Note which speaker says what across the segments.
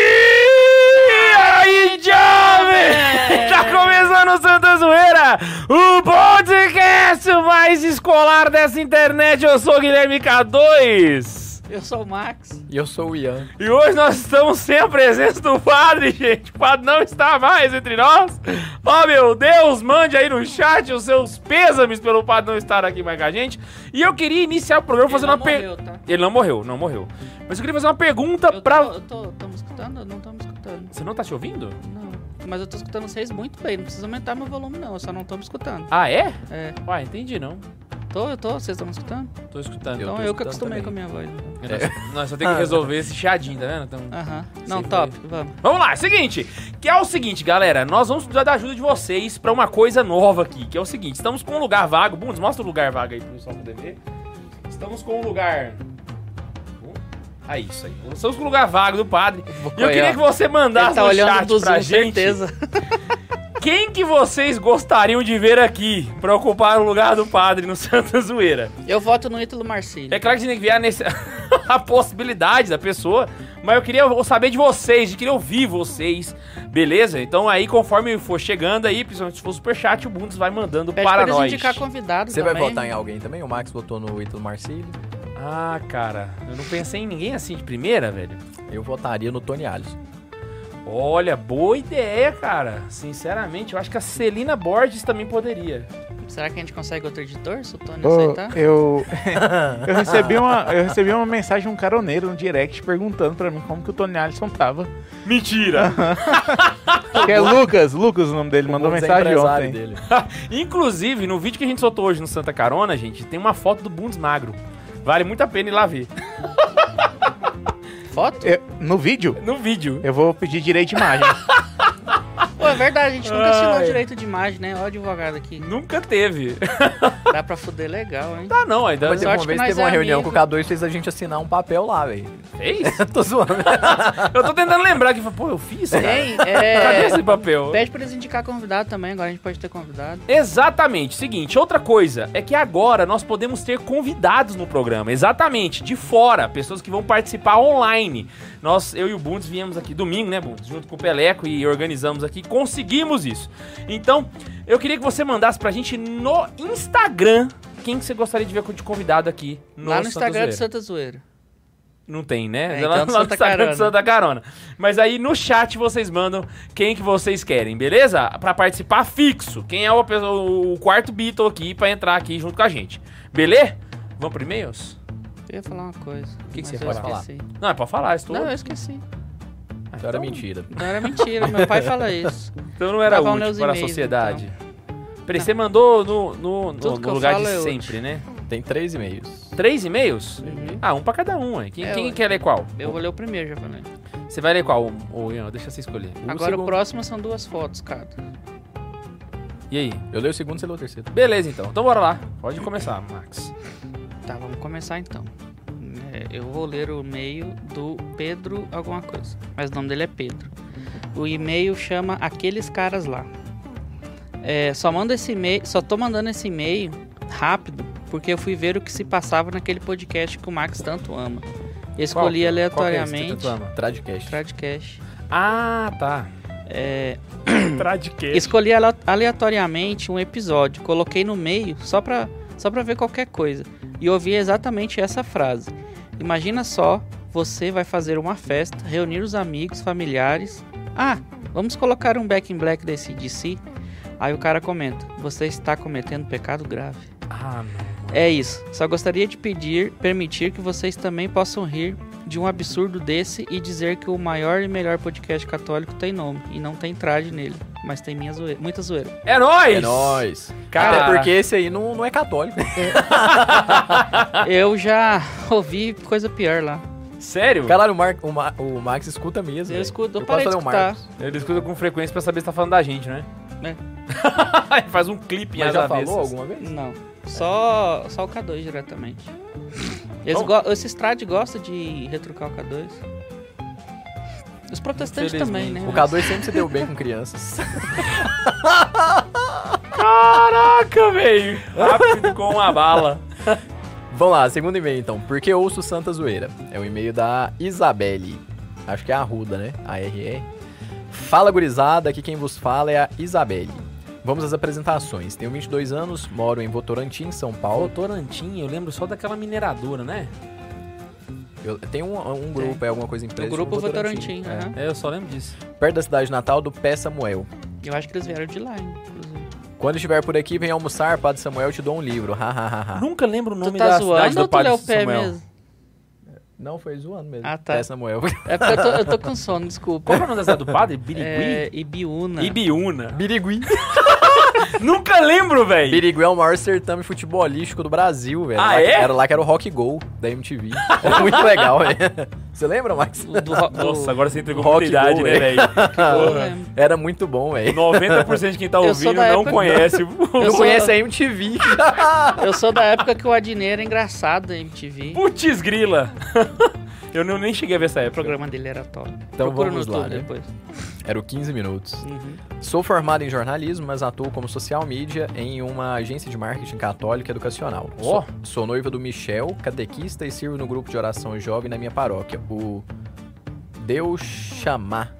Speaker 1: E aí,
Speaker 2: É.
Speaker 1: jovem! Tá começando o Santa Zoeira, o podcast mais escolar dessa internet. Eu sou o Guilherme K2.
Speaker 2: Eu sou o Max.
Speaker 3: E eu sou o Ian.
Speaker 1: E hoje nós estamos sem a presença do padre, gente. O padre não está mais entre nós. Oh, meu Deus, mande aí no chat os seus pêsames pelo padre não estar aqui mais com a gente. E eu queria iniciar o programa fazendo uma pergunta.
Speaker 2: morreu, tá?
Speaker 1: Ele não morreu, não morreu. Mas eu queria fazer uma pergunta
Speaker 2: Eu
Speaker 1: pra.
Speaker 2: tô, eu tô, tô me escutando? Eu Não tô me escutando.
Speaker 1: Você não tá te ouvindo?
Speaker 2: Não. Mas eu tô escutando vocês muito bem. Não precisa aumentar meu volume, não. Eu só não tô me escutando.
Speaker 1: Ah, é?
Speaker 2: É.
Speaker 1: Ué, entendi não.
Speaker 2: Tô, eu tô. Vocês estão me escutando?
Speaker 1: Tô escutando.
Speaker 3: Eu
Speaker 2: então Ah.
Speaker 3: tô
Speaker 2: eu que
Speaker 3: escutando
Speaker 2: acostumei
Speaker 3: também.
Speaker 2: com a minha voz.
Speaker 1: Nós, nós só temos que resolver esse chiadinho, tá vendo? Então,
Speaker 2: Aham. Não,
Speaker 1: Sim,
Speaker 2: top. Vamos.
Speaker 1: Vamos lá, é o seguinte, que é o seguinte, galera, nós vamos precisar da ajuda de vocês pra uma coisa nova aqui, que é o seguinte, estamos com um lugar vago, Bundes, mostra o lugar vago aí pro pessoal poder ver. Estamos com um lugar... Ah, isso aí. Estamos com um lugar vago do padre. E eu
Speaker 3: Aí,
Speaker 1: queria
Speaker 3: ó.
Speaker 1: que você
Speaker 2: Ele
Speaker 1: mandasse
Speaker 2: tá
Speaker 1: no
Speaker 2: olhando
Speaker 1: chat
Speaker 2: do
Speaker 1: pra
Speaker 2: Zoom,
Speaker 1: gente
Speaker 2: certeza.
Speaker 1: quem que vocês gostariam de ver aqui pra ocupar o lugar do padre no Santa Zoeira.
Speaker 2: Eu voto no Ítalo Marcílio.
Speaker 1: É claro que a gente tem que ver nesse- a possibilidade da pessoa, mas eu queria saber de vocês, eu queria ouvir vocês, beleza? Então aí, conforme for chegando aí, principalmente se for superchat, o Bundes vai mandando
Speaker 2: Pede
Speaker 1: para
Speaker 2: pra eles
Speaker 1: nós.
Speaker 2: indicar convidados
Speaker 3: Você vai
Speaker 2: também.
Speaker 3: votar em alguém também? O Max votou no Ítalo Marcílio.
Speaker 1: Ah, cara, eu não pensei em ninguém assim de primeira, velho.
Speaker 3: Eu votaria no Tony Alisson.
Speaker 1: Olha, boa ideia, cara. Sinceramente, eu acho que a Celina Borges também poderia.
Speaker 2: Será que a gente consegue outro editor, se o Tony
Speaker 4: Ô,
Speaker 1: tá.
Speaker 2: aceitar?
Speaker 4: eu, eu, recebi uma, eu recebi uma mensagem de um caroneiro no direct perguntando pra mim como que o Tony Alisson tava.
Speaker 1: Mentira! Tá
Speaker 4: Que é Lucas, Lucas o nome dele, mandou
Speaker 3: O Bundes é
Speaker 4: mensagem
Speaker 3: empresário
Speaker 4: ontem.
Speaker 3: Dele.
Speaker 1: Inclusive, no vídeo que a gente soltou hoje no Santa Carona, gente, tem uma foto do Bundes magro. Vale muito a pena ir lá ver.
Speaker 2: Foto?
Speaker 4: Eu- no vídeo,
Speaker 1: No vídeo.
Speaker 4: eu vou pedir direito de imagem.
Speaker 2: Pô, é verdade, a gente nunca
Speaker 1: Ai.
Speaker 2: assinou direito de imagem, né? Ó o advogado aqui.
Speaker 1: Nunca teve.
Speaker 2: Dá pra fuder legal, hein?
Speaker 1: Ah, não, ainda
Speaker 3: Mas teve
Speaker 1: não
Speaker 3: uma
Speaker 2: sorte que
Speaker 3: vez
Speaker 2: nós
Speaker 3: teve
Speaker 2: é
Speaker 3: uma reunião
Speaker 2: amigo.
Speaker 3: com o K2 fez a gente assinar um papel lá, velho.
Speaker 1: fez?
Speaker 3: Tô zoando.
Speaker 1: Eu tô tentando lembrar que pô, eu fiz, cara.
Speaker 2: Tem,
Speaker 1: Cadê
Speaker 2: é...
Speaker 1: esse papel?
Speaker 2: Pede pra eles indicar convidado também, agora a gente pode ter convidado.
Speaker 1: Exatamente. Seguinte, outra coisa é que agora nós podemos ter convidados no programa. Exatamente, de fora, pessoas que vão participar online. Nós, eu e o Bundes viemos aqui domingo, né, Bundes, junto com o Peleco e organizamos aqui, conseguimos isso. Então, eu queria que você mandasse pra gente no Instagram quem que você gostaria de ver de convidado aqui no,
Speaker 2: Lá
Speaker 1: Santa
Speaker 2: no
Speaker 3: tá
Speaker 2: Instagram
Speaker 1: Zoeira.
Speaker 2: do Santa Zoeira.
Speaker 1: Não tem, né?
Speaker 2: É, então
Speaker 1: lá,
Speaker 2: do
Speaker 1: lá no
Speaker 2: Santa
Speaker 1: Instagram do
Speaker 2: Carona.
Speaker 1: Santa Carona. Mas aí no chat vocês mandam quem que vocês querem, beleza? Pra participar fixo. Quem é o, pessoa- o quarto Beatle aqui pra entrar aqui junto com a gente. Beleza? Vamos pro e-mails?
Speaker 2: Eu ia falar uma coisa. O
Speaker 3: que que você
Speaker 2: eu
Speaker 3: ia falar?
Speaker 2: esqueci.
Speaker 1: Não, é pra falar, estou.
Speaker 2: Não, eu esqueci.
Speaker 1: Ah,
Speaker 3: Então era mentira.
Speaker 2: Não era mentira, meu pai fala isso.
Speaker 1: Então não era
Speaker 2: Mas vamos ler
Speaker 1: útil
Speaker 2: os
Speaker 1: para a
Speaker 2: e-mails, então. Tá.
Speaker 1: sociedade. Peraí, você mandou no, no, no-
Speaker 2: Tudo que
Speaker 1: no
Speaker 2: eu
Speaker 1: lugar
Speaker 2: falo
Speaker 1: de
Speaker 2: é útil.
Speaker 1: sempre, né?
Speaker 3: Tem três e-mails.
Speaker 1: Três e-mails?
Speaker 2: Uhum.
Speaker 1: Ah, um pra cada um. hein? Quem,
Speaker 2: É,
Speaker 1: quem
Speaker 2: ué.
Speaker 1: quer ler qual?
Speaker 2: Eu vou ler o primeiro, já falei.
Speaker 1: Você vai ler qual, ô, ô, Ian? Deixa você escolher.
Speaker 3: Um
Speaker 2: agora
Speaker 3: segundo.
Speaker 2: o próximo são duas fotos, cara.
Speaker 1: E aí?
Speaker 3: Eu leio o segundo, você leu o terceiro.
Speaker 1: Beleza, então. Então bora lá. Pode começar, Max.
Speaker 2: Tá, vamos começar então. É, eu vou ler o e-mail do Pedro alguma coisa, mas o nome dele é Pedro. O e-mail chama Aqueles Caras Lá. É, só manda esse e-mail, só tô mandando esse e-mail rápido, porque eu fui ver o que se passava naquele podcast que o Max tanto ama. Eu escolhi aleatoriamente
Speaker 3: Tradcast.
Speaker 2: Tradcast.
Speaker 1: Ah, tá. É. Tradcast.
Speaker 2: Escolhi ale- aleatoriamente um episódio, coloquei no meio só pra, só pra ver qualquer coisa. E ouvi exatamente essa frase. Imagina só, você vai fazer uma festa, reunir os amigos, familiares. Ah, vamos colocar um back in black desse DC? Aí o cara comenta, você está cometendo pecado grave.
Speaker 1: Ah, não.
Speaker 2: É isso. Só gostaria de pedir, permitir que vocês também possam rir de um absurdo desse e dizer que o maior e melhor podcast católico tem nome e não tem traje nele, mas tem minha zoeira, muita zoeira.
Speaker 1: É nóis!
Speaker 3: É nóis.
Speaker 1: Cara,
Speaker 3: Até porque esse aí não, não é católico.
Speaker 2: Eu já ouvi coisa pior lá.
Speaker 1: Sério?
Speaker 3: Caralho, o, Mar- o Ma- o Max escuta mesmo.
Speaker 2: Eu
Speaker 3: velho.
Speaker 2: escuto, eu
Speaker 3: posso
Speaker 2: parei de
Speaker 3: fazer o
Speaker 2: escutar.
Speaker 3: Marcos.
Speaker 1: Ele escuta com frequência pra saber se tá falando da gente, né? É. Faz um clipe
Speaker 3: Mas
Speaker 1: às
Speaker 3: já
Speaker 1: avessas.
Speaker 3: falou alguma vez?
Speaker 2: Não. Só, só o K2 diretamente. Eles
Speaker 1: Bom.
Speaker 2: go- esses trad gostam de retrucar o K2. Os protestantes
Speaker 1: Infelizmente.
Speaker 2: também, né?
Speaker 3: O K2 sempre se deu bem com crianças.
Speaker 1: Caraca, velho! Rápido com uma bala.
Speaker 3: Vamos lá, segundo e-mail então. Porque ouço Santa Zoeira. É o e-mail da Isabelle. Acho que é a Arruda, né? A RR. Fala gurizada, aqui quem vos fala é a Isabelle. Vamos às apresentações. Tenho 22 anos, moro em Votorantim, São Paulo.
Speaker 1: Votorantim, eu lembro só daquela mineradora, né?
Speaker 3: Eu tenho um, um grupo, é alguma coisa empresa.
Speaker 2: O grupo
Speaker 3: chama
Speaker 2: Votorantim,
Speaker 3: é.
Speaker 2: aham.
Speaker 1: É, eu só lembro disso.
Speaker 3: Perto da cidade natal do Pé Samuel.
Speaker 2: Eu acho que eles vieram de lá, inclusive.
Speaker 3: Quando estiver por aqui, vem almoçar, Padre Samuel, te dou um livro. Ha, ha, ha, ha.
Speaker 1: Ah. Nunca lembro o
Speaker 2: Tu
Speaker 1: nome
Speaker 2: tá
Speaker 1: da cidade
Speaker 2: zoando ou
Speaker 1: do
Speaker 2: tu lê
Speaker 1: Padre
Speaker 2: o pé
Speaker 1: Samuel.
Speaker 2: mesmo?
Speaker 3: Não, foi zoando mesmo.
Speaker 2: Ah, tá.
Speaker 3: Pé Samuel.
Speaker 2: É porque eu tô, eu tô com sono,
Speaker 1: Qual
Speaker 2: desculpa.
Speaker 1: é o nome da cidade do Padre? Birigui?
Speaker 2: É, Ibiúna.
Speaker 1: Ibiúna.
Speaker 3: Birigui.
Speaker 1: Nunca lembro, velho.
Speaker 3: Birigui é o maior certame futebolístico do Brasil, velho.
Speaker 1: Ah,
Speaker 3: Lá-
Speaker 1: é?
Speaker 3: Era lá que era o Rock Go da MTV. Era muito legal, velho. Você lembra, Max?
Speaker 2: O do, É. ro- do,
Speaker 1: Nossa, agora você entregou
Speaker 3: Rock
Speaker 1: muita idade,
Speaker 3: Go,
Speaker 1: né, velho?
Speaker 2: eu
Speaker 1: Porra.
Speaker 2: lembro.
Speaker 3: Era muito bom, velho.
Speaker 1: 90% de quem tá
Speaker 2: Eu sou
Speaker 1: ouvindo
Speaker 2: da
Speaker 1: não
Speaker 2: época-
Speaker 1: conhece.
Speaker 3: Eu
Speaker 2: Eu
Speaker 3: não
Speaker 2: sou-
Speaker 3: conheço a MTV.
Speaker 2: Eu sou da época que o Adnet era engraçado da MTV.
Speaker 1: Putz, grila. Eu não- nem cheguei a ver essa
Speaker 2: O
Speaker 1: época.
Speaker 2: programa dele era top.
Speaker 3: Então
Speaker 2: Procura
Speaker 3: vamos
Speaker 2: no
Speaker 3: lá,
Speaker 2: YouTube
Speaker 3: né?
Speaker 2: depois.
Speaker 3: Era o 15 minutos.
Speaker 2: Uhum.
Speaker 3: Sou formado em jornalismo, mas atuo como social media em uma agência de marketing católica educacional.
Speaker 1: Ó.
Speaker 3: Sou, sou noiva do Michel, catequista e sirvo no grupo de oração jovem na minha paróquia, o Deus Chamar.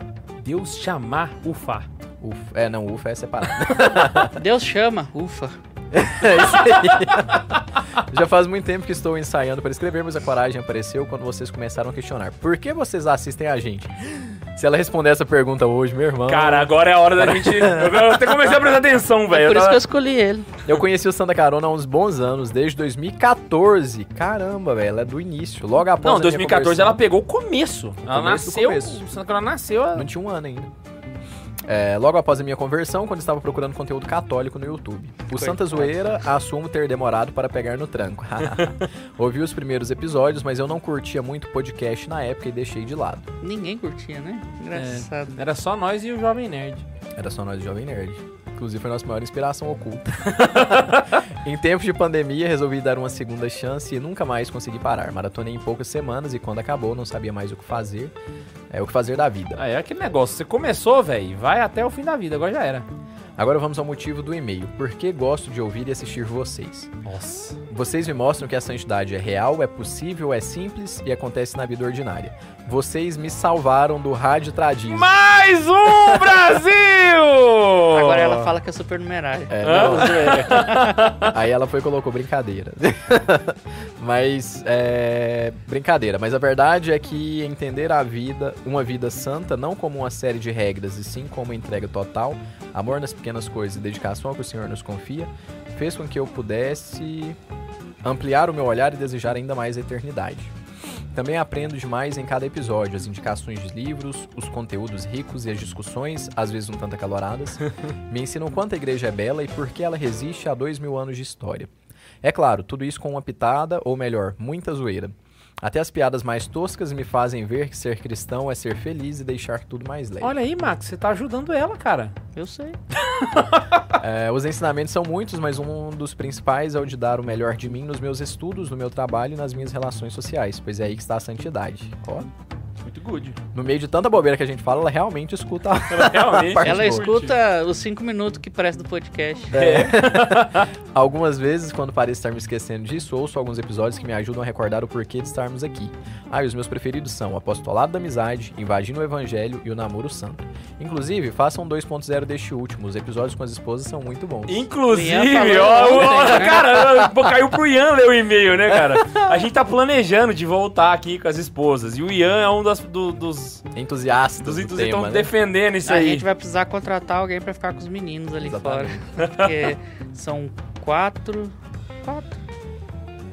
Speaker 1: Deus chamar Ufa.
Speaker 3: Uf- é, não, ufa é separado.
Speaker 2: Deus chama, ufa.
Speaker 3: É isso aí. Já faz muito tempo que estou ensaiando para escrever, mas a coragem apareceu quando vocês começaram a questionar. Por que vocês assistem a gente? Se ela responder essa pergunta hoje, meu irmão.
Speaker 1: Cara, agora é a hora da gente. Eu até comecei a prestar atenção, velho.
Speaker 2: É
Speaker 1: Eu
Speaker 2: Por isso
Speaker 1: tava-
Speaker 2: que eu escolhi ele.
Speaker 3: Eu conheci o Santa Carona há uns bons anos, desde 2014. Caramba, velho, ela é do início. Logo após. a
Speaker 1: Não,
Speaker 2: né,
Speaker 3: minha
Speaker 1: 2014 ela
Speaker 3: conversão.
Speaker 1: pegou o começo. Ela
Speaker 3: começo do
Speaker 1: nasceu.
Speaker 3: começo.
Speaker 1: Santa Clara nasceu.
Speaker 3: Não tinha um ano ainda. É, logo após a minha conversão, quando estava procurando conteúdo católico no YouTube. O Santa Zoeira assumo ter demorado para pegar no tranco. Ouvi os primeiros episódios, mas eu não curtia muito podcast na época e deixei de lado.
Speaker 2: Ninguém curtia, né? Engraçado.
Speaker 1: Era só nós e o Jovem Nerd.
Speaker 3: Era só nós, Jovem Nerd. Inclusive, foi a nossa maior inspiração oculta. em tempos de pandemia, resolvi dar uma segunda chance e nunca mais consegui parar. Maratonei em poucas semanas e quando acabou, não sabia mais o que fazer. É o que fazer da vida.
Speaker 1: Ah, é aquele negócio. Você começou, velho. Vai até o fim da vida. Agora já era.
Speaker 3: Agora vamos ao motivo do e-mail. Por que gosto de ouvir e assistir vocês?
Speaker 1: Nossa.
Speaker 3: Vocês me mostram que a santidade é real, é possível, é simples e acontece na vida ordinária. Vocês me salvaram do rádio tradismo.
Speaker 1: Mais um Brasil!
Speaker 2: Agora ela fala que é supernumerário.
Speaker 3: É,
Speaker 1: Hã?
Speaker 3: não, Aí ela foi e colocou brincadeira. mas é brincadeira, mas a verdade é que entender a vida, uma vida santa, não como uma série de regras, e sim como entrega total, amor nas pequenas coisas e dedicação ao que o Senhor nos confia, fez com que eu pudesse ampliar o meu olhar e desejar ainda mais a eternidade. Também aprendo demais em cada episódio, as indicações de livros, os conteúdos ricos e as discussões, às vezes um tanto acaloradas, me ensinam o quanto a igreja é bela e por que ela resiste a dois mil anos de história. É claro, tudo isso com uma pitada, ou melhor, muita zoeira. Até as piadas mais toscas me fazem ver que ser cristão é ser feliz e deixar tudo mais leve.
Speaker 1: Olha aí, Max. Você tá ajudando ela, cara.
Speaker 2: Eu sei.
Speaker 3: É, os ensinamentos são muitos, mas um dos principais é o de dar o melhor de mim nos meus estudos, no meu trabalho e nas minhas relações sociais, pois é aí que está a santidade. Ó,
Speaker 1: Muito good.
Speaker 3: no meio de tanta bobeira que a gente fala, ela realmente escuta. a-
Speaker 1: Ela realmente.
Speaker 3: Parte
Speaker 2: Ela
Speaker 3: boa.
Speaker 2: escuta os cinco minutos que parece do podcast.
Speaker 3: É Algumas vezes, quando pareço estar me esquecendo disso, ouço alguns episódios que me ajudam a recordar o porquê de estarmos aqui. Ah, e os meus preferidos são Apostolado da Amizade, Invadindo o Evangelho e o Namoro Santo. Inclusive, façam 2.0 deste último, os episódios com as esposas são muito bons.
Speaker 2: O Ian
Speaker 1: Inclusive,
Speaker 2: falou
Speaker 1: ó,
Speaker 2: ontem,
Speaker 1: ó,
Speaker 2: né?
Speaker 1: cara, pô, caiu pro Ian ler o e-mail, né, cara? A gente tá planejando de voltar aqui com as esposas. E o Ian é um das- do- dos,
Speaker 3: Entusiastas
Speaker 1: dos
Speaker 3: do
Speaker 1: itos que
Speaker 3: tema,
Speaker 1: estão
Speaker 3: né?
Speaker 1: defendendo isso
Speaker 2: a
Speaker 1: aí.
Speaker 2: gente vai precisar contratar alguém pra ficar com os meninos ali
Speaker 3: Exatamente.
Speaker 2: fora. Porque são quatro. Quatro.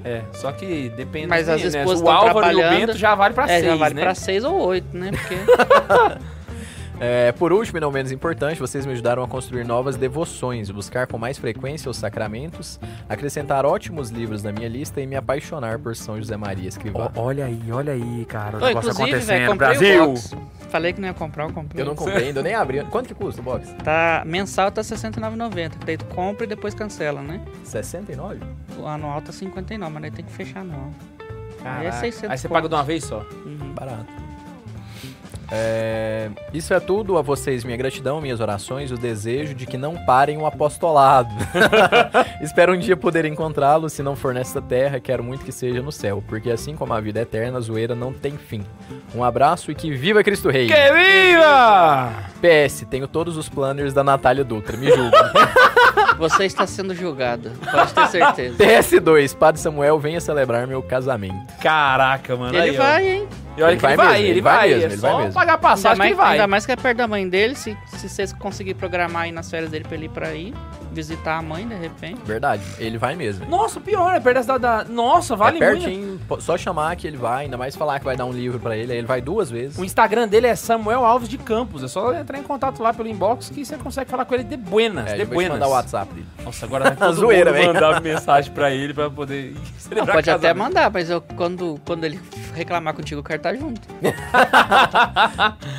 Speaker 1: É, só que depende
Speaker 2: Mas
Speaker 1: do
Speaker 2: as
Speaker 1: menino, né?
Speaker 2: esposas
Speaker 1: O
Speaker 2: tão
Speaker 1: Álvaro e o
Speaker 2: trabalhando.
Speaker 1: Bento já vale pra
Speaker 2: é,
Speaker 1: seis,
Speaker 2: já vale
Speaker 1: né?
Speaker 2: pra seis ou oito, né? Porque
Speaker 3: É, por último e não menos importante, vocês me ajudaram a construir novas devoções, buscar com mais frequência os sacramentos, acrescentar ótimos livros na minha lista e me apaixonar por São José Maria Escrivá.
Speaker 1: olha aí, olha aí, cara.
Speaker 2: Ô, inclusive, velho, comprei o box. Falei que não ia comprar, eu comprei.
Speaker 3: Eu não comprei ainda, eu nem abri. Quanto que custa o box?
Speaker 2: Tá, mensal tá R$ 69,90. que Daí tu compra e depois cancela, né?
Speaker 3: 69?
Speaker 2: O anual tá 59, mas daí tem que fechar anual. Aí é
Speaker 1: Caraca.
Speaker 2: 600
Speaker 1: Aí você
Speaker 2: conto.
Speaker 1: paga de uma vez só.
Speaker 2: Uhum.
Speaker 3: Barato. É, isso é tudo a vocês, minha gratidão, minhas orações, o desejo de que não parem o apostolado. Espero um dia poder encontrá-lo, se não for nesta terra, quero muito que seja no céu, porque assim como a vida é eterna, a zoeira não tem fim. Um abraço e que viva Cristo Rei!
Speaker 1: Que viva!
Speaker 3: PS, tenho todos os planners da Natália Dutra, me julguem.
Speaker 2: Você está sendo julgado, pode ter certeza.
Speaker 3: PS2, Padre Samuel, venha celebrar meu casamento.
Speaker 1: Caraca, mano.
Speaker 2: Ele
Speaker 1: aí, ó.
Speaker 2: vai, hein?
Speaker 1: E olha que ele vai, ele vai, mesmo, ele vai só
Speaker 3: mesmo.
Speaker 1: pagar a
Speaker 2: Ainda
Speaker 1: passagem que
Speaker 2: mais,
Speaker 1: ele vai.
Speaker 2: ainda mais que é perto da mãe dele, se, se vocês conseguirem programar aí nas férias dele pra ele ir pra aí, visitar a mãe de repente.
Speaker 3: Verdade, ele vai mesmo.
Speaker 1: Nossa, pior, é perto da cidade da... Nossa, vale
Speaker 3: é
Speaker 1: muito.
Speaker 3: pertinho, po- só chamar que ele vai, ainda mais falar que vai dar um livro pra ele, aí ele vai duas vezes.
Speaker 1: O Instagram dele é Samuel Alves de Campos. É só entrar em contato lá pelo inbox que você consegue falar com ele de buenas,
Speaker 3: É,
Speaker 1: de
Speaker 3: ele vai te
Speaker 1: buenas.
Speaker 3: mandar o WhatsApp dele.
Speaker 1: Nossa, agora vai todo
Speaker 3: Zoeira,
Speaker 1: mundo
Speaker 3: velho.
Speaker 1: mandar mensagem pra ele pra poder
Speaker 2: Não,
Speaker 1: celebrar
Speaker 2: pode até
Speaker 1: casamento.
Speaker 2: mandar, mas eu, quando, quando ele reclamar contigo, eu quero estar junto.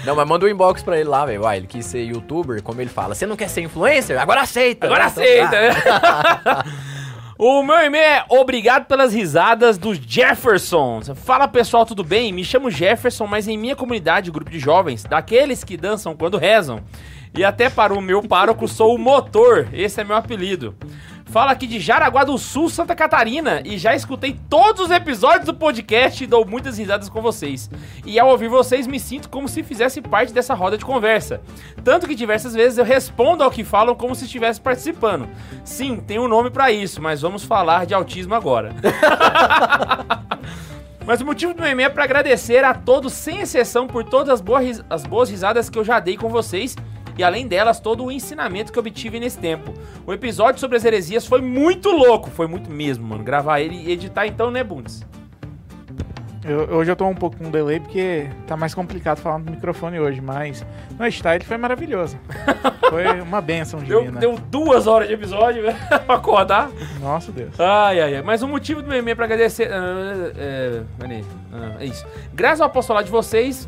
Speaker 3: Não, mas manda um inbox pra ele lá, velho. Vai, ele quis ser youtuber, como ele fala. Você não quer ser influencer? Agora aceita!
Speaker 1: Agora
Speaker 3: Então tá.
Speaker 1: aceita, né? O meu e-mail é obrigado pelas risadas do Jefferson. Fala pessoal, tudo bem? Me chamo Jefferson, mas em minha comunidade, grupo de jovens, daqueles que dançam quando rezam. E até para o meu pároco, sou o motor. Esse é meu apelido. Fala aqui de Jaraguá do Sul, Santa Catarina, e já escutei todos os episódios do podcast e dou muitas risadas com vocês. E ao ouvir vocês, me sinto como se fizesse parte dessa roda de conversa. Tanto que diversas vezes eu respondo ao que falam como se estivesse participando. Sim, tem um nome pra isso, mas vamos falar de autismo agora. Mas o motivo do meu e-mail é pra agradecer a todos, sem exceção, por todas as boas, ris- as boas risadas que eu já dei com vocês. E além delas, todo o ensinamento que eu obtive nesse tempo. O episódio sobre as heresias foi muito louco. Foi muito mesmo, mano. Gravar ele e editar então, né, Bundes?
Speaker 4: Eu- hoje eu tô um pouco com delay porque tá mais complicado falar no microfone hoje, mas no editar ele foi maravilhoso. Foi uma benção
Speaker 1: Deu,
Speaker 4: divina.
Speaker 1: deu duas horas de episódio velho, pra acordar.
Speaker 4: Nossa Deus.
Speaker 1: Ai, ai, ai. Mas o motivo do meu e-mail é pra agradecer. ah, é, peraí. Ah, é isso. Graças ao apostolado de vocês,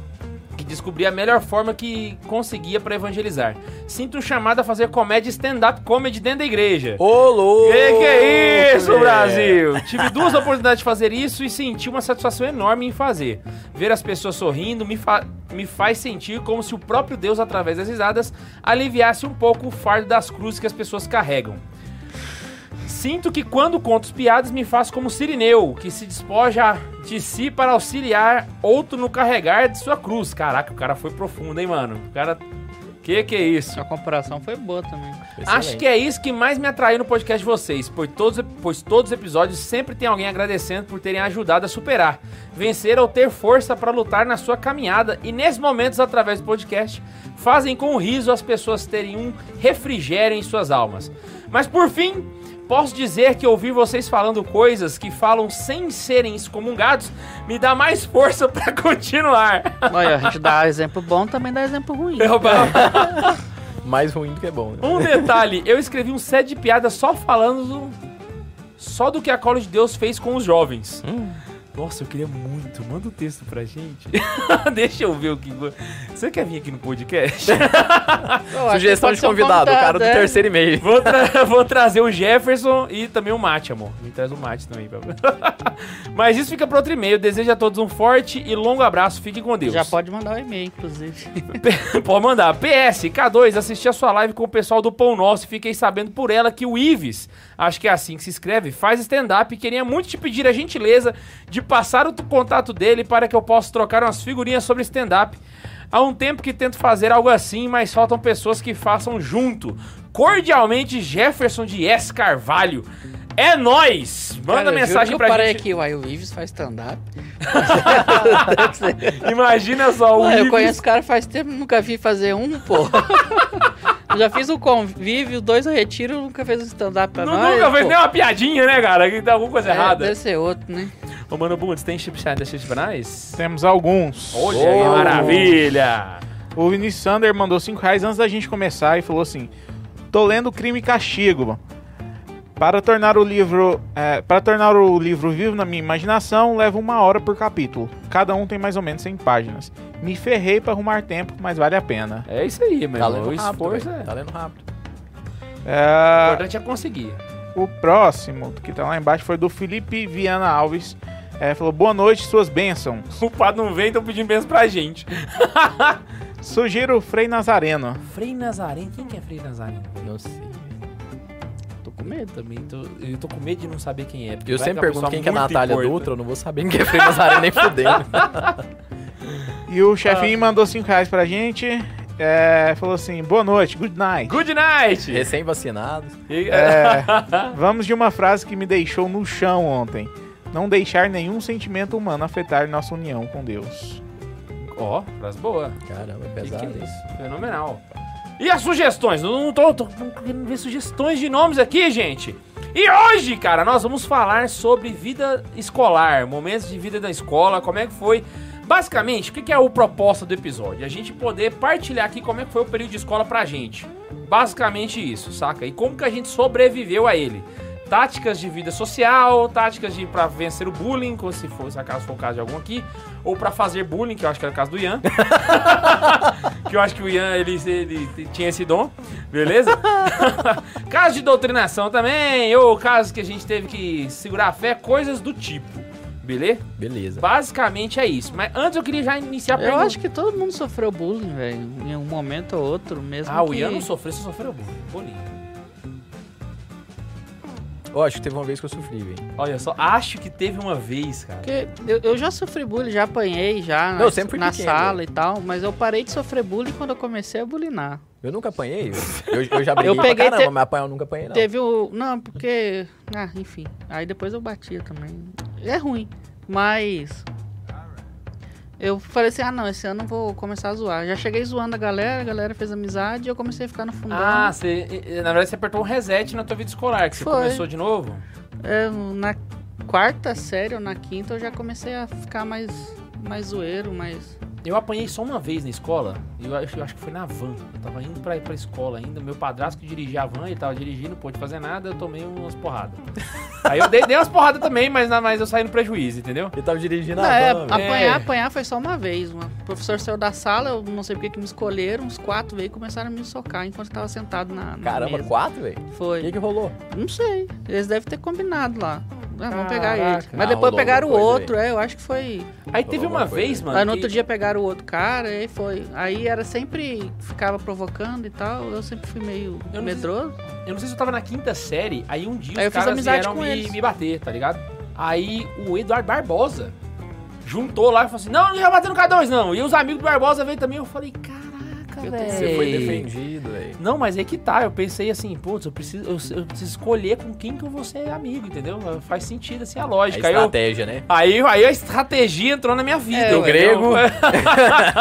Speaker 1: que descobri a melhor forma que conseguia pra evangelizar. Sinto um chamado a fazer comédia e stand-up comedy dentro da igreja.
Speaker 3: Ô, louco!
Speaker 1: Que que é isso,
Speaker 3: velho.
Speaker 1: Brasil? Tive duas oportunidades de fazer isso e senti uma satisfação enorme em fazer. Ver as pessoas sorrindo me, fa- me faz sentir como se o próprio Deus, através das risadas, aliviasse um pouco o fardo das cruzes que as pessoas carregam. Sinto que quando conto as piadas me faço como Sirineu, que se despoja de si para auxiliar outro no carregar de sua cruz. Caraca, o cara foi profundo, hein, mano? O cara. Que que é isso?
Speaker 2: Sua comparação foi boa também.
Speaker 1: Acho que é isso que mais me atraiu no podcast de vocês, pois todos, pois todos os episódios sempre tem alguém agradecendo por terem ajudado a superar, vencer ou ter força para lutar na sua caminhada e nesses momentos através do podcast fazem com o riso as pessoas terem um refrigério em suas almas. Mas por fim, posso dizer que ouvir vocês falando coisas que falam sem serem excomungados me dá mais força para continuar.
Speaker 2: Olha, a gente dá exemplo bom, também dá exemplo ruim.
Speaker 1: Eu, é-
Speaker 3: Mais ruim do que bom, né?
Speaker 1: Um detalhe, eu escrevi um set de piadas só falando do- só do que a Cola de Deus fez com os jovens.
Speaker 2: Hum.
Speaker 1: Nossa, eu queria muito. Manda o texto pra gente. Deixa eu ver o que. Você quer vir aqui no podcast?
Speaker 2: Eu acho
Speaker 3: Sugestão
Speaker 2: que
Speaker 3: de
Speaker 2: pode ser um
Speaker 3: convidado, o cara do
Speaker 2: é.
Speaker 3: terceiro e-mail.
Speaker 1: vou, tra- vou trazer o Jefferson e também o Mate, amor. Me traz o Mate também, pra... Mas isso fica pra outro e-mail. Desejo a todos um forte e longo abraço. Fiquem com Deus.
Speaker 2: Já pode mandar o e-mail, inclusive.
Speaker 1: Pode mandar. PS, K2, assisti a sua live com o pessoal do Pão Nosso e fiquei sabendo por ela que o Ives, acho que é assim que se escreve, faz stand-up e queria muito te pedir a gentileza de passar o t- contato dele para que eu possa trocar umas figurinhas sobre stand-up. Há um tempo que tento fazer algo assim, mas faltam pessoas que façam junto. Cordialmente, Jefferson de S. Carvalho. É nóis! Manda
Speaker 2: Cara, eu juro que
Speaker 1: mensagem
Speaker 2: eu
Speaker 1: Tá pra
Speaker 2: parei
Speaker 1: gente.
Speaker 2: aqui, uai, o Ives faz stand-up.
Speaker 1: Imagina só o
Speaker 2: Ué, eu
Speaker 1: Ives.
Speaker 2: conheço o cara faz tempo, nunca vi fazer um, pô. Eu Já fiz o convívio, dois eu retiro, nunca fez um stand-up pra
Speaker 1: Não,
Speaker 2: nós.
Speaker 1: nunca fez
Speaker 2: pô.
Speaker 1: nem uma piadinha, né, cara? Que tá alguma coisa
Speaker 2: É,
Speaker 1: errada.
Speaker 2: Deve ser outro, né?
Speaker 1: Ô, Mano Bundes, tem chips da Chips Banais?
Speaker 4: Temos alguns.
Speaker 1: Olha que
Speaker 3: Oh.
Speaker 1: maravilha!
Speaker 4: O Vinícius Sander mandou 5 reais antes da gente começar e falou assim: Tô lendo Crime e Castigo. Para tornar o livro, eh, para tornar o livro vivo na minha imaginação, leva uma hora por capítulo. Cada um tem mais ou menos 100 páginas. Me ferrei para arrumar tempo, mas vale a pena.
Speaker 1: É isso aí, meu
Speaker 3: Tá
Speaker 1: irmão.
Speaker 3: lendo
Speaker 1: O
Speaker 3: rápido,
Speaker 1: esforço é.
Speaker 3: velho. Tá lendo rápido.
Speaker 1: O
Speaker 4: Eh,
Speaker 1: importante é conseguir.
Speaker 4: o próximo que tá lá embaixo foi do Felipe Viana Alves. É, falou, boa noite, suas bênçãos.
Speaker 1: O padre não vem, então pedindo bênção pra gente.
Speaker 4: Sugiro o Frei Nazareno.
Speaker 1: Frei Nazareno? Quem que é Frei Nazareno?
Speaker 3: Não sei.
Speaker 1: Tô com medo também. Tô, eu tô com medo de não saber quem é. porque
Speaker 3: Eu
Speaker 1: vai
Speaker 3: sempre
Speaker 1: uma
Speaker 3: pergunto
Speaker 1: pessoa
Speaker 3: quem que é
Speaker 1: muito
Speaker 3: Natália
Speaker 1: importante.
Speaker 3: Dutra, eu não vou saber quem que é Frei Nazaré nem fudendo.
Speaker 4: E o chefinho mandou 5 reais pra gente. É, falou assim, boa noite, good night.
Speaker 1: Good night!
Speaker 3: Recém-vacinado.
Speaker 1: E-
Speaker 4: É, vamos de uma frase que me deixou no chão ontem. Não deixar nenhum sentimento humano afetar nossa união com Deus.
Speaker 1: Ó, frase boa.
Speaker 3: Caramba, é
Speaker 1: Que que
Speaker 3: pesado isso.
Speaker 1: é isso? Fenomenal. E as sugestões? Eu não tô, tô querendo ver sugestões de nomes aqui, gente. E hoje, cara, nós vamos falar sobre vida escolar, momentos de vida da escola, como é que foi. Basicamente, o que que é o proposta do episódio? A gente poder partilhar aqui como é que foi o período de escola pra gente. Basicamente isso, saca? E como que a gente sobreviveu a ele. Táticas de vida social, táticas de pra vencer o bullying, como se for, se acaso for o caso de algum aqui, ou pra fazer bullying, que eu acho que era o caso do Ian. que eu acho que o Ian ele, ele tinha esse dom, beleza? casos de doutrinação também, ou casos que a gente teve que segurar a fé, coisas do tipo, beleza?
Speaker 3: Beleza.
Speaker 1: Basicamente é isso. Mas antes eu queria já iniciar a
Speaker 2: Eu
Speaker 1: pergunta.
Speaker 2: acho que todo mundo sofreu bullying, velho. Em um momento ou outro, mesmo
Speaker 1: Ah,
Speaker 2: que...
Speaker 1: o Ian não sofreu, você sofreu bullying.
Speaker 3: Ó, acho que teve uma vez que eu sofri, velho.
Speaker 1: Olha só, acho que teve uma vez, cara.
Speaker 2: Porque eu, eu já sofri bullying, já apanhei, já
Speaker 3: Não,
Speaker 2: na,
Speaker 3: eu sempre fui
Speaker 2: na
Speaker 3: pequeno.
Speaker 2: sala e tal, mas eu parei de sofrer bullying quando eu comecei a bulinar.
Speaker 3: Eu nunca apanhei. Eu, eu já briguei pra
Speaker 2: peguei
Speaker 3: caramba,
Speaker 2: te-
Speaker 3: mas apanhar eu nunca apanhei, não.
Speaker 2: Teve o. Não, porque. Ah, enfim. Aí depois eu batia também. É ruim. Mas. Eu falei assim, ah não, esse ano eu vou começar a zoar. Já cheguei zoando a galera, a galera fez amizade e eu comecei a ficar no fundão.
Speaker 1: Ah, você, na verdade você apertou um reset na tua vida escolar, que você
Speaker 2: Foi.
Speaker 1: começou de novo?
Speaker 2: É, na quarta série ou na quinta eu já comecei a ficar mais, mais zoeiro, mais.
Speaker 1: Eu apanhei só uma vez na escola, eu acho, eu acho que foi na van. Eu tava indo pra, pra escola ainda, meu padrasto que dirigia a van, ele tava dirigindo, não pôde fazer nada, eu tomei umas porradas. Aí eu dei, dei umas porradas também, mas, na- mas eu saí no prejuízo, entendeu?
Speaker 3: Eu tava dirigindo
Speaker 2: Não,
Speaker 3: a
Speaker 2: é,
Speaker 3: van, velho.
Speaker 1: É.
Speaker 2: apanhar, apanhar foi só uma vez. Mano. O professor saiu da sala, eu não sei porque que me escolheram, uns quatro veio e começaram a me socar enquanto eu tava sentado na, na
Speaker 3: Caramba,
Speaker 2: mesa.
Speaker 3: quatro, velho? O
Speaker 2: Foi.
Speaker 3: que que rolou?
Speaker 2: Não sei. Eles devem ter combinado lá. Ah, vamos pegar
Speaker 1: Caraca.
Speaker 2: ele. Mas
Speaker 3: Ah,
Speaker 2: depois
Speaker 3: rolou
Speaker 2: pegaram o
Speaker 3: alguma coisa
Speaker 2: outro, é, eu acho que foi.
Speaker 1: Aí teve
Speaker 3: Alguma
Speaker 1: uma
Speaker 3: coisa
Speaker 1: vez,
Speaker 3: aí.
Speaker 1: mano.
Speaker 2: Aí no
Speaker 1: que-
Speaker 2: outro dia pegaram o outro cara, aí foi. Aí era sempre. Ficava provocando e tal. Eu sempre fui meio
Speaker 1: Eu não
Speaker 2: medroso.
Speaker 1: Eu não sei se eu tava na quinta série, aí um dia
Speaker 2: Aí eu
Speaker 1: os
Speaker 2: fiz
Speaker 1: caras
Speaker 2: amizade
Speaker 1: vieram
Speaker 2: com
Speaker 1: me,
Speaker 2: eles.
Speaker 1: me bater, tá ligado? Aí o Eduardo Barbosa juntou lá e falou assim: Não, não ia bater no K2, não. E os amigos do Barbosa veio também. Eu falei: Caraca,
Speaker 2: Eu
Speaker 1: velho.
Speaker 2: tenho-
Speaker 3: Você foi defendido, velho.
Speaker 1: Não, mas é que tá. Eu pensei assim: Putz, eu preciso, eu, eu preciso escolher com quem que eu vou ser amigo, entendeu? Faz sentido assim a
Speaker 3: A
Speaker 1: lógica. Aí, eu-
Speaker 3: estratégia, né?
Speaker 1: aí, aí a estratégia entrou na minha vida.
Speaker 2: É,
Speaker 1: entendeu?
Speaker 2: o
Speaker 3: grego.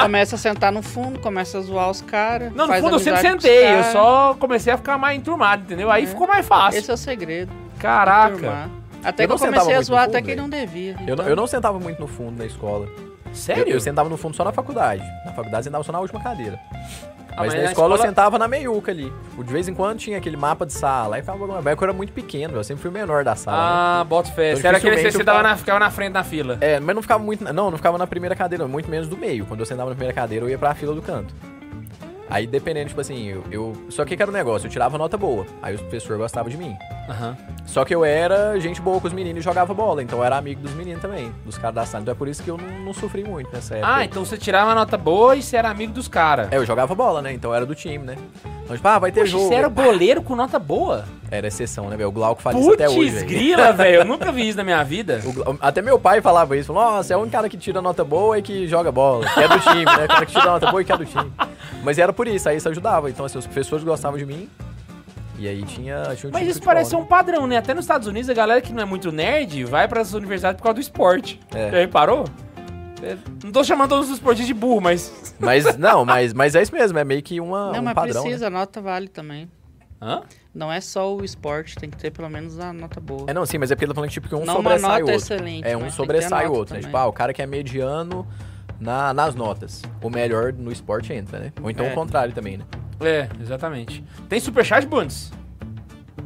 Speaker 2: começa a sentar no fundo, começa a zoar os caras.
Speaker 1: Não, no
Speaker 2: faz
Speaker 1: fundo eu sempre
Speaker 2: amizade com os
Speaker 1: sentei. Eu
Speaker 2: caras.
Speaker 1: só comecei a ficar mais enturmado, entendeu? Aí
Speaker 2: É.
Speaker 1: ficou mais fácil.
Speaker 2: Esse é o segredo.
Speaker 1: Caraca.
Speaker 2: turmar. Até
Speaker 3: Eu
Speaker 2: que
Speaker 3: não sentava
Speaker 2: eu comecei a
Speaker 3: muito
Speaker 2: zoar,
Speaker 3: no
Speaker 2: até
Speaker 3: fundo,
Speaker 2: que não devia.
Speaker 3: Eu, não-
Speaker 2: então.
Speaker 3: eu não sentava muito no fundo na escola. Eu-
Speaker 1: Sério?
Speaker 3: Eu, sentava no fundo só na faculdade. Na faculdade eu sentava só na última cadeira.
Speaker 1: Ah,
Speaker 3: mas, na, escola, eu sentava na meiuca ali. Tipo, De vez em quando tinha aquele mapa de sala. Aí ficava alguma coisa. Eu era muito pequeno, eu sempre fui o menor da sala. né?
Speaker 1: Ah, bota fé.
Speaker 3: Então,
Speaker 1: Você era aquele que
Speaker 3: dificilmente
Speaker 1: você
Speaker 3: eu
Speaker 1: dava
Speaker 3: falo-
Speaker 1: na, ficava na frente da fila.
Speaker 3: É, mas não ficava muito. na- Não, não ficava na primeira cadeira, muito menos do meio. Quando eu sentava na primeira cadeira, eu ia pra fila do canto. Aí dependendo, tipo assim, eu. eu- só que que era o negócio, eu tirava nota boa. Aí os professores gostavam de mim. Só que eu era gente boa com os meninos e jogava bola, então eu era amigo dos meninos também, dos caras da sala. Então é por isso que eu não, não sofri muito nessa época.
Speaker 1: Ah, então você tirava uma nota boa e você era amigo dos caras.
Speaker 3: É, eu jogava bola, né? Então eu era do time, né? Então, tipo, ah, vai ter jogo.
Speaker 1: Você era goleiro com nota boa?
Speaker 3: Era exceção, né, velho? O Glauco faz isso até hoje.
Speaker 1: Putz,
Speaker 3: velho.
Speaker 1: grila, velho. Eu nunca vi isso na minha vida.
Speaker 3: O Glau- Até meu pai falava isso. Falou, nossa, é um cara que tira nota boa e que joga bola. Que é do time, né? O cara que tira nota boa e que é do time. Mas era por isso, aí isso ajudava. Então, assim, os professores gostavam de mim. E aí tinha. tinha um time
Speaker 1: Mas
Speaker 3: de
Speaker 1: isso
Speaker 3: futebol,
Speaker 1: parece ser
Speaker 3: né?
Speaker 1: um padrão, né? Até nos Estados Unidos, a galera que não é muito nerd vai pras universidades por causa do esporte.
Speaker 3: É.
Speaker 1: Já reparou? É, Não tô chamando todos os esportistas de burro, mas.
Speaker 3: Mas não, mas, mas é isso mesmo. É meio que uma,
Speaker 2: Não,
Speaker 3: um
Speaker 2: mas
Speaker 3: padrão. né?
Speaker 2: precisa, a nota vale também.
Speaker 1: Hã?
Speaker 2: Não é só o esporte, tem que ter pelo menos a nota boa.
Speaker 3: É, não, sim, mas é porque ele tá falando que tipo, que um
Speaker 2: não uma
Speaker 3: sobressai
Speaker 2: nota
Speaker 3: o outro. É,
Speaker 2: excelente. mas tem
Speaker 3: um
Speaker 2: que
Speaker 3: sobressai
Speaker 2: ter
Speaker 3: o
Speaker 2: nota
Speaker 3: outro, né?
Speaker 2: também.
Speaker 3: Tipo, ah, o cara que é mediano na- nas notas. O melhor no esporte entra, né? Ou então
Speaker 1: É.
Speaker 3: o contrário também, né?
Speaker 1: É, exatamente. Tem superchat, Bundes?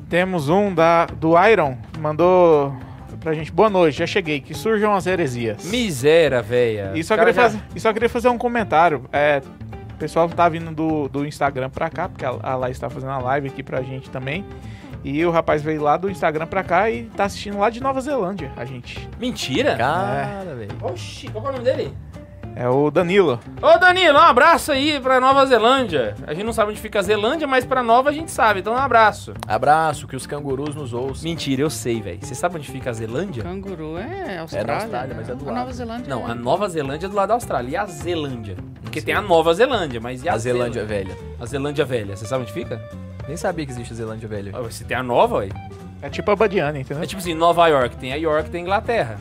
Speaker 4: Temos um da, do Iron, mandou pra gente, boa noite, já cheguei, que surjam as heresias.
Speaker 1: Miséria, velha.
Speaker 4: E só,
Speaker 1: é O cara
Speaker 4: queria
Speaker 1: já-
Speaker 4: fazer, e só queria fazer um comentário. É, o pessoal tá vindo do, do Instagram pra cá, porque a, a Laís tá fazendo a live aqui pra gente também. E o rapaz veio lá do Instagram pra cá e tá assistindo lá de Nova Zelândia, a gente.
Speaker 1: Mentira?
Speaker 3: Cara, velho.
Speaker 1: Oxi, qual que é o nome dele?
Speaker 4: É o Danilo.
Speaker 1: Ô Danilo, um abraço aí pra Nova Zelândia. A gente não sabe onde fica a Zelândia, mas pra Nova a gente sabe, então um abraço.
Speaker 3: Abraço, que os cangurus nos ouçam.
Speaker 1: Mentira, eu sei, velho. Você sabe onde fica a Zelândia?
Speaker 2: Canguru é
Speaker 3: É
Speaker 2: Austrália.
Speaker 3: da Austrália, mas é do
Speaker 2: A
Speaker 3: lado.
Speaker 2: Nova Zelândia.
Speaker 1: Não, a
Speaker 2: é-
Speaker 1: Nova Zelândia é do lado da Austrália. E a Zelândia? Porque tem a Nova Zelândia, mas e a,
Speaker 3: A Zelândia velha.
Speaker 1: A Zelândia Velha. Você sabe onde fica?
Speaker 3: Nem sabia que existe a Zelândia velha.
Speaker 1: Ah, Se tem a Nova, ué.
Speaker 4: É tipo a Badiana, entendeu?
Speaker 1: É tipo assim, Nova York. Tem a York, tem a Inglaterra.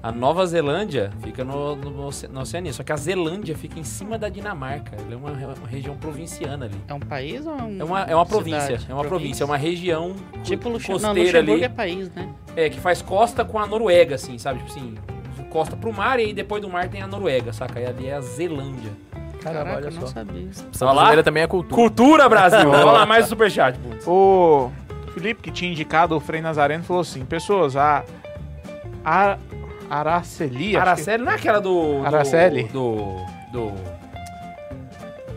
Speaker 1: A Nova Zelândia fica no, no, Oce- na Oceania. Só que a Zelândia fica em cima da Dinamarca. Ela é uma, re- uma região provinciana ali.
Speaker 2: É um país ou é um.
Speaker 1: É uma, é uma província.
Speaker 2: cidade?
Speaker 1: É uma província. É uma região
Speaker 2: Tipo Luxemburgo. Não,
Speaker 1: costeira ali.
Speaker 2: Luxemburgo é país, né?
Speaker 1: É, que faz costa com a Noruega, assim, sabe? Tipo assim, costa pro mar e aí depois do mar tem a Noruega, saca? E ali é a Zelândia.
Speaker 3: Caramba,
Speaker 2: Caraca,
Speaker 3: olha
Speaker 2: eu não
Speaker 3: só.
Speaker 2: sabia.
Speaker 3: São
Speaker 1: Olha lá.
Speaker 3: brasileira também é cultura.
Speaker 1: Cultura, Brasil! Vamos lá, mais um superchat, putz.
Speaker 4: O Felipe, que tinha indicado o Frei Nazareno, falou assim: Pessoas, a. a Araceli. acho que-
Speaker 1: Araceli não é aquela do. do-
Speaker 4: Araceli?
Speaker 1: Do. Do.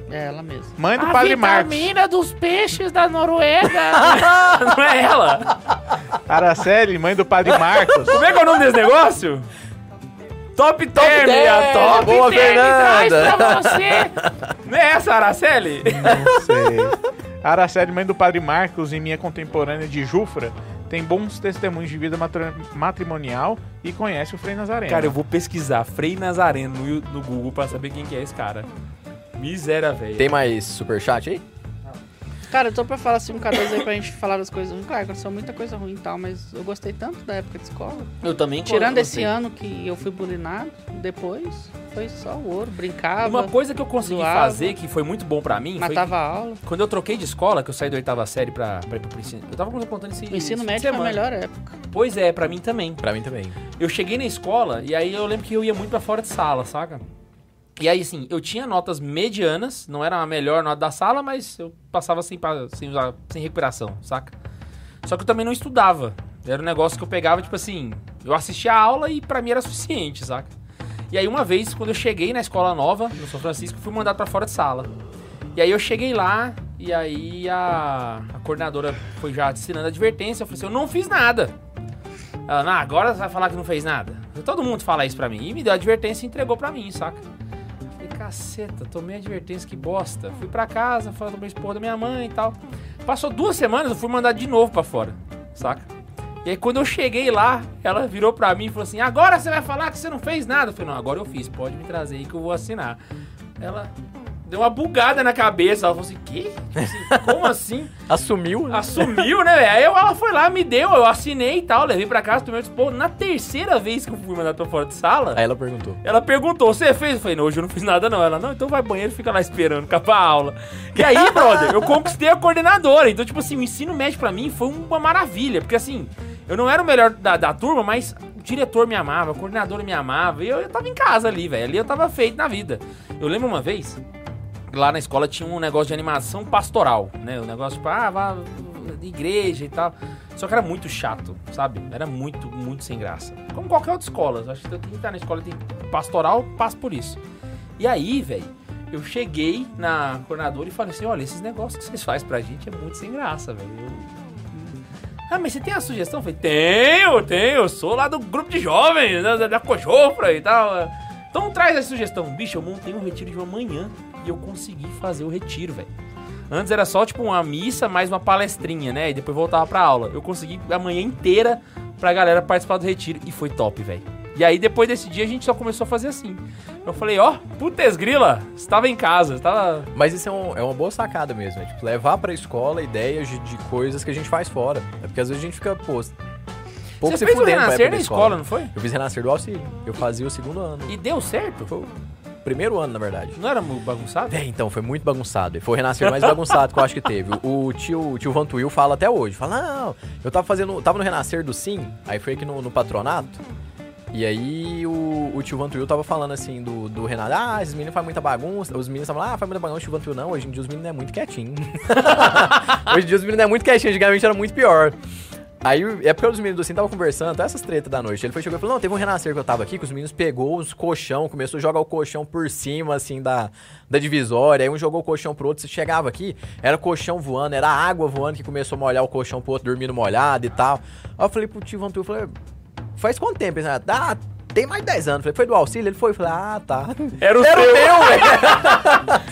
Speaker 2: É ela mesma.
Speaker 4: Mãe
Speaker 1: Ah,
Speaker 4: do Padre Marcos.
Speaker 1: dos peixes da Noruega! não é ela?
Speaker 4: Araceli, mãe do Padre Marcos.
Speaker 1: Como é que é o nome desse negócio? Top Term,
Speaker 3: Term,
Speaker 2: é,
Speaker 1: a Top
Speaker 3: boa,
Speaker 1: Term
Speaker 3: Fernanda.
Speaker 1: traz pra você! Não é essa, Araceli?
Speaker 4: Não sei. Araceli, mãe do Padre Marcos e minha contemporânea de Jufra, tem bons testemunhos de vida matri- matrimonial e conhece o Frei Nazareno.
Speaker 1: Cara, eu vou pesquisar Frei Nazareno no, Yu- no Google pra saber quem que é esse cara. Miséria, velho.
Speaker 3: Tem mais superchat aí?
Speaker 2: Cara, eu tô pra falar assim um cadastro aí pra gente falar das coisas ruins. Claro, aconteceu muita coisa ruim e tal, mas eu gostei tanto da época de escola.
Speaker 1: Eu também
Speaker 2: Tirando esse ano que eu fui bulinado, depois foi só o ouro, brincava,
Speaker 1: Uma coisa que eu consegui
Speaker 2: zoava.
Speaker 1: fazer que foi muito bom pra mim foi
Speaker 2: matava a aula.
Speaker 1: que quando eu troquei de escola, que eu saí da oitava série pra, pra ir pro ensino. Eu tava contando esse
Speaker 2: O ensino
Speaker 1: esse
Speaker 2: médio foi a
Speaker 1: semana.
Speaker 2: melhor época.
Speaker 1: Pois é, pra mim também.
Speaker 3: Pra mim também.
Speaker 1: Eu cheguei na escola e aí eu lembro que eu ia muito pra fora de sala, saca? E aí, assim, eu tinha notas medianas, não era a melhor nota da sala, mas eu passava sem, pa- sem, usar, sem recuperação, saca? Só que eu também não estudava. Era um negócio que eu pegava, tipo assim, eu assistia a aula e pra mim era suficiente, saca? E aí, uma vez, quando eu cheguei na escola nova, no São Francisco, eu fui mandado pra fora de sala. E aí eu cheguei lá, e aí a, a coordenadora foi já assinando a advertência. Eu falei assim: eu não fiz nada. Ela, não, agora você vai falar que não fez nada. Todo mundo fala isso pra mim. E me deu a advertência e entregou pra mim, saca? Eu Falei, caceta, tomei a advertência, que bosta. Fui pra casa, falando pra esposa da minha mãe e tal. Passou duas semanas, eu fui mandado de novo pra fora, saca? E aí quando eu cheguei lá, ela virou pra mim e falou assim, agora você vai falar que você não fez nada. Eu falei, não, agora eu fiz, pode me trazer aí que eu vou assinar. Ela deu uma bugada na cabeça, ela falou assim, que? Assim, Como assim?
Speaker 3: Assumiu, né?
Speaker 1: Assumiu, né, velho? Aí eu- ela foi lá, me deu, eu assinei e tal, levei pra casa, tomei o dispor. Na terceira vez que eu fui mandado pra fora de sala,
Speaker 3: Aí ela perguntou.
Speaker 1: ela perguntou, você fez? Eu falei, não, hoje eu não fiz nada não. Ela, não, então vai ao banheiro e fica lá esperando, capa a aula. E aí, brother, eu conquistei a coordenadora. Então, tipo assim, o ensino médio pra mim foi uma maravilha, porque assim, eu não era o melhor da, da turma, mas o diretor me amava, a coordenadora me amava, e eu, eu tava em casa ali, velho. Ali eu tava feito na vida. Eu lembro uma vez, lá na escola tinha um negócio de animação pastoral, né? O negócio tipo, ah, vá igreja e tal. Só que era muito chato, sabe? Era muito, muito sem graça. Como qualquer outra escola. Acho que quem tá na escola tem pastoral, passa por isso. E aí, velho, eu cheguei na coordenadora e falei assim: olha, esses negócios que vocês fazem pra gente é muito sem graça, velho. Eu- Ah, mas você tem a sugestão? Eu falei, tenho, tenho, eu sou lá do grupo de jovens, né, da, da Cojofra e tal. Então traz a sugestão. Bicho, eu montei um retiro de uma manhã e eu consegui fazer o retiro, velho. Antes era só tipo uma missa, mais uma palestrinha, né? E depois voltava pra aula. Eu consegui a manhã inteira pra galera participar do retiro e foi top, velho. E aí depois desse dia a gente só começou a fazer assim. Eu falei, ó, putz grila, você tava em casa, você tava...
Speaker 3: Mas isso é, um- é uma boa sacada mesmo, é tipo, levar pra escola ideias de, de coisas que a gente faz fora. É porque às vezes a gente fica, pô, pouco
Speaker 1: você
Speaker 3: se
Speaker 1: fez o
Speaker 3: fudendo pra
Speaker 1: renascer
Speaker 3: época
Speaker 1: na
Speaker 3: da
Speaker 1: escola, não foi?
Speaker 3: Eu fiz renascer do auxílio. Eu fazia o segundo ano.
Speaker 1: E deu certo?
Speaker 3: Foi o primeiro ano, na verdade.
Speaker 1: Não era muito bagunçado?
Speaker 3: É, então, foi muito bagunçado. E Foi o renascer mais bagunçado que eu acho que teve. O o tio, o tio Vantuil fala até hoje. Fala, não, eu tava fazendo. Tava no renascer do Sim, aí foi aqui no, no patronato. E aí o, o tio Vantuil tava falando assim do, do Renato, ah, esses meninos fazem muita bagunça. Os meninos estavam lá, ah, faz muita bagunça, o tio Vantuil não. Hoje em dia os meninos é muito quietinho. Hoje em dia os meninos é muito quietinho, antigamente era muito pior. Aí é porque os meninos assim estavam conversando, tá, essas tretas da noite. Ele foi chegou e falou: Não, teve um renascer que eu tava aqui, que os meninos pegou os colchão, começou a jogar o colchão por cima, assim, da, da divisória. Aí um jogou o colchão pro outro. Você chegava aqui, era colchão voando, era água voando que começou a molhar o colchão pro outro, dormindo molhado e tal. Aí eu falei pro tio Vantu, eu falei, faz quanto tempo? Ele falou, ah, tem mais de 10 anos. Eu falei, foi do auxílio? Ele foi, eu falei, ah, tá.
Speaker 1: Era o
Speaker 3: Era o
Speaker 1: seu.
Speaker 3: meu, velho.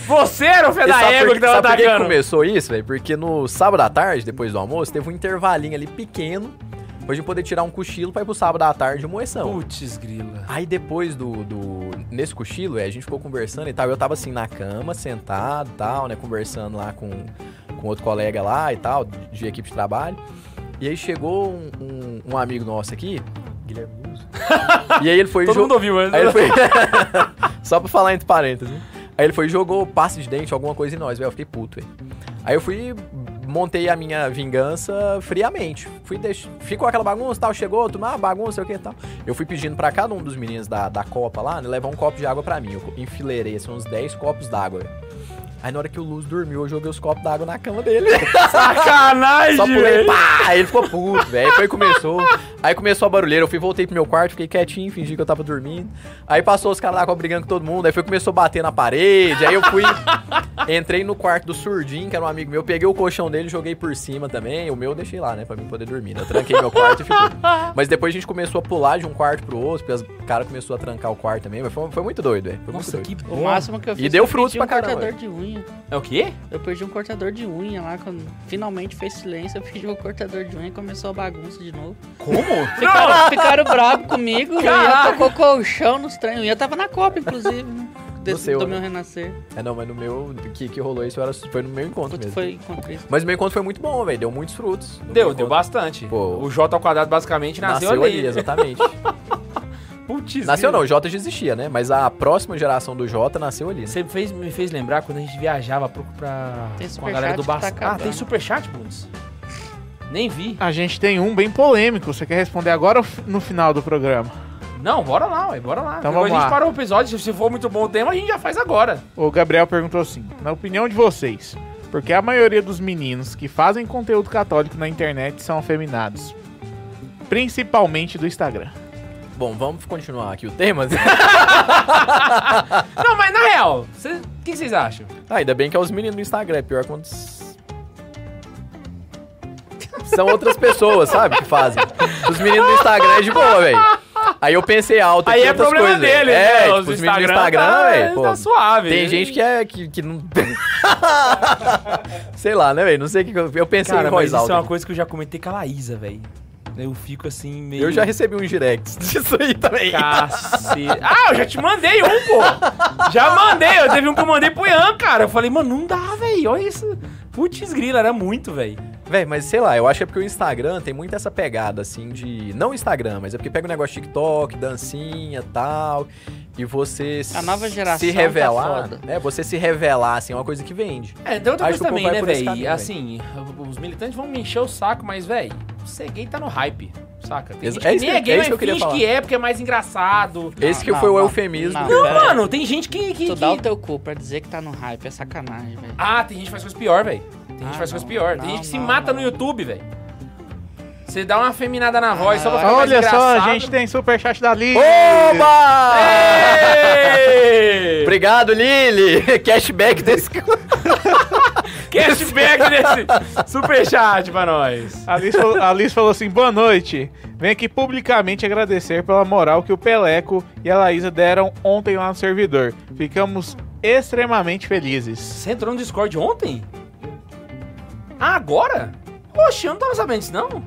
Speaker 1: Você era o fé
Speaker 3: E
Speaker 1: É da
Speaker 3: sabe por
Speaker 1: égua que
Speaker 3: que-
Speaker 1: tava
Speaker 3: sabe por que que
Speaker 1: atacando.
Speaker 3: começou isso, velho? Porque no sábado à tarde, depois do almoço, teve um intervalinho ali pequeno pra gente poder tirar um cochilo pra ir pro sábado à tarde uma moeção.
Speaker 1: Putz, grila.
Speaker 3: Aí depois do, do. Nesse cochilo, é, a gente ficou conversando e tal. Eu tava assim na cama, sentado e tal, né? Conversando lá com, com outro colega lá e tal, de, de equipe de trabalho. E aí chegou um, um- um amigo nosso aqui, Guilherme Muso. e aí ele foi
Speaker 1: Todo
Speaker 3: jo-
Speaker 1: mundo ouviu, mas...
Speaker 3: Aí ele foi. Só pra falar entre parênteses. né? Aí ele foi e jogou passe de dente, alguma coisa em nós, velho. Eu fiquei puto, velho. Aí eu fui e montei a minha vingança friamente. Fui deix... Ficou aquela bagunça tal, chegou, tudo, ah, bagunça, sei o que e tal. Eu fui pedindo pra cada um dos meninos da, da Copa lá, né, levar um copo de água pra mim. Eu enfileirei, são uns 10 copos d'água, velho. Aí na hora que o Luz dormiu, eu joguei os copos d'água na cama dele. Só
Speaker 1: Sacanagem,
Speaker 3: pulei,
Speaker 1: velho.
Speaker 3: pá! Aí ele ficou puto, velho. Aí foi começou. Aí começou a barulheira. Eu fui, voltei pro meu quarto, fiquei quietinho, fingi que eu tava dormindo. Aí passou os caras lá com- brigando com todo mundo. Aí foi, começou a bater na parede. Aí eu fui. Entrei no quarto do surdinho, que era um amigo meu. Peguei o colchão dele, joguei por cima também. O meu eu deixei lá, né? Pra mim poder dormir. né? Eu tranquei meu quarto e ficou. Mas depois a gente começou a pular de um quarto pro outro. Porque os caras começou a trancar o quarto também. Mas foi, foi muito doido, velho. Foi muito
Speaker 1: Nossa,
Speaker 3: doido.
Speaker 1: que
Speaker 2: O
Speaker 1: bom.
Speaker 2: máximo que eu
Speaker 3: E
Speaker 2: fiz
Speaker 3: deu
Speaker 2: foi
Speaker 3: frutos
Speaker 2: pedir um
Speaker 3: pra caramba.
Speaker 2: cortador de unha.
Speaker 1: É o quê?
Speaker 2: Eu perdi um cortador de unha lá, quando finalmente fez silêncio, eu perdi um cortador de unha e começou a bagunça de novo.
Speaker 1: Como?
Speaker 2: Ficaram, ficaram bravos comigo, o Ian
Speaker 1: Caraca.
Speaker 2: tocou colchão nos treinos. O Ian tava na Copa, inclusive, né? desse,
Speaker 3: seu,
Speaker 2: do
Speaker 3: né?
Speaker 2: meu renascer.
Speaker 3: É, não, mas no meu. Que, que rolou isso era, foi no meu encontro
Speaker 2: Quando
Speaker 3: mesmo.
Speaker 2: foi encontrei isso.
Speaker 3: Mas o meu encontro foi muito bom, velho. Deu muitos frutos. No meu
Speaker 1: Deu,
Speaker 3: encontro.
Speaker 1: deu bastante.
Speaker 3: Pô.
Speaker 1: O J ao quadrado basicamente nasceu,
Speaker 3: Nasceu ali,
Speaker 1: ali.
Speaker 3: exatamente.
Speaker 1: Putz,
Speaker 3: nasceu
Speaker 1: grila.
Speaker 3: não, o Jota já existia, né? Mas a próxima geração do Jota nasceu ali. Né?
Speaker 1: Você fez, me fez lembrar quando a gente viajava pro, pra,
Speaker 2: Tem
Speaker 1: com a galera
Speaker 2: superchat
Speaker 1: do
Speaker 2: que tá
Speaker 1: Barça. ah,
Speaker 2: acabando.
Speaker 1: tem superchat, Bundes? Nem vi.
Speaker 4: A gente tem um bem polêmico. Você quer responder agora ou f- no final do programa?
Speaker 1: Não, bora lá, ué, bora lá.
Speaker 4: Então
Speaker 1: Depois
Speaker 4: vamos
Speaker 1: a gente
Speaker 4: lá.
Speaker 1: para o episódio, se for muito bom o tema, a gente já faz agora.
Speaker 4: O Gabriel perguntou assim: Na opinião de vocês, por que a maioria dos meninos que fazem conteúdo católico na internet são afeminados? Principalmente do Instagram.
Speaker 3: Bom, vamos continuar aqui o tema.
Speaker 1: Não, mas na real, cê- o que que vocês acham?
Speaker 3: ah, ainda bem que é os meninos do Instagram, é pior quando... s- São outras pessoas, sabe, que fazem. Os meninos do Instagram é de boa, velho. Aí eu pensei alto aqui
Speaker 1: Aí é
Speaker 3: outras
Speaker 1: problema
Speaker 3: coisas, velho.
Speaker 1: dele,
Speaker 3: é,
Speaker 1: né?
Speaker 3: tipo,
Speaker 1: Os
Speaker 3: os meninos do
Speaker 1: Instagram
Speaker 3: Instagram,
Speaker 1: tá-
Speaker 3: velho. pô,
Speaker 1: tá suave,
Speaker 3: Tem
Speaker 1: né?
Speaker 3: gente que é... Que, que não... sei lá, né, velho? Não sei o que que eu... Eu pensei
Speaker 1: Cara,
Speaker 3: em
Speaker 1: mas
Speaker 3: voz
Speaker 1: isso
Speaker 3: alta.
Speaker 1: é uma coisa que eu já comentei com a Laísa, velho. Eu fico assim meio.
Speaker 3: Eu já recebi uns directs disso aí também.
Speaker 1: Cacete. Ah, eu já te mandei um, pô. Já mandei. Eu teve um que eu mandei pro Ian, cara. Eu falei, mano, não dá, velho. Olha isso. Putz, grila, era muito, velho.
Speaker 3: Véi, mas sei lá, eu acho que é porque o Instagram tem muito essa pegada, assim, de. Não Instagram, mas é porque pega o negócio de TikTok, dancinha tal. E você
Speaker 2: A nova geração
Speaker 3: se
Speaker 2: tá
Speaker 3: revelar.
Speaker 2: foda.
Speaker 3: é, você se revelar, assim, é uma coisa que vende.
Speaker 1: É, tem outra
Speaker 3: Acho que
Speaker 1: coisa
Speaker 3: o povo
Speaker 1: também,
Speaker 3: vai
Speaker 1: né,
Speaker 3: por esse
Speaker 1: velho?
Speaker 3: caminho,
Speaker 1: Assim, os militantes vão me encher o saco, mas, velho, ser gay tá no hype, saca? Tem
Speaker 3: Exa-
Speaker 1: gente
Speaker 3: é
Speaker 1: que
Speaker 3: isso
Speaker 1: nem
Speaker 3: que-
Speaker 1: é gay,
Speaker 3: é
Speaker 1: mas
Speaker 3: isso que eu queria
Speaker 1: finge
Speaker 3: falar.
Speaker 1: que é, porque é mais engraçado.
Speaker 3: Esse que
Speaker 2: não,
Speaker 3: foi o
Speaker 2: não,
Speaker 3: eufemismo.
Speaker 2: não.
Speaker 1: Não,
Speaker 2: velho.
Speaker 1: mano, tem gente que... que,
Speaker 2: Tu
Speaker 1: que-
Speaker 2: dá o teu cu pra dizer que tá no hype, é sacanagem, velho.
Speaker 1: Ah, tem gente que faz coisa pior, velho. Tem gente que
Speaker 2: Ah,
Speaker 1: faz coisa
Speaker 2: não,
Speaker 1: pior.
Speaker 2: não,
Speaker 1: tem gente que se
Speaker 2: não,
Speaker 1: mata
Speaker 2: não.
Speaker 1: no YouTube, velho. Você dá uma afeminada na voz Ah, só pra ficar É mais
Speaker 4: Olha só, a
Speaker 1: engraçado.
Speaker 4: gente tem superchat da Liz.
Speaker 2: É!
Speaker 3: Oba!
Speaker 1: Ei!
Speaker 3: Obrigado, Lili! Cashback desse.
Speaker 1: Cashback desse superchat pra nós.
Speaker 4: A Liz, falou, a Liz falou assim: boa noite. Venho aqui publicamente agradecer pela moral que o Peleco e a Laísa deram ontem lá no servidor. Ficamos extremamente felizes.
Speaker 1: Você entrou no Discord ontem? Ah, agora? Oxe, eu não tava sabendo disso, não.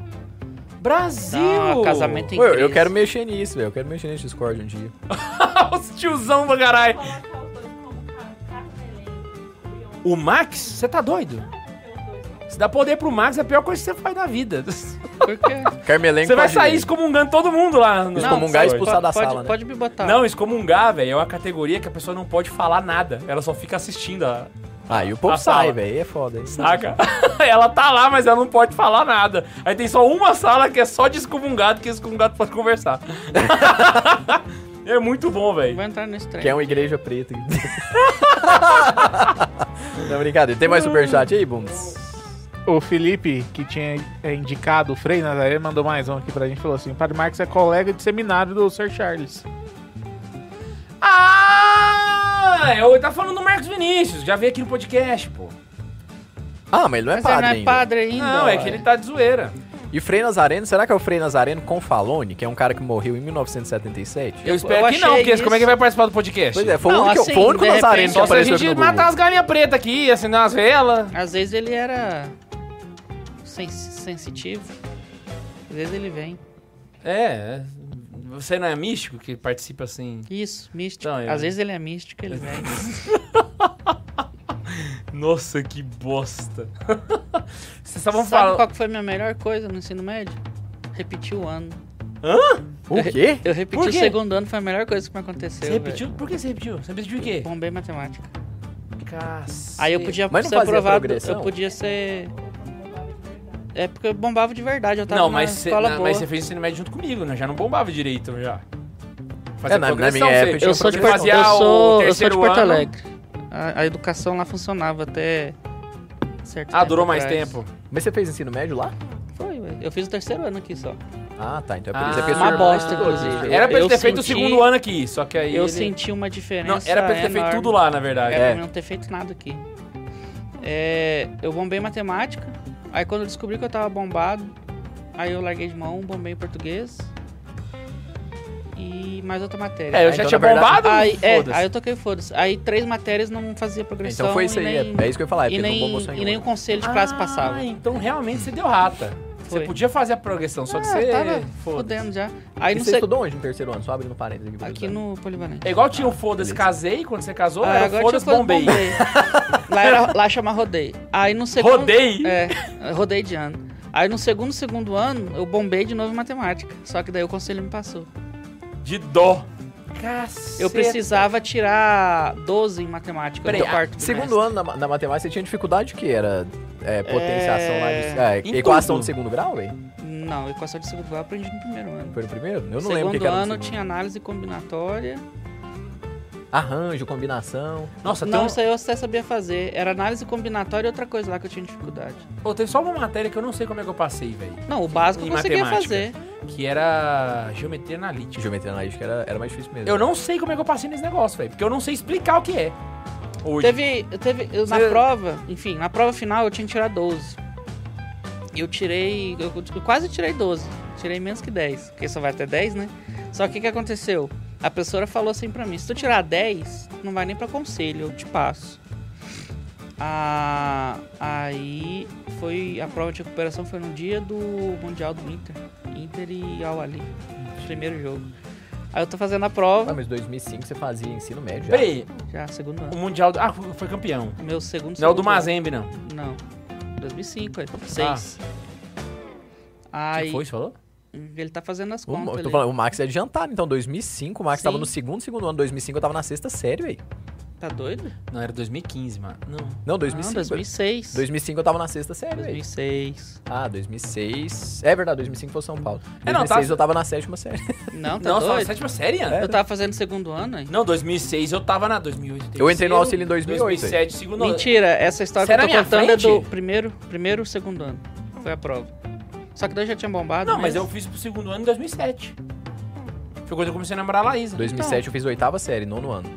Speaker 1: Brasil!
Speaker 2: Não, um Tá, casamento em
Speaker 3: Pô, eu, eu
Speaker 2: crise.
Speaker 3: quero mexer nisso, velho. Eu quero mexer nesse Discord um dia.
Speaker 1: Os tiozão pra caralho.
Speaker 5: colocar os dois como ca- cartelengo.
Speaker 1: O Max? Você tá doido? Se dá poder pro Max, é a pior coisa que você faz na vida.
Speaker 2: Por quê?
Speaker 3: Carmelengo
Speaker 1: Você vai
Speaker 3: pode-
Speaker 1: sair excomungando todo mundo lá. No...
Speaker 3: Excomungar e
Speaker 1: Discord.
Speaker 3: expulsar da
Speaker 2: pode,
Speaker 3: sala, né?
Speaker 2: Pode me botar.
Speaker 1: Não, excomungar, velho, é uma categoria que a pessoa não pode falar nada. Ela só fica assistindo a,
Speaker 3: Ah, e o povo
Speaker 1: A
Speaker 3: sai,
Speaker 1: sala.
Speaker 3: velho. É foda. hein?
Speaker 1: Saca? ela tá lá, mas ela não pode falar nada. Aí tem só uma sala que é só de excomungado, que excomungado pode conversar. é muito bom, velho.
Speaker 2: Vou entrar nesse trem.
Speaker 1: um
Speaker 3: Que é uma igreja preta. não, brincadeira. Tem mais superchat aí, Bundes?
Speaker 4: O Felipe, que tinha é, indicado o Frei Nazaré, mandou mais um aqui pra gente. Falou assim: Padre Marcos é colega de seminário do Sir Charles.
Speaker 1: Ah! Eu tá falando do Marcos Vinícius, já veio aqui no podcast, pô.
Speaker 3: Ah, mas ele não é
Speaker 2: Mas ele
Speaker 3: padre
Speaker 2: não é
Speaker 3: ainda.
Speaker 2: padre ainda.
Speaker 1: Não, é
Speaker 2: ué.
Speaker 1: que ele tá de zoeira.
Speaker 3: E Frei Nazareno, será que é o Frei Nazareno com Falone, que é um cara que morreu em 1977?
Speaker 1: Eu espero
Speaker 2: eu
Speaker 1: que não,
Speaker 2: achei
Speaker 1: porque esse- como é que
Speaker 2: isso.
Speaker 1: vai participar do podcast?
Speaker 3: Pois é, foi o
Speaker 2: Não,
Speaker 3: único,
Speaker 2: assim,
Speaker 3: foi o único
Speaker 2: de
Speaker 3: Nazareno
Speaker 2: repente,
Speaker 3: que
Speaker 1: Só se a
Speaker 3: apareceu aqui
Speaker 1: gente
Speaker 3: no Google.
Speaker 1: matar as galinhas pretas aqui, acender umas velas.
Speaker 2: Às vezes ele era sen- sensitivo. Às vezes ele vem.
Speaker 1: É, é. você não é místico que participa assim?
Speaker 2: Isso, místico.
Speaker 1: Não, eu-
Speaker 2: Às vezes ele é místico, ele vem.
Speaker 1: Nossa, que bosta. Vocês estavam
Speaker 2: Sabe
Speaker 1: falando...
Speaker 2: qual que foi a minha melhor coisa no ensino médio? Repetir o ano.
Speaker 3: O quê?
Speaker 2: Eu repeti
Speaker 1: Por
Speaker 2: o
Speaker 1: quê?
Speaker 2: segundo ano, foi a melhor coisa que me aconteceu.
Speaker 1: Você repetiu? Por que você repetiu? Você repetiu o quê?
Speaker 2: velho. Bombei matemática.
Speaker 1: Cacete.
Speaker 2: Aí eu podia
Speaker 3: Mas não
Speaker 2: ser
Speaker 3: fazia
Speaker 2: aprovado,
Speaker 3: progressão?
Speaker 2: eu podia ser. É porque eu bombava de verdade, eu tava
Speaker 1: Não,
Speaker 2: numa
Speaker 1: mas você,
Speaker 2: escola
Speaker 1: na-
Speaker 2: boa.
Speaker 1: mas você fez ensino médio junto comigo, né? Já não bombava direito, já.
Speaker 3: É, na- na
Speaker 1: progressão,
Speaker 3: minha
Speaker 1: você-
Speaker 3: época
Speaker 2: Eu sou de
Speaker 1: você
Speaker 2: Porto,
Speaker 1: fazia
Speaker 2: eu
Speaker 1: o
Speaker 2: sou, eu sou
Speaker 1: terceiro
Speaker 2: de Porto
Speaker 1: ano.
Speaker 2: Alegre. A, a educação lá funcionava até certo
Speaker 1: Ah,
Speaker 2: tempo
Speaker 1: durou mais
Speaker 2: atrás.
Speaker 1: tempo.
Speaker 3: Mas você fez ensino médio lá?
Speaker 2: Foi, ué. eu fiz o terceiro ano aqui só.
Speaker 3: Ah, tá. Então é por
Speaker 1: Ah,
Speaker 3: isso. É porque
Speaker 2: uma
Speaker 3: sua irmã
Speaker 2: bosta,
Speaker 3: estudou,
Speaker 2: inclusive.
Speaker 3: entendeu?
Speaker 1: Era pra ele
Speaker 2: Eu
Speaker 1: ter feito o
Speaker 2: senti-
Speaker 1: segundo ano aqui, só que aí
Speaker 2: eu
Speaker 1: ele-
Speaker 2: senti uma diferença
Speaker 1: Não, era pra ele ter feito
Speaker 2: enorme.
Speaker 1: tudo lá, na verdade.
Speaker 2: Era
Speaker 3: É.
Speaker 2: pra mim não ter feito nada aqui. É, eu bombei matemática. Aí quando eu descobri que eu tava bombado, aí eu larguei de mão, bombei português. E mais outra matéria.
Speaker 1: É, eu
Speaker 3: Ah,
Speaker 1: já
Speaker 3: então,
Speaker 1: tinha
Speaker 3: na verdade-
Speaker 1: bombado,
Speaker 2: aí, é,
Speaker 1: foda-se.
Speaker 2: aí eu toquei foda-se. Aí três matérias não fazia progressão.
Speaker 3: Então foi isso aí.
Speaker 2: É E nem,
Speaker 3: é, é isso que eu ia falar. É
Speaker 2: e
Speaker 3: porque não bombou
Speaker 2: nem,
Speaker 3: sem
Speaker 2: e nem o
Speaker 3: uma.
Speaker 2: conselho de classe passava.
Speaker 1: Ah, então realmente você deu rata. Você
Speaker 2: Foi.
Speaker 1: podia fazer a progressão, só que
Speaker 2: Ah,
Speaker 1: você...
Speaker 2: tava
Speaker 1: foda
Speaker 2: fudendo já. Aí
Speaker 3: E
Speaker 2: não
Speaker 3: você
Speaker 2: sei.
Speaker 3: estudou onde no terceiro ano? Só abrindo um parênteses aqui. pra
Speaker 2: Aqui
Speaker 3: você.
Speaker 2: no Polivalente.
Speaker 1: É igual tinha o foda-se casei, quando você casou,
Speaker 2: Ah,
Speaker 1: era
Speaker 2: agora
Speaker 1: o
Speaker 2: tinha
Speaker 1: foda-se
Speaker 2: coisa
Speaker 1: bombei.
Speaker 2: Bombay. lá, era, lá chama rodeio. Aí no segundo.
Speaker 1: Rodei?
Speaker 2: É, rodei de ano. Aí no segundo, segundo ano, eu bombei de novo em matemática. Só que daí o conselho me passou. É.
Speaker 1: De dó. Caceta.
Speaker 2: Eu precisava tirar 12 em matemática
Speaker 1: Peraí,
Speaker 2: no
Speaker 1: ah,
Speaker 2: Então, quarto
Speaker 3: Segundo
Speaker 2: trimestre.
Speaker 3: ano na, na matemática, você tinha dificuldade que era é, potenciação lá de. É,
Speaker 1: Em
Speaker 3: equação
Speaker 1: tudo.
Speaker 3: de segundo grau, velho?
Speaker 2: Não, equação de segundo grau eu aprendi no primeiro ano.
Speaker 3: Foi no primeiro? Eu não
Speaker 2: segundo
Speaker 3: lembro o que que era. no
Speaker 2: ano
Speaker 3: segundo.
Speaker 2: tinha análise combinatória.
Speaker 3: Arranjo, combinação.
Speaker 1: Nossa, tem
Speaker 2: não,
Speaker 1: um-
Speaker 2: isso aí eu até sabia fazer. Era análise combinatória e outra coisa lá que eu tinha dificuldade.
Speaker 1: Pô, tem só uma matéria que eu não sei como é que eu passei, velho.
Speaker 2: Não, o básico
Speaker 1: Em
Speaker 2: eu conseguia
Speaker 1: matemática.
Speaker 2: fazer.
Speaker 1: Que era geometria analítica.
Speaker 3: Geometria analítica era, era mais difícil mesmo.
Speaker 1: Eu não sei como é que eu passei nesse negócio, velho. Porque eu não sei explicar o que é. Hoje.
Speaker 2: Teve, teve eu- na
Speaker 1: Você-
Speaker 2: prova, enfim, na prova final eu tinha que tirar 12. Eu tirei, eu, eu quase tirei 12, tirei menos que 10, porque só vai até 10, né? Só que o que, que aconteceu? A professora falou assim pra mim, se tu tirar 10, não vai nem pra conselho, eu te passo. Ah, aí foi, a prova de recuperação foi no dia do Mundial do Inter, Inter e Al Ali, primeiro jogo. Aí eu tô fazendo a
Speaker 3: Ah,
Speaker 2: prova,
Speaker 3: mas 2005 você fazia ensino médio. já.
Speaker 1: Peraí,
Speaker 2: já, segundo
Speaker 1: o
Speaker 2: ano,
Speaker 1: Mundial. do- Ah, foi campeão.
Speaker 2: meu segundo
Speaker 1: Não é o do
Speaker 2: segundo ano.
Speaker 1: Mazembe, não.
Speaker 2: Não. 2005, é. 6.
Speaker 1: Aí...
Speaker 2: Aí,
Speaker 1: foi, você falou?
Speaker 2: ele tá fazendo as
Speaker 3: O,
Speaker 2: contas.
Speaker 3: eu tô
Speaker 2: ali.
Speaker 3: falando, o Max é adiantado, então 2005, o Max
Speaker 2: Sim.
Speaker 3: tava no segundo, segundo ano, 2005 eu tava na sexta série, velho.
Speaker 2: Tá doido?
Speaker 1: Não, era 2015, mano. Não.
Speaker 3: Não,
Speaker 2: Não,
Speaker 3: 2005.
Speaker 2: 2006.
Speaker 3: 2005 eu tava na sexta série, velho.
Speaker 2: 2006.
Speaker 3: Ah, 2006. É verdade, 2005 foi São Paulo. 2006
Speaker 1: É, não, tá-
Speaker 3: eu tava na sétima série.
Speaker 2: Não, tá
Speaker 1: Não, só na
Speaker 2: doido?
Speaker 1: sétima série, Ana.
Speaker 2: Eu tava fazendo segundo ano, hein?
Speaker 1: Não, 2006 eu tava na 2008.
Speaker 3: Eu entrei no
Speaker 1: terceiro,
Speaker 3: auxílio em 2008,
Speaker 1: 2007, segundo ano.
Speaker 2: Mentira, essa história
Speaker 1: Será
Speaker 2: que eu
Speaker 1: minha
Speaker 2: tô contando é do
Speaker 1: frente?
Speaker 2: primeiro, primeiro segundo ano. Foi a prova. Só que daí eu já tinha bombado. né?
Speaker 1: Não, mas eu
Speaker 2: mesmo.
Speaker 1: fiz pro segundo ano em 2007. Foi quando eu comecei a namorar a Laísa.
Speaker 3: 2007 eu fiz oitava série, nono ano.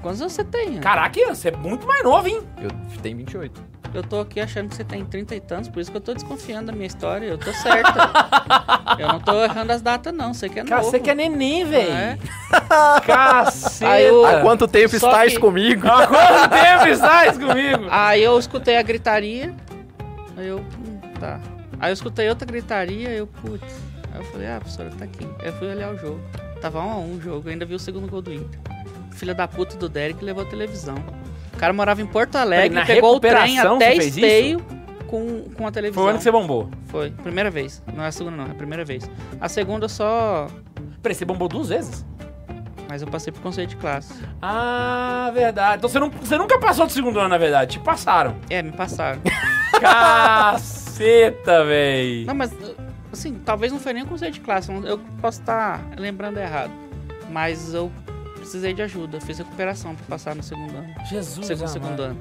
Speaker 2: Quantos anos você tem? Ana?
Speaker 1: Caraca, Ian, você é muito mais novo, hein?
Speaker 3: Eu tenho 28.
Speaker 2: Eu tô aqui achando que você tem 30 e tantos, por isso que eu tô desconfiando da minha história. Eu tô certa. eu não tô errando as datas, não. Você que é
Speaker 1: Cara,
Speaker 2: novo.
Speaker 1: você que é neném, velho.
Speaker 2: É.
Speaker 1: Caceta.
Speaker 2: Aí eu-
Speaker 3: Há quanto tempo
Speaker 2: Só
Speaker 3: estás
Speaker 2: que-
Speaker 3: comigo?
Speaker 1: Há quanto tempo estás comigo?
Speaker 2: Aí eu escutei a gritaria, aí eu, hum, tá. Aí eu escutei outra gritaria, aí eu, putz. Aí eu falei, ah, a professora tá aqui. Aí eu fui olhar o jogo. Tava um a um o jogo, eu ainda vi o segundo gol do Inter. Filha da puta do Derek levou a televisão. O cara morava em Porto Alegre,
Speaker 1: na
Speaker 2: pegou o trem
Speaker 1: recuperação
Speaker 2: até
Speaker 1: você fez
Speaker 2: esteio com, com a televisão.
Speaker 1: Foi o ano que você bombou.
Speaker 2: Foi, primeira vez. Não é a segunda, não, é a primeira vez. A segunda eu só.
Speaker 1: Peraí, você bombou duas vezes?
Speaker 2: Mas eu passei por conceito de classe.
Speaker 1: Ah, verdade. Então você, não- você nunca passou do segundo ano, na verdade. Te passaram.
Speaker 2: É, me passaram.
Speaker 1: Caceta, véi.
Speaker 2: Não, mas assim, talvez não foi nem um conselho de classe, não- eu posso estar lembrando errado. Mas eu precisei de ajuda, fiz recuperação pra passar no segundo ano.
Speaker 1: Jesus,
Speaker 2: Segundo,
Speaker 1: amado.
Speaker 2: segundo ano.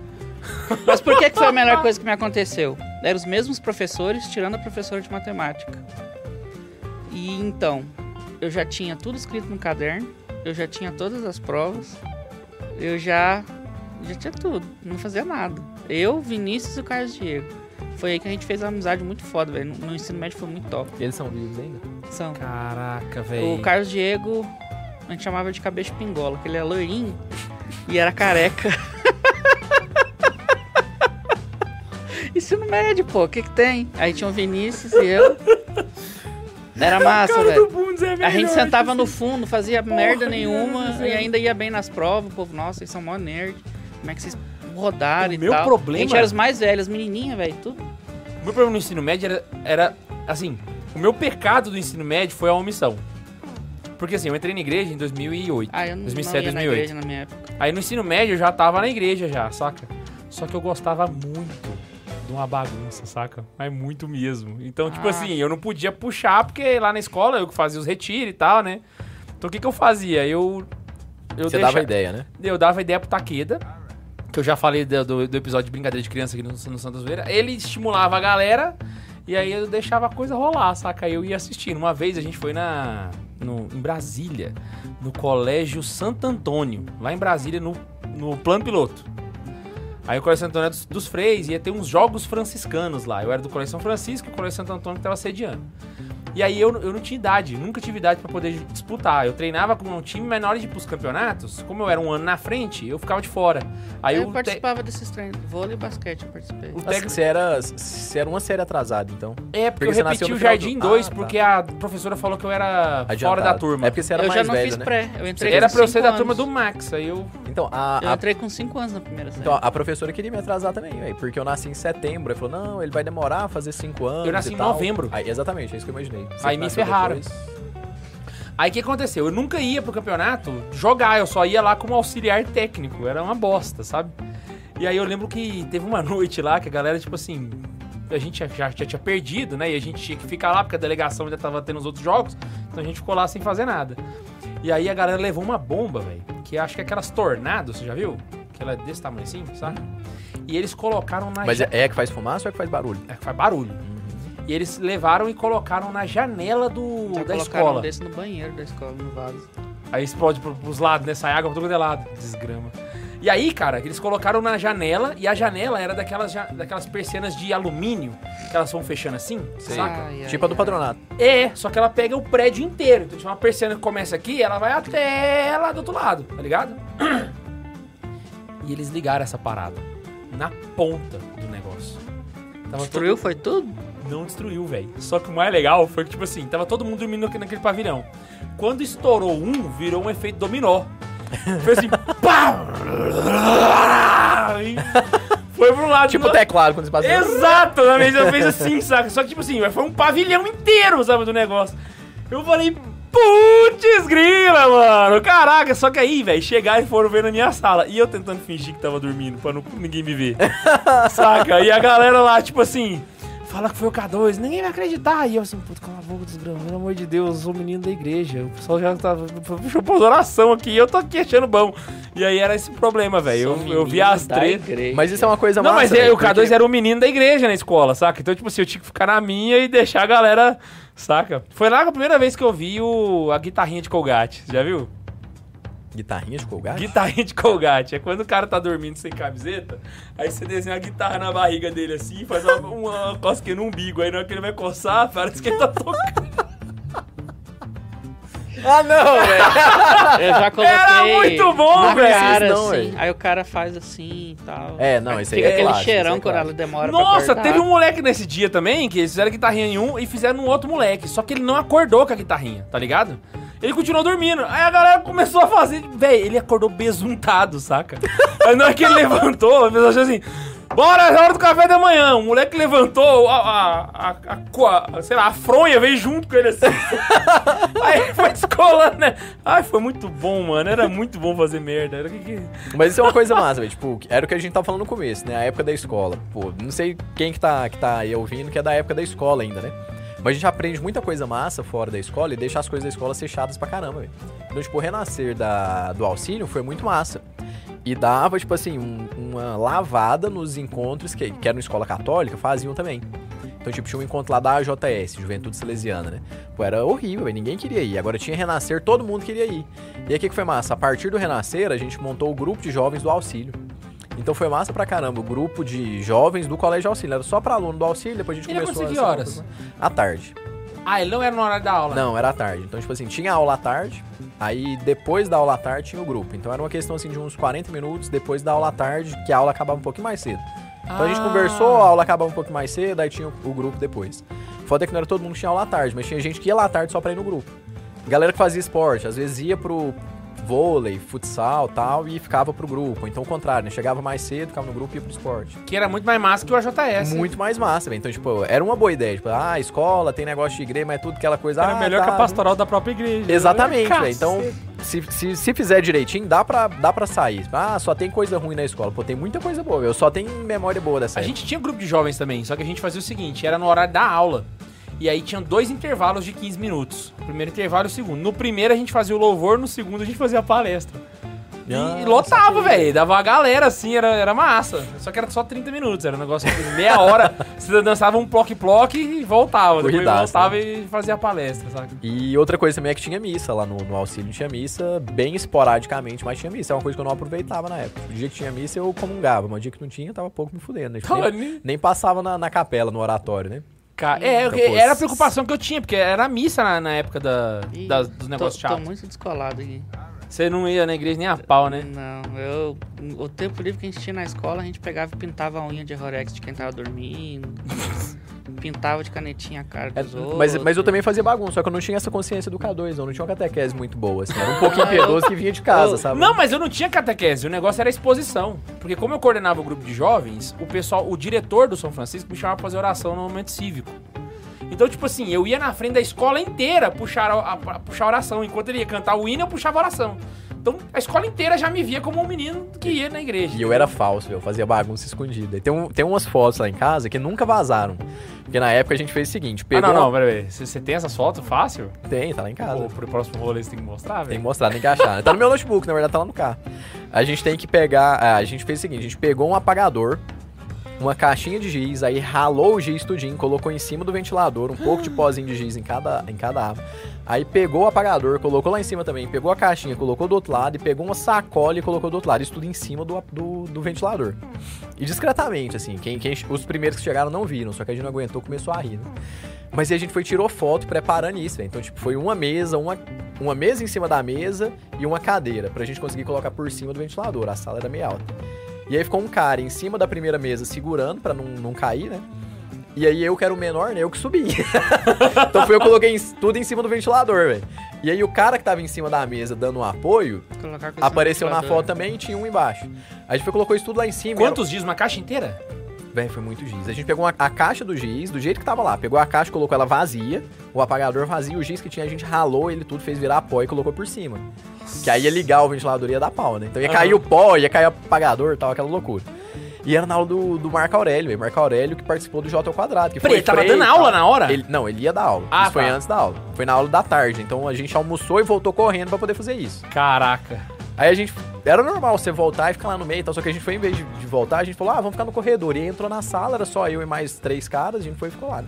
Speaker 2: Mas por que, que foi a melhor coisa que me aconteceu? Eram os mesmos professores, tirando a professora de matemática. E então, eu já tinha tudo escrito no caderno, eu já tinha todas as provas, eu já, já tinha tudo, não fazia nada. Eu, Vinícius e o Carlos Diego. Foi aí que a gente fez uma amizade muito foda, velho. No, no ensino médio foi muito top.
Speaker 3: Eles são vivos ainda?
Speaker 2: São.
Speaker 1: Caraca, velho.
Speaker 2: O Carlos Diego, a gente chamava de cabeça de pingola, que ele era loirinho e era careca. Ensino médio, pô, o que que tem? Aí tinha o Vinícius e eu. Era massa, velho. A gente sentava no fundo, fazia merda nenhuma e ainda ia bem nas provas. O povo, nossa, vocês são mó nerd. Como é que vocês rodaram
Speaker 1: O
Speaker 2: e
Speaker 1: meu
Speaker 2: tal?
Speaker 1: problema-
Speaker 2: A gente era os mais velhos, menininha, velho, tudo.
Speaker 1: O meu problema no ensino médio era, era, assim, o meu pecado do ensino médio foi a omissão. Porque assim, eu entrei na igreja em 2008.
Speaker 2: Ah, eu não,
Speaker 1: 2007,
Speaker 2: não
Speaker 1: 2008.
Speaker 2: ia na igreja na minha época.
Speaker 1: Aí no ensino médio eu já tava na igreja já, saca? Só que eu gostava muito de uma bagunça, saca? Mas muito mesmo. Então, tipo
Speaker 2: Ah.
Speaker 1: assim, eu não podia puxar porque lá na escola eu que fazia os retiros e tal, né? Então o que que eu fazia? Eu eu
Speaker 3: Você
Speaker 1: deixava-
Speaker 3: dava ideia, né?
Speaker 1: eu dava ideia pro Taqueda, que eu já falei do, do- do episódio de Brincadeira de Criança aqui no, no Santa Zoeira. Ele estimulava a galera e aí eu deixava a coisa rolar, saca? Aí Eu ia assistindo. Uma vez a gente foi na no- em Brasília, no Colégio Santo Antônio, lá em Brasília, no, no Plano Piloto. Aí o Colégio Santo Antônio era dos, dos Freis, ia ter uns jogos franciscanos lá. Eu era do Colégio São Francisco e o Colégio Santo Antônio que tava sediando. E aí eu, eu não tinha idade, nunca tive idade pra poder disputar. Eu treinava com um time, mas na hora de ir pros campeonatos, como eu era um ano na frente, eu ficava de fora. Aí
Speaker 2: eu
Speaker 1: o, te-
Speaker 2: participava desses treinos. Vôlei e basquete eu participei.
Speaker 1: o
Speaker 3: Nossa,
Speaker 1: técnico.
Speaker 3: você, era, você era uma série atrasada, então.
Speaker 1: É, porque,
Speaker 3: porque você
Speaker 1: eu
Speaker 3: nasceu
Speaker 1: repeti
Speaker 3: no
Speaker 1: o
Speaker 3: final do-
Speaker 1: Jardim 2
Speaker 3: Ah, tá.
Speaker 1: porque a professora falou que eu era fora
Speaker 3: Adiantado.
Speaker 1: da turma.
Speaker 3: É porque você era
Speaker 2: eu
Speaker 3: mais
Speaker 2: já não
Speaker 3: velho,
Speaker 2: fiz
Speaker 3: né?
Speaker 2: pré. Eu entrei
Speaker 1: Era
Speaker 2: com
Speaker 1: pra eu
Speaker 2: cinco
Speaker 1: ser da
Speaker 2: anos.
Speaker 1: turma do Max, aí eu.
Speaker 3: Então, a,
Speaker 2: Eu
Speaker 3: a-
Speaker 2: entrei com 5 anos na primeira série.
Speaker 3: então, a professora queria me atrasar também, velho. Porque eu nasci em setembro. Ela falou, não, ele vai demorar a fazer cinco anos
Speaker 1: Eu nasci
Speaker 3: e
Speaker 1: em
Speaker 3: tal.
Speaker 1: novembro.
Speaker 3: Aí, exatamente, é isso que eu imaginei. Você
Speaker 1: Aí
Speaker 3: que
Speaker 1: me
Speaker 3: nasceu
Speaker 1: ferraram.
Speaker 3: depois.
Speaker 1: Aí o que aconteceu? Eu nunca ia pro campeonato jogar, eu só ia lá como auxiliar técnico. Era uma bosta, sabe? E aí eu lembro que teve uma noite lá que a galera, tipo assim, a gente já, já- já tinha perdido, né? E a gente tinha que ficar lá porque a delegação ainda tava tendo os outros jogos. Então a gente ficou lá sem fazer nada. E aí a galera levou uma bomba, velho. Que acho que é aquelas tornados, você já viu? Que ela é desse tamanho assim, sabe? E eles colocaram na
Speaker 3: Mas é, é que faz fumaça ou é que faz barulho?
Speaker 1: É, faz barulho. E eles levaram e colocaram na janela do,
Speaker 2: Já
Speaker 1: da
Speaker 2: colocaram
Speaker 1: escola.
Speaker 2: um desse no banheiro da escola, no vaso. Tipo,
Speaker 1: Aí explode pro- pros lados, né? Sai água pra todo quanto é lado. Desgrama. E aí, cara, eles colocaram na janela, e a janela era daquelas, ja- daquelas persianas de alumínio, que elas vão fechando assim, saca?
Speaker 2: Ai, ai,
Speaker 3: tipo a do
Speaker 2: ai.
Speaker 3: patronato.
Speaker 1: É, só que ela pega o prédio inteiro. Então, se uma persiana que começa aqui, ela vai até lá do outro lado, tá ligado? E eles ligaram essa parada na ponta do negócio. Tava todo-
Speaker 2: Destruiu, foi tudo?
Speaker 1: não destruiu, velho. Só que o mais legal foi que, tipo assim, tava todo mundo dormindo naque- naquele pavilhão. Quando estourou um, virou um efeito dominó. Foi assim, pá! E Foi pro lado.
Speaker 3: Tipo o
Speaker 1: do...
Speaker 3: teclado quando você passa.
Speaker 1: Exato, na mesa fez assim, saca? Só que, tipo assim, foi um pavilhão inteiro, sabe, do negócio. Eu falei, putz grila, mano. Caraca, só que aí, velho, chegaram e foram ver na minha sala. E eu tentando fingir que tava dormindo, pra não, ninguém me ver. saca? E a galera lá, tipo assim... Fala que foi o K2, ninguém vai acreditar. E eu assim, puta, cala a boca, desgrama, pelo amor de Deus, eu sou o menino da igreja. O pessoal já tava. Chupou oração aqui e eu tô aqui achando bom. E aí era esse problema, velho.
Speaker 2: um
Speaker 1: Eu, eu vi as três.
Speaker 3: Mas isso é uma coisa
Speaker 1: Não,
Speaker 3: massa,
Speaker 1: mas é,
Speaker 3: velho,
Speaker 1: o K2
Speaker 3: porque-
Speaker 1: era o menino da igreja na escola, saca? Então, tipo assim, eu tinha que ficar na minha e deixar a galera, saca? Foi lá a primeira vez que eu vi o, a guitarrinha de Colgate, já viu? é-
Speaker 3: Guitarrinha de colgate?
Speaker 1: Guitarrinha de Colgate. É quando o cara tá dormindo sem camiseta, aí você desenha a guitarra na barriga dele assim, faz uma, uma cosquinha no umbigo, aí na hora que ele vai coçar, parece que ele tá tocando.
Speaker 3: Ah, não, velho.
Speaker 2: Eu já coloquei.
Speaker 1: Era muito bom,
Speaker 2: na
Speaker 1: velho.
Speaker 2: cara,
Speaker 3: Não,
Speaker 2: assim.
Speaker 3: velho.
Speaker 2: Aí o cara faz assim e tal.
Speaker 3: É, não, esse aí
Speaker 2: Fica
Speaker 3: é
Speaker 2: aquele
Speaker 3: clássico,
Speaker 2: cheirão
Speaker 3: esse é
Speaker 2: quando
Speaker 3: clássico.
Speaker 2: ela demora
Speaker 1: Nossa,
Speaker 2: pra cortar.
Speaker 1: teve um moleque nesse dia também que eles fizeram guitarrinha em um e fizeram um outro moleque. Só que ele não acordou com a guitarrinha, tá ligado? Ele continuou dormindo. Aí a galera começou a fazer. Véi, ele acordou besuntado, saca? Aí na hora que ele levantou, a pessoa achou assim. Bora, é hora do café da manhã. O moleque levantou, a, a, a, a co- a- sei lá, a fronha veio junto com ele assim. Aí ele foi descolando, né? Ai, foi muito bom, mano. Era muito bom fazer merda. Era que, que...
Speaker 3: Mas isso é uma coisa massa, velho. Tipo, era o que a gente tava falando no começo, né? A época da escola. Pô, não sei quem que tá, que tá aí ouvindo que é da época da escola ainda, né? Mas a gente aprende muita coisa massa fora da escola e deixa as coisas da escola ser chatas pra caramba, velho. Então, tipo, o renascer da, do auxílio foi muito massa. E dava, tipo assim, um- uma lavada nos encontros que, que eram escola católica, faziam também. Então, tipo, tinha um encontro lá da AJS, Juventude Salesiana, né? Pô, era horrível, velho, ninguém queria ir. Agora tinha Renascer, todo mundo queria ir. E aí, o que que foi massa? A partir do Renascer, a gente montou o grupo de jovens do auxílio. Então foi massa pra caramba, o grupo de jovens do Colégio Auxílio. Era só pra aluno do auxílio, depois a gente
Speaker 1: Ele
Speaker 3: começou...
Speaker 1: aconteceu que
Speaker 3: essa-
Speaker 1: horas?
Speaker 3: À tarde.
Speaker 1: Ah, ele não era no horário da aula.
Speaker 3: Não, era à tarde. Então, tipo assim, tinha aula à tarde, aí depois da aula à tarde tinha o grupo. Então era uma questão assim de uns 40 minutos depois da aula à tarde, que a aula acabava um pouquinho mais cedo. Então a gente
Speaker 1: Ah.
Speaker 3: conversou, a aula acabava um pouco mais cedo, aí tinha o grupo depois. Foda é que não era todo mundo que tinha aula à tarde, mas tinha gente que ia lá à tarde só pra ir no grupo. Galera que fazia esporte, às vezes ia pro vôlei, futsal tal, e ficava pro grupo. Então o contrário, né? Chegava mais cedo, ficava no grupo e ia pro esporte.
Speaker 1: Que era muito mais massa que o AJS.
Speaker 3: Muito mais massa, velho. Então, tipo, era uma boa ideia. Tipo, ah, escola, tem negócio de igreja, mas é tudo aquela coisa.
Speaker 1: Era
Speaker 3: ah,
Speaker 1: melhor
Speaker 3: tá,
Speaker 1: que a
Speaker 3: não
Speaker 1: pastoral da própria igreja.
Speaker 3: Exatamente,
Speaker 1: Cacete.
Speaker 3: velho. Então, se, se, se fizer direitinho, dá pra, dá pra sair. Ah, só tem coisa ruim na escola. Pô, tem muita coisa boa, eu só tenho memória boa dessa
Speaker 1: A
Speaker 3: época.
Speaker 1: gente tinha grupo de jovens também, só que a gente fazia o seguinte, era no horário da aula. E aí tinha dois intervalos de 15 minutos. O primeiro intervalo e o segundo. No primeiro a gente fazia o louvor, no segundo a gente fazia a palestra. E,
Speaker 3: Ah,
Speaker 1: e lotava,
Speaker 3: saquei.
Speaker 1: velho. Dava uma galera, assim, era, era massa. Só que era só 30 minutos, era um negócio de meia hora. Você dançava um ploc-ploc e voltava. Depois
Speaker 3: Corridaço, né?
Speaker 1: voltava e fazia a palestra, saca?
Speaker 3: E outra coisa também é que tinha missa lá no, no auxílio, tinha missa bem esporadicamente, mas tinha missa. É uma coisa que eu não aproveitava na época. O dia que tinha missa eu comungava, mas o dia que não tinha, eu tava pouco me fudendo. né? Tipo,
Speaker 1: Tava
Speaker 3: nem,
Speaker 1: nem-
Speaker 3: nem passava na, na capela, no oratório, né?
Speaker 1: Ca- É,
Speaker 3: Então,
Speaker 1: eu-
Speaker 3: pô,
Speaker 1: era a preocupação que eu tinha, porque era missa na, na época da,
Speaker 2: Ih,
Speaker 1: das- dos negócios
Speaker 2: tô, tô
Speaker 1: chatos.
Speaker 2: muito descolado aqui.
Speaker 1: Você não ia na igreja nem a pau, né?
Speaker 2: Não, eu. O tempo livre que a gente tinha na escola, a gente pegava e pintava a unha de Rorex de quem tava dormindo. pintava de canetinha a cara
Speaker 3: É,
Speaker 2: dos outros.
Speaker 3: mas, mas eu também fazia bagunça, só que eu não tinha essa consciência do K2, eu não tinha uma catequese muito boa, assim. Era um pouquinho
Speaker 2: Ah, eu-
Speaker 3: piedoso que vinha de casa,
Speaker 2: eu-
Speaker 3: sabe?
Speaker 1: Não, mas eu não tinha catequese, o negócio era exposição. Porque como eu coordenava o grupo de jovens, o pessoal, o diretor do São Francisco me chamava pra fazer oração no momento cívico. Então, tipo assim, eu ia na frente da escola inteira puxar a, a- a- puxar a oração. Enquanto ele ia cantar o hino, eu puxava a oração. Então, a escola inteira já me via como um menino que ia na igreja. Ah,
Speaker 3: E eu era falso, eu fazia bagunça escondida. E tem, um- tem umas fotos lá em casa que nunca vazaram. Porque na época a gente fez o seguinte,
Speaker 1: Ah,
Speaker 3: pegou...
Speaker 1: não, não, peraí. Você você tem essas fotos fácil?
Speaker 3: Tem, tá lá em casa.
Speaker 1: Pô, pro próximo rolê você tem que mostrar,
Speaker 3: Tem que
Speaker 1: velho.
Speaker 3: mostrar, tem que achar. né? Tá no meu notebook, na verdade tá lá no carro. A gente tem que pegar... ah, A gente fez o seguinte, a gente pegou um apagador, uma caixinha de giz, aí ralou o giz tudinho, colocou em cima do ventilador, um pouco de pozinho de giz em cada, em cada aba. Aí pegou o apagador, colocou lá em cima também, pegou a caixinha, colocou do outro lado, e pegou uma sacola e colocou do outro lado. Isso tudo em cima do, do, do ventilador. E discretamente, assim, quem, quem- os primeiros que chegaram não viram, só que a gente não aguentou, começou a rir, né? Mas aí a gente foi e tirou foto preparando isso, velho. Então, tipo, foi uma mesa, uma, uma mesa em cima da mesa e uma cadeira, pra gente conseguir colocar por cima do ventilador. A sala era meio alta. E aí ficou um cara em cima da primeira mesa segurando pra não, não cair, né? E aí eu que era o menor, né? Eu que subi. então foi eu que coloquei em- tudo em cima do ventilador, velho. E aí o cara que tava em cima da mesa dando um apoio,
Speaker 2: Colocar coisa
Speaker 3: apareceu na
Speaker 2: calculadora.
Speaker 3: foto também e tinha um embaixo. A gente foi e colocou isso tudo lá em cima. e era-
Speaker 1: Quantos dias? Uma caixa inteira?
Speaker 3: Véi, foi muito giz. A gente pegou uma- a caixa do giz, do jeito que tava lá. Pegou a caixa, colocou ela vazia, o apagador vazio, o giz que tinha, a gente ralou ele tudo, fez virar pó e colocou por cima. Que aí ia ligar o ventilador e ia dar pau, né? Então ia
Speaker 1: Aham.
Speaker 3: cair o pó, ia cair o apagador e tal, aquela loucura. E era na aula do, do Marco Aurélio, velho. Marco Aurélio que participou do J ao quadrado. Que
Speaker 1: Peraí,
Speaker 3: foi
Speaker 1: ele tava
Speaker 3: freio e
Speaker 1: dando
Speaker 3: tal.
Speaker 1: aula na hora?
Speaker 3: Ele- não, ele ia dar aula.
Speaker 1: Ah,
Speaker 3: isso foi
Speaker 1: tá.
Speaker 3: antes da aula. Foi na aula da tarde. Então a gente almoçou e voltou correndo pra poder fazer isso.
Speaker 1: Caraca.
Speaker 3: Aí a gente. Era normal você voltar e ficar lá no meio e tal. Só que a gente foi, em vez de, de voltar, a gente falou, ah, vamos ficar no corredor. E aí entrou na sala, era só eu e mais três caras, a gente foi e ficou lá. Né?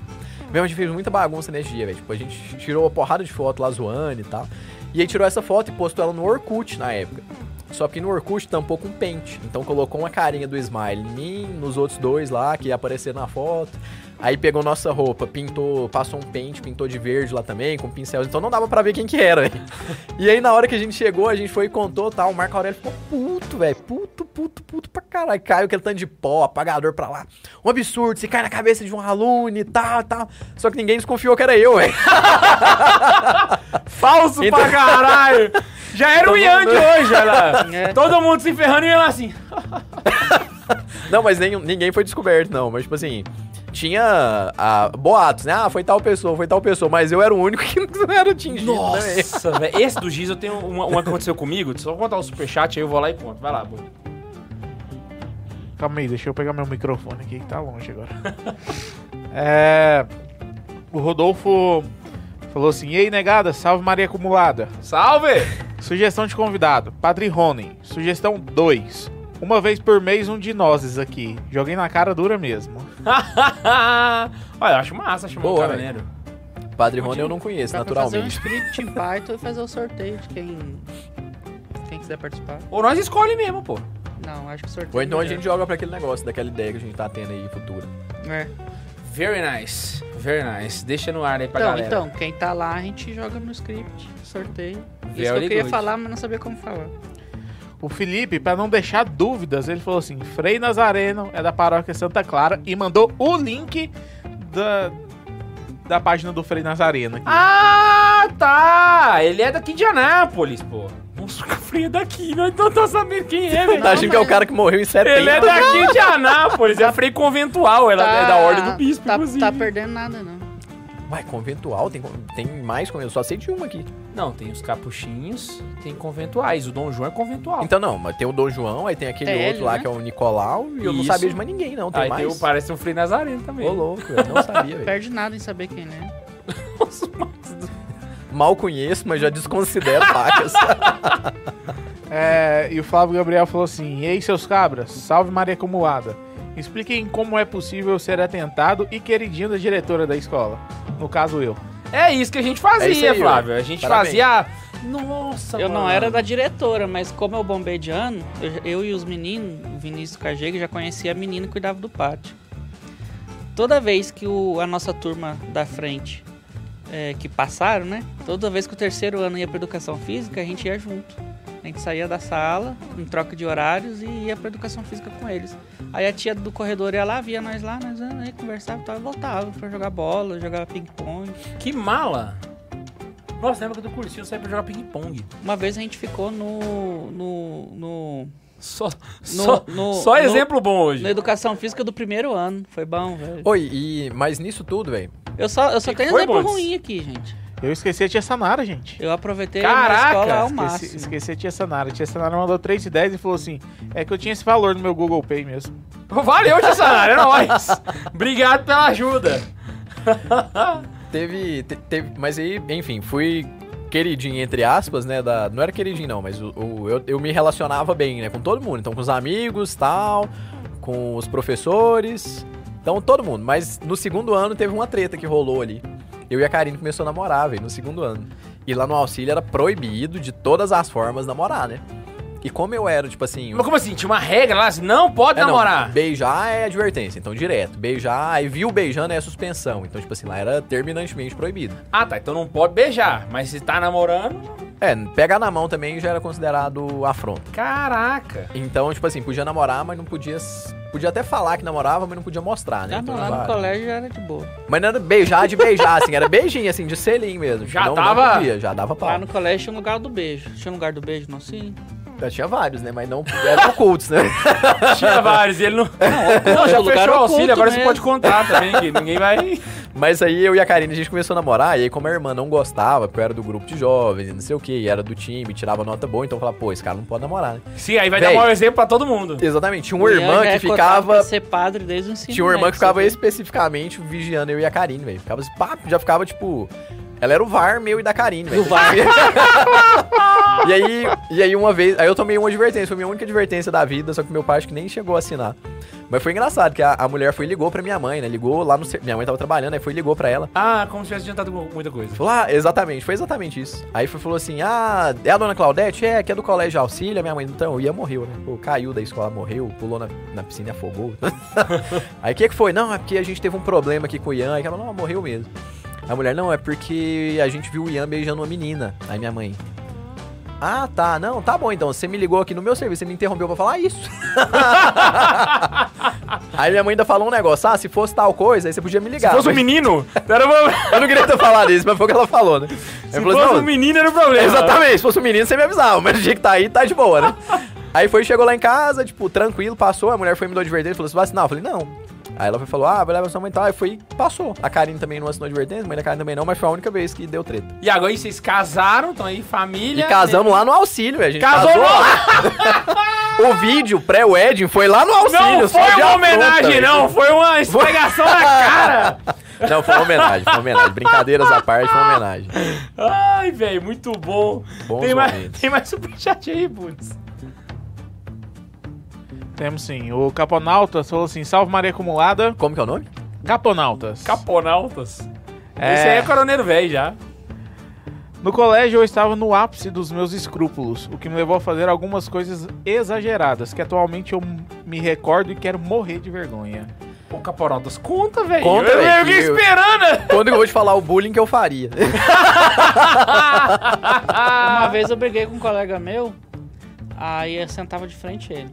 Speaker 3: Mesmo a gente fez muita bagunça nesse dia, velho. Tipo, a gente tirou uma porrada de foto lá zoando e tal. E aí tirou essa foto e postou ela no Orkut na época. Só que no Orkut tá tampou com pente. Então colocou uma carinha do Smile em mim, nos outros dois lá, que apareceram na foto. Aí pegou nossa roupa, pintou, passou um pente, pintou de verde lá também, com pincel. Então não dava pra ver quem que era, velho. E aí na hora que a gente chegou, a gente foi e contou tal. O Marco Aurélio ficou puto, velho. Puto, puto, puto pra caralho. Caiu aquele tanto de pó, apagador pra lá. Um absurdo, se cai na cabeça de um aluno e tal, tal. Só que ninguém desconfiou que era eu, velho.
Speaker 1: Falso
Speaker 3: Então-
Speaker 1: pra caralho! Já era o
Speaker 3: Todo
Speaker 1: Ian de
Speaker 3: mundo-
Speaker 1: hoje, olha lá.
Speaker 2: É.
Speaker 1: Todo mundo se ferrando e ele lá assim.
Speaker 3: Não, mas nem, ninguém foi descoberto, não. Mas, tipo assim, tinha ah, boatos, né? Ah, foi tal pessoa, foi tal pessoa. Mas eu era o único que não era atingido. né, velho?
Speaker 1: Nossa, velho. Esse do Giz eu tenho uma, uma que aconteceu comigo. Só vou contar o superchat, aí eu vou lá e conto. Vai lá, Bruno.
Speaker 4: Calma aí, deixa eu pegar meu microfone aqui que tá longe agora. É, o Rodolfo falou assim: Ei, negada, salve Maria Acumulada.
Speaker 1: Salve!
Speaker 4: Sugestão de convidado, Padre Ronen. Sugestão 2. Uma vez por mês, um de nozes aqui. Joguei na cara dura mesmo.
Speaker 1: Olha, eu acho massa, acho
Speaker 3: Boa,
Speaker 1: Boa, maneiro.
Speaker 3: Padre Rony eu não conheço,
Speaker 2: Dá pra fazer um
Speaker 3: naturalmente.
Speaker 2: script em Python e fazer o sorteio de quem. Quem quiser participar.
Speaker 1: Ou nós escolhe mesmo, pô.
Speaker 2: Não, acho que
Speaker 1: um
Speaker 2: sorteio.
Speaker 3: Ou então a
Speaker 2: é
Speaker 1: né?
Speaker 2: melhor.
Speaker 3: gente joga pra aquele negócio, daquela ideia que a gente tá tendo aí futura.
Speaker 2: É.
Speaker 1: Very nice, very nice. Deixa no ar aí pra
Speaker 2: Então,
Speaker 1: galera.
Speaker 2: então, quem tá lá, a gente joga no script, sorteio. Isso que eu
Speaker 1: Very
Speaker 2: queria
Speaker 1: good.
Speaker 2: falar, mas não sabia como falar.
Speaker 4: O Felipe, pra não deixar dúvidas, ele falou assim: Frei Nazareno é da paróquia Santa Clara e mandou o link da, da página do Frei Nazareno. Aqui.
Speaker 1: Ah, tá! Ele é daqui de Anápolis, pô. Nossa, o frio é daqui, nós não tá sabendo quem é, velho.
Speaker 3: Tá achando que é o cara que morreu em 70.
Speaker 1: Ele é daqui de Anápolis, é freio conventual, ela é da ordem do bispo,
Speaker 2: tá,
Speaker 1: inclusive.
Speaker 2: tá perdendo nada, não.
Speaker 3: Ué, conventual, tem, con- tem mais conventual, só sei de um aqui.
Speaker 1: Não, tem os capuchinhos, tem conventuais. O Dom João é conventual.
Speaker 3: Então não, mas tem o Dom João, aí tem aquele
Speaker 2: Tem
Speaker 3: outro
Speaker 2: ele,
Speaker 3: lá
Speaker 2: né?
Speaker 3: que é o Nicolau, e eu não
Speaker 1: Isso.
Speaker 3: sabia de mais ninguém não, tem
Speaker 1: Aí tem
Speaker 3: mais.
Speaker 1: o, parece um Frei Nazareno também.
Speaker 3: Ô louco, eu não sabia, velho.
Speaker 2: Perde nada em saber quem ele é.
Speaker 1: Nossa, mas-
Speaker 3: Mal conheço, mas já desconsidero pacas.
Speaker 4: É, e o Flávio Gabriel falou assim: Ei, seus cabras, salve Maria Cumulada. Expliquem como é possível ser atentado e queridinho da diretora da escola. No caso, eu.
Speaker 1: É isso que a gente
Speaker 3: É isso
Speaker 1: fazia,
Speaker 3: aí,
Speaker 1: Flávio. A gente
Speaker 3: Parabéns.
Speaker 1: fazia. Nossa,
Speaker 2: Eu não
Speaker 1: mano.
Speaker 2: era da diretora, mas como eu bombei de ano, eu, eu e os meninos, o Vinícius Cajega, já conhecia a menina que cuidava do pátio. Toda vez que o- a nossa turma da frente, é, que passaram, né? Toda vez que o terceiro ano ia pra educação física, a gente ia junto. A gente saía da sala, em troca de horários, e ia pra educação física com eles. Aí a tia do corredor ia lá, via nós lá, nós ah, aí conversava e tal, e voltava pra jogar bola, jogar ping-pong.
Speaker 1: Que mala. Nossa, lembra que do cursinho eu saí pra jogar ping-pong.
Speaker 2: Uma vez a gente ficou no- no- no
Speaker 1: Só,
Speaker 2: No-
Speaker 1: só,
Speaker 2: no-
Speaker 1: só
Speaker 2: no-
Speaker 1: exemplo bom hoje.
Speaker 2: Na educação física do primeiro ano. Foi bom, velho.
Speaker 3: Oi, e, mas nisso tudo, velho,
Speaker 2: Eu só, eu só
Speaker 1: Que
Speaker 2: tenho
Speaker 1: foi,
Speaker 2: exemplo
Speaker 1: Bondes?
Speaker 2: ruim aqui, gente.
Speaker 4: Eu esqueci a tia Sanara, gente.
Speaker 2: Eu aproveitei
Speaker 1: Caraca,
Speaker 2: a escola ao
Speaker 4: Esqueci,
Speaker 2: máximo.
Speaker 4: esqueci a tia Sanara. A tia Sanara mandou 3 e 10 e falou assim: É que eu tinha esse valor no meu Google Pay mesmo.
Speaker 1: Valeu,
Speaker 2: Ah,
Speaker 1: Tissanar, é nóis. Obrigado pela ajuda.
Speaker 3: teve, te- teve. Mas aí, enfim, fui queridinho, entre aspas, né? Da, não era queridinho, não, mas o, o- eu, eu me relacionava bem, né? Com todo mundo. Então, com os amigos tal, com os professores. Então, todo mundo. Mas no segundo ano teve uma treta que rolou ali. Eu e a Karine começou a namorar, velho, no segundo ano. E lá no auxílio era proibido de todas as formas namorar, né? E como eu era, tipo assim.
Speaker 1: Mas como assim? Tinha uma regra lá, assim, não pode
Speaker 3: É, não,
Speaker 1: namorar.
Speaker 3: beijar é advertência, então direto. Beijar, aí viu beijando é suspensão. Então, tipo assim, lá era terminantemente proibido.
Speaker 1: Ah, tá. Então não pode beijar. Mas se tá namorando,
Speaker 3: É, pegar na mão também já era considerado afronta.
Speaker 1: caraca.
Speaker 3: Então, tipo assim, podia namorar, mas não podia. s- Podia até falar que namorava, mas não podia mostrar, né?
Speaker 2: Ah,
Speaker 3: Então,
Speaker 2: não, lá no
Speaker 3: vale.
Speaker 2: colégio já era de boa.
Speaker 3: Mas não era beijar de beijar, assim, era beijinho, assim, de selinho mesmo.
Speaker 1: Já
Speaker 3: não,
Speaker 1: tava-
Speaker 3: Não podia, já dava pau.
Speaker 2: Lá no colégio tinha um lugar do beijo. Tinha um lugar do beijo, não sim?
Speaker 3: Já tinha vários, né? Mas não. Eram ocultos, né?
Speaker 1: Tinha vários e ele não. Não, já
Speaker 2: o lugar
Speaker 1: fechou o né? auxílio,
Speaker 2: oculto
Speaker 1: agora você
Speaker 2: mesmo.
Speaker 1: pode contar também, que ninguém vai.
Speaker 3: Mas aí eu e a Karine, a gente começou a namorar, e aí como a irmã não gostava, porque eu era do grupo de jovens, e não sei o que, era do time, tirava nota boa, então eu falava, pô, esse cara não pode namorar, né?
Speaker 1: Sim, aí vai
Speaker 3: Véi.
Speaker 1: dar mau exemplo pra todo mundo.
Speaker 3: Exatamente, tinha
Speaker 2: O
Speaker 3: uma irmã
Speaker 2: Ian já é
Speaker 3: que
Speaker 2: cotado pra
Speaker 3: ficava.
Speaker 2: ser padre desde o ensino
Speaker 3: Tinha uma irmã
Speaker 2: médio,
Speaker 3: que ficava
Speaker 2: assim, né, você vê.
Speaker 3: especificamente vigiando eu e a Karine, velho. Ficava assim, pá, já ficava tipo. Ela era o VAR meu e da Karine, velho.
Speaker 2: Do VAR.
Speaker 3: e, aí, e aí uma vez. Aí eu tomei uma advertência, foi minha única advertência da vida, só que meu pai acho que nem chegou a assinar. Mas foi engraçado, que a, a mulher foi e ligou pra minha mãe, né? Ligou lá no. ser- Minha mãe tava trabalhando, aí foi e ligou pra ela.
Speaker 1: Ah, como se tivesse adiantado mu- muita coisa.
Speaker 3: Falou, ah, exatamente, foi exatamente isso. Aí foi, falou assim: ah, é a dona Claudete? É, que é do colégio Auxília, minha mãe. Então, ia morreu, né? Pô, caiu da escola, morreu, pulou na, na piscina e afogou. aí o que, que foi? Não, é porque a gente teve um problema aqui com o Ian. Aí ela, não, morreu mesmo. A mulher, não, é porque a gente viu o Ian beijando uma menina. Aí minha mãe. Ah, tá, não, tá bom então. Você me ligou aqui no meu serviço, você me interrompeu pra falar isso. aí minha mãe ainda falou um negócio: ah, se fosse tal coisa, aí você podia me
Speaker 1: Se
Speaker 3: ligar.
Speaker 1: fosse um
Speaker 3: Ah, Mas-
Speaker 1: menino, era uma...
Speaker 3: eu não queria ter falado isso, mas foi o que ela falou, né?
Speaker 1: se
Speaker 3: Ela falou
Speaker 1: fosse
Speaker 3: assim,
Speaker 1: um
Speaker 3: "Não,
Speaker 1: menino era o problema.
Speaker 3: Exatamente, se fosse um menino você me avisava, mas do jeito que tá aí, tá de boa, né? aí foi, chegou lá em casa, tipo, tranquilo, passou, a mulher foi me dar advertência, falou, você vai assinar? Eu falei, não. Aí ela foi, falou, ah, vai levar sua mãe e tal, aí foi, passou. A Karine também não assinou advertência, a mãe da Karine também não, mas foi a única vez que deu treta.
Speaker 1: E agora aí vocês casaram, estão aí
Speaker 3: E
Speaker 1: família.
Speaker 3: casamos lá no auxílio, velho, a gente
Speaker 1: Casou
Speaker 3: casou
Speaker 1: no-
Speaker 3: lá. o vídeo pré-wedding foi lá no auxílio,
Speaker 1: Não
Speaker 3: só
Speaker 1: foi
Speaker 3: de
Speaker 1: uma
Speaker 3: afronta,
Speaker 1: homenagem,
Speaker 3: velho.
Speaker 1: não. Foi uma esfregação na cara.
Speaker 3: Não, foi uma homenagem, foi uma homenagem. Brincadeiras à parte, foi uma homenagem.
Speaker 1: Ai, velho, muito bom.
Speaker 3: Bons
Speaker 1: Tem mais,
Speaker 3: momentos.
Speaker 1: tem mais superchat aí, Bundes.
Speaker 4: Temos sim. O Caponautas falou assim: salve Maria Acumulada.
Speaker 3: Como que é o nome?
Speaker 4: Caponautas.
Speaker 1: Caponautas.
Speaker 4: É.
Speaker 1: Esse aí é coroneiro velho já.
Speaker 4: No colégio eu estava no ápice dos meus escrúpulos, o que me levou a fazer algumas coisas exageradas, que atualmente eu me recordo e quero morrer de vergonha.
Speaker 1: Pô, Caponautas, conta, velho.
Speaker 3: Conta,
Speaker 1: eu, eu,
Speaker 3: velho,
Speaker 1: eu fiquei
Speaker 3: que eu-
Speaker 1: esperando. né?
Speaker 3: Quando eu vou te falar o bullying que eu faria.
Speaker 2: Uma vez eu briguei com um colega meu, aí eu sentava de frente a ele.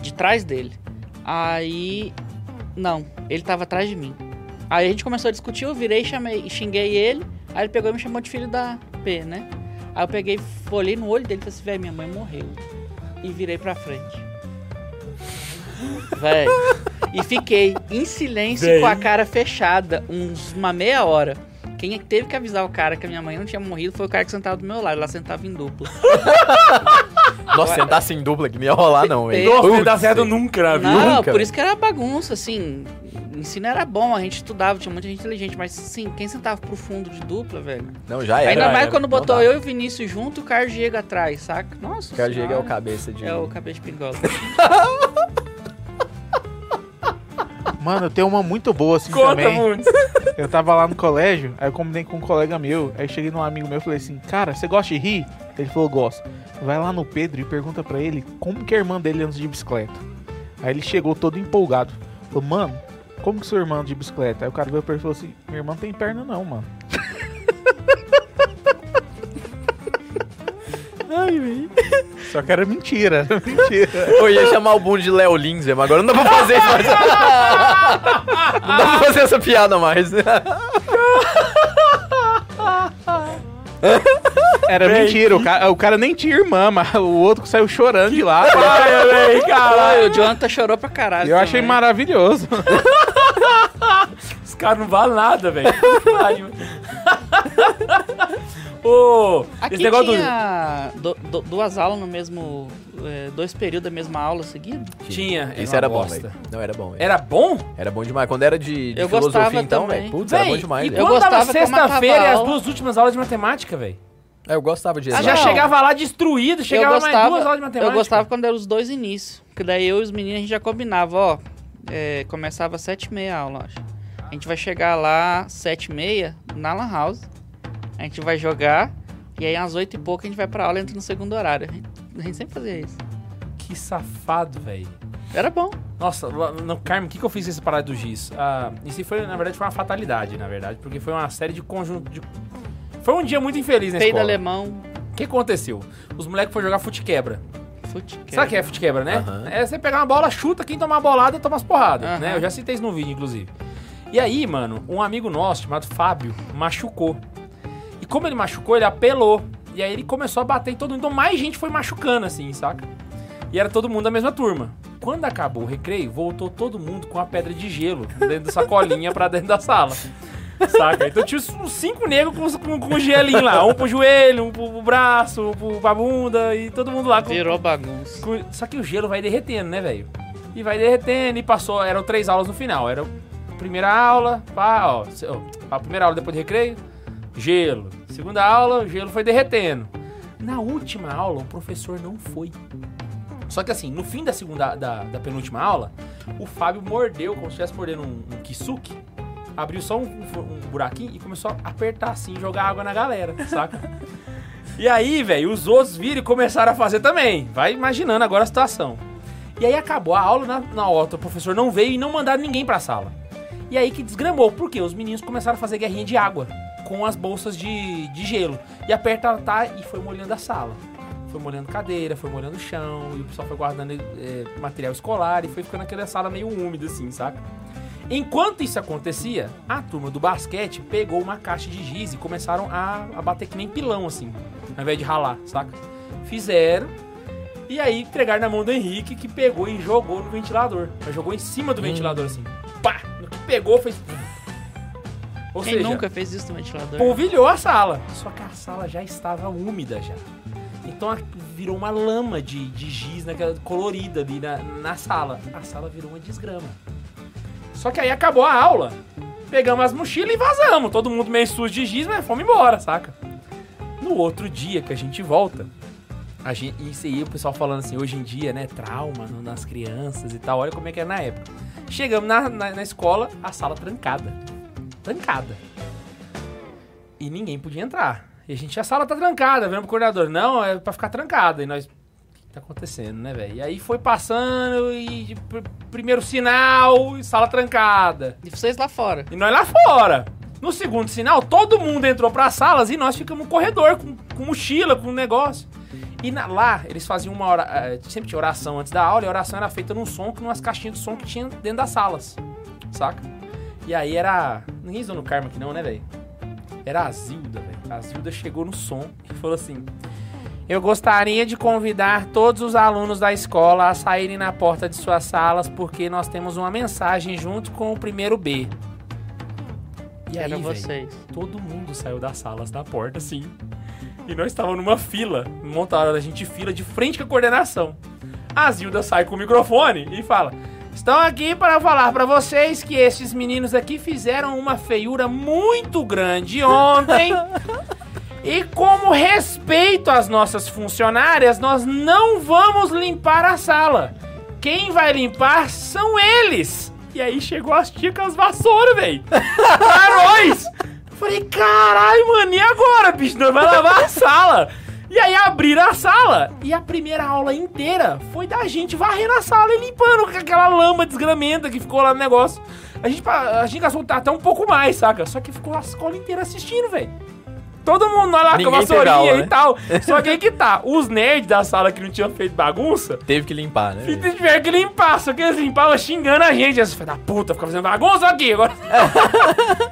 Speaker 2: De trás dele. Aí. Não, ele tava atrás de mim. Aí a gente começou a discutir, eu virei, chamei, xinguei ele, aí ele pegou e me chamou de filho da P, né? Aí eu peguei, olhei no olho dele e falei assim, velho, minha mãe morreu. E virei pra frente. Véi. E fiquei em silêncio
Speaker 1: Véi.
Speaker 2: com a cara fechada, uns uma meia hora. Quem teve que avisar o cara que a minha mãe não tinha morrido foi o cara que sentava do meu lado. Ela sentava em dupla.
Speaker 3: Nossa, sentar sem dupla que não ia rolar, não, velho.
Speaker 1: Nossa, não
Speaker 3: Putz,
Speaker 1: dá certo nunca
Speaker 3: Ah,
Speaker 1: na vida.
Speaker 2: Não,
Speaker 3: nunca,
Speaker 2: por
Speaker 3: velho.
Speaker 2: isso que era bagunça, assim. Ensino era bom, a gente estudava, tinha muita gente inteligente, mas sim, quem sentava pro fundo de dupla, velho.
Speaker 3: Não, já era.
Speaker 2: Ainda mais
Speaker 3: era.
Speaker 2: quando
Speaker 3: É, Não
Speaker 2: botou
Speaker 3: dá.
Speaker 2: eu e o Vinícius junto, o Carlos Diego atrás, saca? Nossa.
Speaker 3: O cara chega é o
Speaker 2: Senhora.
Speaker 3: cabeça de.
Speaker 2: É o cabelo de pingola.
Speaker 4: Mano, tem uma muito boa assim
Speaker 1: Conta,
Speaker 4: também.
Speaker 1: Bundes.
Speaker 4: Eu tava lá no colégio, aí eu combinei com um colega meu, aí eu cheguei num amigo meu e falei assim, cara, você gosta de rir? Ele falou, gosto. Vai lá no Pedro e pergunta pra ele como que a irmã dele anda de bicicleta. Aí ele chegou todo empolgado. Falou, mano, como que sua irmã anda de bicicleta? Aí o cara veio pra ele e falou assim, minha irmã não tem perna não, mano. Ai, velho. Só que era mentira, era mentira.
Speaker 3: Eu ia chamar o Bundy de Léo Lins, velho, mas agora não dá pra fazer isso mais. não dá pra fazer essa piada mais.
Speaker 4: Era mentira, o cara, o cara nem tinha irmã, mas o outro saiu chorando de lá.
Speaker 1: Ai, velho,
Speaker 2: Ai,
Speaker 1: caralho.
Speaker 2: Ah, o Jonathan chorou pra caralho.
Speaker 4: Eu achei
Speaker 2: também.
Speaker 4: maravilhoso.
Speaker 1: Os caras não valem nada, velho. Que pariu. Ô,
Speaker 2: Aqui
Speaker 1: esse negócio
Speaker 2: tinha do- do- duas aulas no mesmo. é, dois períodos da mesma aula seguida.
Speaker 1: do... Tinha.
Speaker 3: Isso
Speaker 1: uma
Speaker 3: era bom,
Speaker 1: bosta.
Speaker 3: velho. Não, era bom, velho.
Speaker 1: Era bom?
Speaker 3: Era bom demais. Quando era de, de
Speaker 2: Eu gostava
Speaker 3: filosofia, então,
Speaker 2: também.
Speaker 3: velho. Putz, era
Speaker 1: Véi,
Speaker 3: bom demais,
Speaker 1: e
Speaker 3: velho.
Speaker 1: quando
Speaker 2: Eu gostava
Speaker 1: tava
Speaker 2: que eu
Speaker 1: né?
Speaker 2: matava
Speaker 1: sexta-feira e as
Speaker 2: aula.
Speaker 1: duas últimas aulas de matemática, velho?
Speaker 3: É, Eu gostava de
Speaker 1: Você
Speaker 3: exato.
Speaker 1: Ah, já
Speaker 2: não.
Speaker 1: chegava lá destruído, chegava mais duas aulas de matemática.
Speaker 2: Eu gostava quando eram os dois inícios. Porque daí eu e os meninos a gente já combinava, ó. é, começava às 7h30 a aula, acho. A gente vai chegar lá às 7h30 na Lan House. A gente vai jogar. E aí às 8 e pouco a gente vai pra aula e entra no segundo horário. A gente, a gente sempre fazia isso.
Speaker 1: Que safado, velho.
Speaker 2: Era bom.
Speaker 1: Nossa, lá no Carmo, o que, que eu fiz com esse parada do giz? Ah, isso foi, na verdade, foi uma fatalidade, na verdade, porque foi uma série de conjunto. de- Foi um dia muito infeliz na
Speaker 2: Peido
Speaker 1: escola.
Speaker 2: alemão,
Speaker 1: O que aconteceu? Os moleques foram jogar fute quebra.
Speaker 2: fute.
Speaker 1: Sabe o que é fute quebra, né?
Speaker 3: Aham.
Speaker 1: É você pegar uma bola, chuta, quem tomar uma bolada toma as porradas,
Speaker 2: Aham.
Speaker 1: né? Eu já citei isso no vídeo, inclusive. E aí, mano, um amigo nosso chamado Fábio machucou. E como ele machucou, ele apelou. E aí ele começou a bater em todo mundo. Então mais gente foi machucando, assim, saca? E era todo mundo da mesma turma. Quando acabou o recreio, voltou todo mundo com uma pedra de gelo dentro da sacolinha pra dentro da sala. Saca? Então tinha uns cinco negros com, com, com gelinho lá. Um pro joelho, um pro, pro braço, um pro, pra bunda e todo mundo lá com,
Speaker 2: Virou bagunça.
Speaker 1: com- Só que o gelo vai derretendo, né, velho? E vai derretendo e passou. Eram três aulas no final. Era a primeira aula, pá, ó. se- ó, A primeira aula depois do recreio, gelo. Segunda aula, o gelo foi derretendo. Na última aula, o professor não foi. Só que assim, no fim da segunda, da, da penúltima aula, o Fábio mordeu, como se estivesse mordendo um, um kisuki, abriu só um, um- um buraquinho e começou a apertar assim, jogar água na galera, saca? E aí, velho, os outros viram e começaram a fazer também. Vai imaginando agora a situação. E aí acabou a aula, na, na outra, o professor não veio e não mandaram ninguém pra sala. E aí que desgramou, porque os meninos começaram a fazer guerrinha de água com as bolsas de, de gelo. E aperta tá e foi molhando a sala. Foi molhando cadeira, foi molhando o chão, e o pessoal foi guardando é, material escolar e foi ficando aquela sala meio úmida, assim, saca? Enquanto isso acontecia, a turma do basquete pegou uma caixa de giz e começaram a, a bater que nem pilão, assim, ao invés de ralar, saca? Fizeram. E aí entregaram na mão do Henrique, que pegou e jogou no ventilador. Mas jogou em cima do
Speaker 2: Hum.
Speaker 1: ventilador, assim. Pá! No que pegou, fez. Ou
Speaker 2: Quem nunca fez isso no ventilador?
Speaker 1: polvilhou a sala. Só que a sala já estava úmida já. Então a- virou uma lama de, de giz naquela, colorida ali na, na sala. A sala virou uma desgrama. Só que aí acabou a aula. Pegamos as mochilas e vazamos. Todo mundo meio sujo de giz, mas fomos embora, saca? No outro dia que a gente volta, a gente, isso aí o pessoal falando assim, hoje em dia, né, trauma no- nas crianças e tal, olha como é que é na época. Chegamos na, na, na escola, a sala trancada. Trancada. E ninguém podia entrar. E a gente, a sala tá trancada, vendo pro coordenador. Não, é pra ficar trancada. E nós, o que tá acontecendo, né, velho? E aí foi passando e pr- primeiro sinal, e sala trancada.
Speaker 2: E vocês lá fora.
Speaker 1: E nós lá fora. No segundo sinal, todo mundo entrou pras salas e nós ficamos no corredor com, com mochila, com negócio. E na- lá, eles faziam uma hora. eh, Sempre tinha oração antes da aula e a oração era feita num som, com umas caixinhas de som que tinha dentro das salas. Saca? E aí era. Ninguém usou no Karma aqui não, né, velho? Era a Zilda, velho. A Zilda chegou no som e falou assim: Eu gostaria de convidar todos os alunos da escola a saírem na porta de suas salas porque nós temos uma mensagem junto com o primeiro B. E aí,
Speaker 2: Era
Speaker 1: véi,
Speaker 2: vocês.
Speaker 1: todo mundo saiu das salas da porta, assim. E nós estávamos numa fila, montaram a gente fila de frente com a coordenação. A Zilda sai com o microfone e fala: Estão aqui para falar para vocês que esses meninos aqui fizeram uma feiura muito grande ontem. E como respeito às nossas funcionárias, nós não vamos limpar a sala. Quem vai limpar são eles. E aí chegou as tia com as vassouras, velho. Pra nós. Eu Falei, caralho, mano, e agora, bicho? Nós vai lavar a sala. E aí abriram a sala. E a primeira aula inteira foi da gente varrendo a sala e limpando com aquela lama desgramenta que ficou lá no negócio. A gente, pa- a gente gastou até um pouco mais, saca? Só que ficou a escola inteira assistindo, velho. Todo mundo lá com a
Speaker 3: Ninguém teve
Speaker 1: vassourinha
Speaker 3: aula,
Speaker 1: e
Speaker 3: né?
Speaker 1: tal. Só que aí que tá, os nerds da sala que não tinham feito bagunça,
Speaker 3: Teve que limpar, né?
Speaker 1: e tiver que limpar, só que eles limpavam xingando a gente. Essa filha da puta, fica fazendo bagunça aqui agora.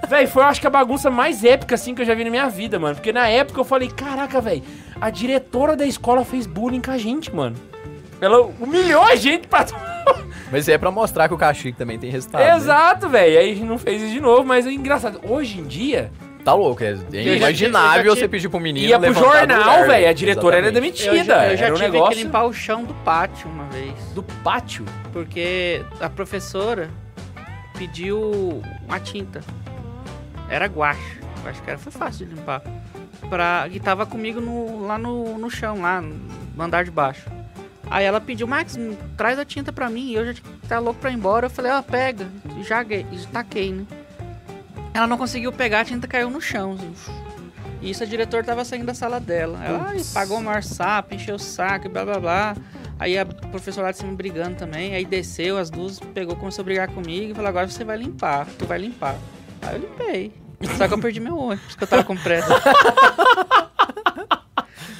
Speaker 1: véi, foi eu acho que a bagunça mais épica assim que eu já vi na minha vida, mano. Porque na época eu falei, caraca, véi, a diretora da escola fez bullying com a gente, mano. Ela humilhou a gente pra.
Speaker 3: Mas isso aí é pra mostrar que o cachique também tem resultado. né?
Speaker 1: Exato, véi. Aí a gente não fez isso de novo, mas é engraçado. Hoje em dia,
Speaker 3: Tá louco, é
Speaker 1: já-
Speaker 3: inimaginável
Speaker 2: eu já
Speaker 3: você
Speaker 2: tive-
Speaker 3: pedir pro menino
Speaker 1: ia pro
Speaker 3: levantar do
Speaker 1: jornal,
Speaker 3: lugar,
Speaker 1: véi. A
Speaker 3: né?
Speaker 1: diretora era
Speaker 3: Exatamente.
Speaker 1: demitida.
Speaker 2: Eu já, eu já
Speaker 1: era um
Speaker 2: tive
Speaker 1: negócio
Speaker 2: que limpar o chão do pátio uma vez.
Speaker 1: do pátio.
Speaker 2: Porque a professora pediu uma tinta. Era guache. Eu Acho que era, foi fácil de limpar. Pra, e tava comigo no- lá no, no chão, lá no andar de baixo. Aí ela pediu, Max, me traz a tinta pra mim. E eu já tá louco pra ir embora. Eu falei, ó, pega. E Jaguei, e taquei, né? Ela não conseguiu pegar, a tinta caiu no chão. assim. E isso a diretora tava saindo da sala dela. Ela ai, pagou o maior sapo, encheu o saco, e blá blá blá. Aí a professora lá de cima brigando também. Aí desceu as duas, pegou, começou a brigar comigo e falou: agora você vai limpar, tu vai limpar. Aí eu limpei. Só que eu perdi meu ônibus, porque eu tava com pressa.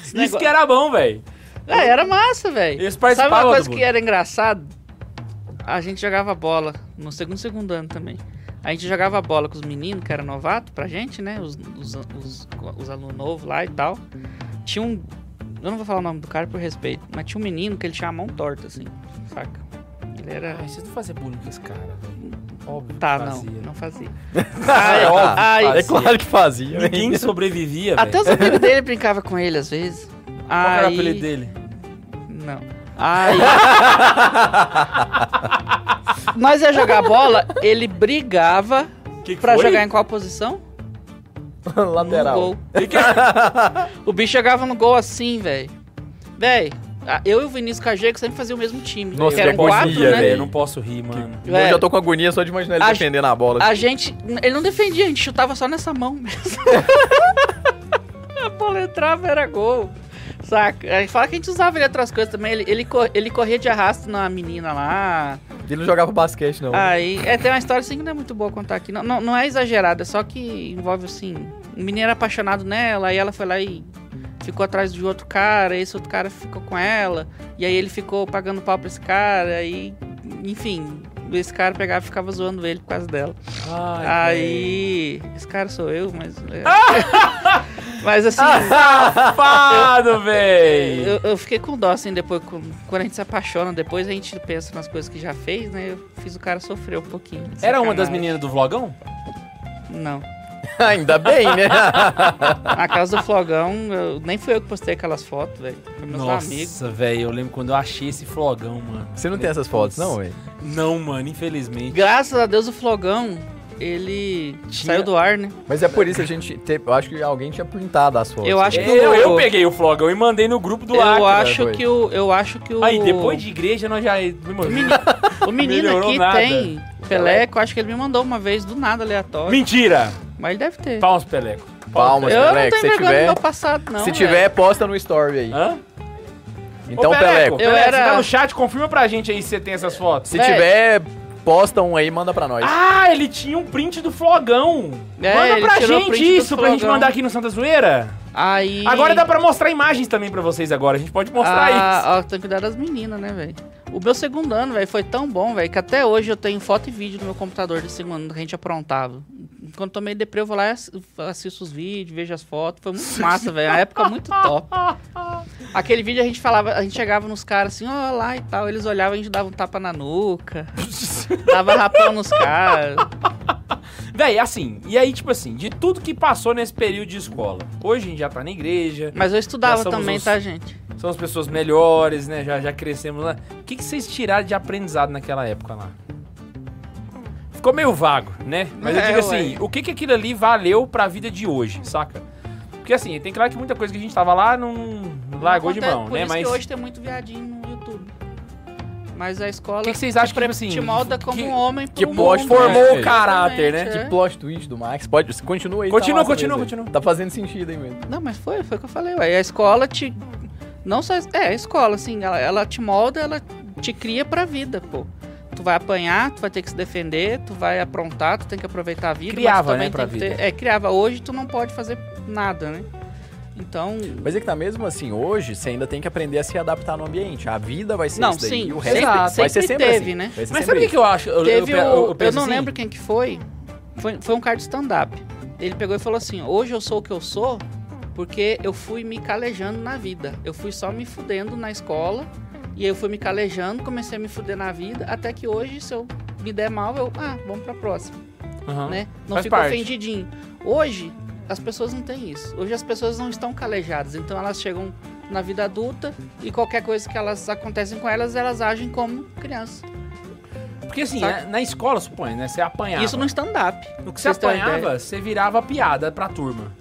Speaker 2: Esse
Speaker 1: Isso
Speaker 2: negócio-
Speaker 1: que era bom, véi.
Speaker 2: é, era massa, velho.
Speaker 1: Eles
Speaker 2: Sabe
Speaker 1: participavam
Speaker 2: uma coisa
Speaker 1: do
Speaker 2: que era engraçado? A gente jogava bola no segundo segundo ano também. A gente jogava bola com os meninos, que era novato pra gente, né? Os, os, os, os alunos novos lá e tal. Tinha um. Eu não vou falar o nome do cara por respeito, mas tinha um menino que ele tinha a mão torta, assim, saca? Ele era.
Speaker 1: Ai, vocês não faziam bullying com esse cara, velho. Óbvio. que
Speaker 2: É. Tá, não,
Speaker 1: fazia. né?
Speaker 2: não fazia.
Speaker 3: Ah, é óbvio,
Speaker 2: ai,
Speaker 3: É claro que fazia.
Speaker 1: Ninguém sobrevivia, velho.
Speaker 2: Até os amigos dele brincavam com ele às vezes.
Speaker 1: Qual que era o
Speaker 2: Aí-
Speaker 1: apelido dele?
Speaker 2: Não. Aí. Nós ia jogar bola, ele brigava
Speaker 1: Que que
Speaker 2: pra
Speaker 1: foi?
Speaker 2: jogar em qual posição?
Speaker 3: Lateral.
Speaker 2: No gol.
Speaker 1: Que que-
Speaker 2: O bicho chegava no gol assim, velho. Véi, a- eu e o Vinícius Cajego sempre fazia o mesmo time.
Speaker 3: Nossa,
Speaker 2: que eram
Speaker 3: depois
Speaker 2: quatro,
Speaker 3: ia,
Speaker 2: né?
Speaker 1: Velho, eu
Speaker 3: velho.
Speaker 1: não posso rir, mano.
Speaker 3: Eu já
Speaker 2: Velho,
Speaker 3: tô com agonia só de imaginar ele
Speaker 2: A-
Speaker 3: defendendo a bola.
Speaker 2: A gente. Ele não defendia, a gente chutava só nessa mão mesmo. a bola entrava, era gol. Saca? Aí fala que a gente usava ele em outras coisas também. Ele, ele, cor- ele corria de arrasto na menina lá.
Speaker 3: Ele não jogava basquete, não.
Speaker 2: Aí, é, tem uma história assim que não é muito boa contar aqui. Não, não, não é exagerada, é só que envolve assim. Um menino era apaixonado nela, aí ela foi lá e ficou atrás de outro cara, esse outro cara ficou com ela, e aí ele ficou pagando pau pra esse cara, e enfim, esse cara pegava e ficava zoando ele por causa dela. aí. Esse cara sou eu, mas. é.
Speaker 1: Ah!
Speaker 2: mas assim.
Speaker 1: Safado, velho!
Speaker 2: Eu, eu fiquei com dó, assim, depois, com- quando a gente se apaixona, depois a gente pensa nas coisas que já fez, né? Eu fiz o cara sofrer um pouquinho.
Speaker 1: Era uma
Speaker 2: Sacanagem.
Speaker 1: das meninas do vlogão?
Speaker 2: Não.
Speaker 3: Ainda bem, né?
Speaker 2: A casa do Flogão, eu- nem fui eu que postei aquelas fotos, velho. Foi meus amigos.
Speaker 1: Nossa, velho, eu lembro quando eu achei esse flogão, mano.
Speaker 3: Você não tem essas fotos, não, velho?
Speaker 1: Não, mano, infelizmente.
Speaker 2: Graças a Deus o Flogão ele
Speaker 3: Tinha-
Speaker 2: saiu do ar, né?
Speaker 3: Mas é por isso que a gente. teve- eu acho que alguém tinha printado as fotos. É.
Speaker 2: Eu acho que
Speaker 1: Eu,
Speaker 2: o-
Speaker 1: eu peguei o Flogão e mandei no grupo do
Speaker 2: eu
Speaker 1: Acre. né,
Speaker 2: acho
Speaker 3: doido.
Speaker 2: que o eu acho que o
Speaker 1: Aí, depois de igreja, nós já...
Speaker 2: o menino
Speaker 1: melhorou
Speaker 2: aqui
Speaker 1: nada.
Speaker 2: tem Peleco, acho que ele me mandou uma vez do nada aleatório,
Speaker 1: Mentira!
Speaker 2: mas ele deve ter.
Speaker 1: Palmas, Peleco.
Speaker 3: Palmas,
Speaker 2: eu
Speaker 1: né,
Speaker 3: Peleco,
Speaker 2: não tenho
Speaker 3: se
Speaker 2: vergonha
Speaker 3: tiver-
Speaker 2: do meu passado não. né?
Speaker 3: Se
Speaker 2: velho.
Speaker 3: tiver, posta no story aí.
Speaker 1: Hã?
Speaker 3: Então,
Speaker 1: Ô,
Speaker 3: Peleco,
Speaker 2: Eu
Speaker 1: Peleco,
Speaker 2: era-
Speaker 1: você tá no chat, confirma pra gente aí se você tem essas fotos.
Speaker 3: se
Speaker 2: Véi.
Speaker 3: tiver, posta um aí e manda pra nós.
Speaker 1: Ah, ele tinha um print do Flogão.
Speaker 2: É,
Speaker 1: Manda
Speaker 2: ele
Speaker 1: pra
Speaker 2: tirou
Speaker 1: gente
Speaker 2: print do
Speaker 1: isso, pra gente
Speaker 2: Flogão.
Speaker 1: mandar aqui no Santa Zoeira.
Speaker 2: Aí
Speaker 1: Agora dá pra mostrar imagens também pra vocês agora. A gente pode mostrar isso.
Speaker 2: ah, Ó, tem que cuidar das meninas, né, velho? O meu segundo ano, velho, foi tão bom, velho, que até hoje eu tenho foto e vídeo no meu computador do segundo ano que a gente aprontava. Quando eu tô meio deprê, eu vou lá e ass- assisto os vídeos, vejo as fotos. Foi muito massa, velho. Uma época muito top. Aquele vídeo a gente falava, a gente chegava nos caras assim, ó lá e tal. Eles olhavam, a gente dava um tapa na nuca. dava rapão nos caras.
Speaker 1: Véi, assim, e aí, tipo assim, de tudo que passou nesse período de escola. Hoje a gente já tá na igreja,
Speaker 2: Mas eu
Speaker 1: Já
Speaker 2: estudava
Speaker 1: somos
Speaker 2: também,
Speaker 1: uns-
Speaker 2: tá, gente?
Speaker 1: são as pessoas melhores, né? Já, já crescemos lá. O que, que vocês tiraram de aprendizado naquela época lá? Ficou meio vago, né? Mas eu
Speaker 2: É,
Speaker 1: digo
Speaker 2: ué.
Speaker 1: assim, o que, que aquilo ali valeu pra vida de hoje, saca? Porque assim, tem claro que muita coisa que a gente tava lá não largou de
Speaker 2: Acontece-
Speaker 1: mão,
Speaker 2: por
Speaker 1: né?
Speaker 2: Isso
Speaker 1: Mas
Speaker 2: que hoje
Speaker 1: o
Speaker 2: tem muito viadinho no YouTube. Mas a escola
Speaker 1: que, que vocês acham que, tipo assim,
Speaker 2: te molda como
Speaker 1: que-
Speaker 2: um homem
Speaker 3: que
Speaker 2: pro
Speaker 3: poste-
Speaker 2: mundo,
Speaker 3: formou
Speaker 2: né?
Speaker 3: o
Speaker 1: caráter,
Speaker 2: Exatamente,
Speaker 1: né?
Speaker 2: é.
Speaker 3: Plot twist do Max, pode. Continua aí.
Speaker 1: Continua,
Speaker 3: massa
Speaker 1: continua,
Speaker 3: mesmo,
Speaker 1: continua.
Speaker 3: velho. Tá fazendo sentido aí mesmo.
Speaker 2: Não, mas foi, foi o que eu falei, ué. A escola te... Não só... É, a escola, assim, ela, ela te molda, ela te cria pra vida, pô. Tu vai apanhar, tu vai ter que se defender, tu vai aprontar, tu tem que aproveitar a vida.
Speaker 1: Criava,
Speaker 2: mas tu também
Speaker 1: né, pra
Speaker 2: tem que
Speaker 1: vida.
Speaker 2: Ter... É, criava. Hoje tu não pode fazer nada, né? Então...
Speaker 3: Mas é que tá mesmo assim, hoje você ainda tem que aprender a se adaptar no ambiente. A vida vai ser
Speaker 2: Não,
Speaker 3: isso daí.
Speaker 2: sim,
Speaker 3: e o resto
Speaker 2: sempre,
Speaker 1: Exato.
Speaker 3: vai ser
Speaker 2: sempre
Speaker 3: sempre
Speaker 2: teve,
Speaker 3: assim.
Speaker 2: né?
Speaker 3: Vai ser
Speaker 1: Mas
Speaker 3: sempre
Speaker 1: sabe o que,
Speaker 3: isso.
Speaker 1: que eu acho? Eu,
Speaker 2: Teve
Speaker 1: eu,
Speaker 2: o- eu,
Speaker 1: penso
Speaker 2: não
Speaker 1: assim,
Speaker 2: lembro quem que foi. Foi, foi um cara de stand-up. Ele pegou e falou assim: hoje eu sou o que eu sou porque eu fui me calejando na vida. Eu fui só me fudendo na escola. E aí eu fui me calejando, comecei a me fuder na vida. Até que hoje, se eu me der mal, eu. Ah, vamos pra próxima,
Speaker 1: Aham.
Speaker 2: né? Não
Speaker 1: Faz
Speaker 2: fico
Speaker 1: parte.
Speaker 2: ofendidinho. Hoje, as pessoas não têm isso. Hoje as pessoas não estão calejadas. Então elas chegam na vida adulta e qualquer coisa que elas acontecem com elas, elas agem como criança.
Speaker 1: Porque assim,
Speaker 2: Saca?
Speaker 1: na, na escola, suponho, né? Você apanhava.
Speaker 2: Isso no stand-up.
Speaker 1: No que você
Speaker 2: Vocês têm uma
Speaker 1: apanhava, você virava piada pra turma.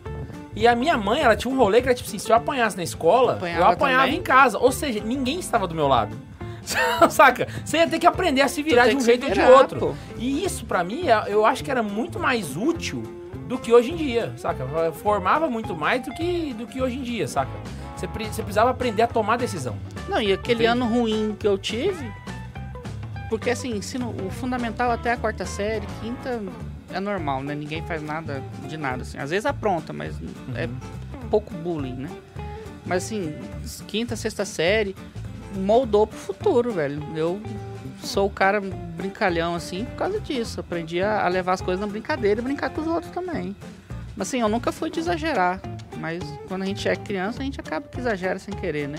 Speaker 1: E a minha mãe, ela tinha um rolê que era tipo assim, se eu apanhasse na escola, eu
Speaker 2: Apanhava
Speaker 1: apanhava
Speaker 2: também?
Speaker 1: em casa. Ou seja, ninguém estava do meu lado. Saca? Você ia ter que aprender a se
Speaker 2: Tu
Speaker 1: virar
Speaker 2: tem
Speaker 1: de um
Speaker 2: que
Speaker 1: jeito
Speaker 2: se
Speaker 1: ou de
Speaker 2: virar,
Speaker 1: outro.
Speaker 2: pô.
Speaker 1: E isso, pra mim, é- eu acho que era muito mais útil do que hoje em dia, saca? Eu Formava muito mais do que, do que hoje em dia, saca? Você, pre- você precisava aprender a tomar decisão.
Speaker 2: Não, e
Speaker 1: Entendi.
Speaker 2: aquele ano ruim que eu tive, porque assim, ensino o fundamental até a quarta série, quinta é normal, né? Ninguém faz nada de nada, assim. Às vezes apronta, mas é pouco bullying, né? Mas assim, quinta, sexta série moldou pro futuro, velho. Eu sou o cara brincalhão, assim, por causa disso. Aprendi a a levar as coisas na brincadeira e brincar com os outros também. Mas assim, eu nunca fui de exagerar. Mas quando a gente é criança, a gente acaba que exagera sem querer, né?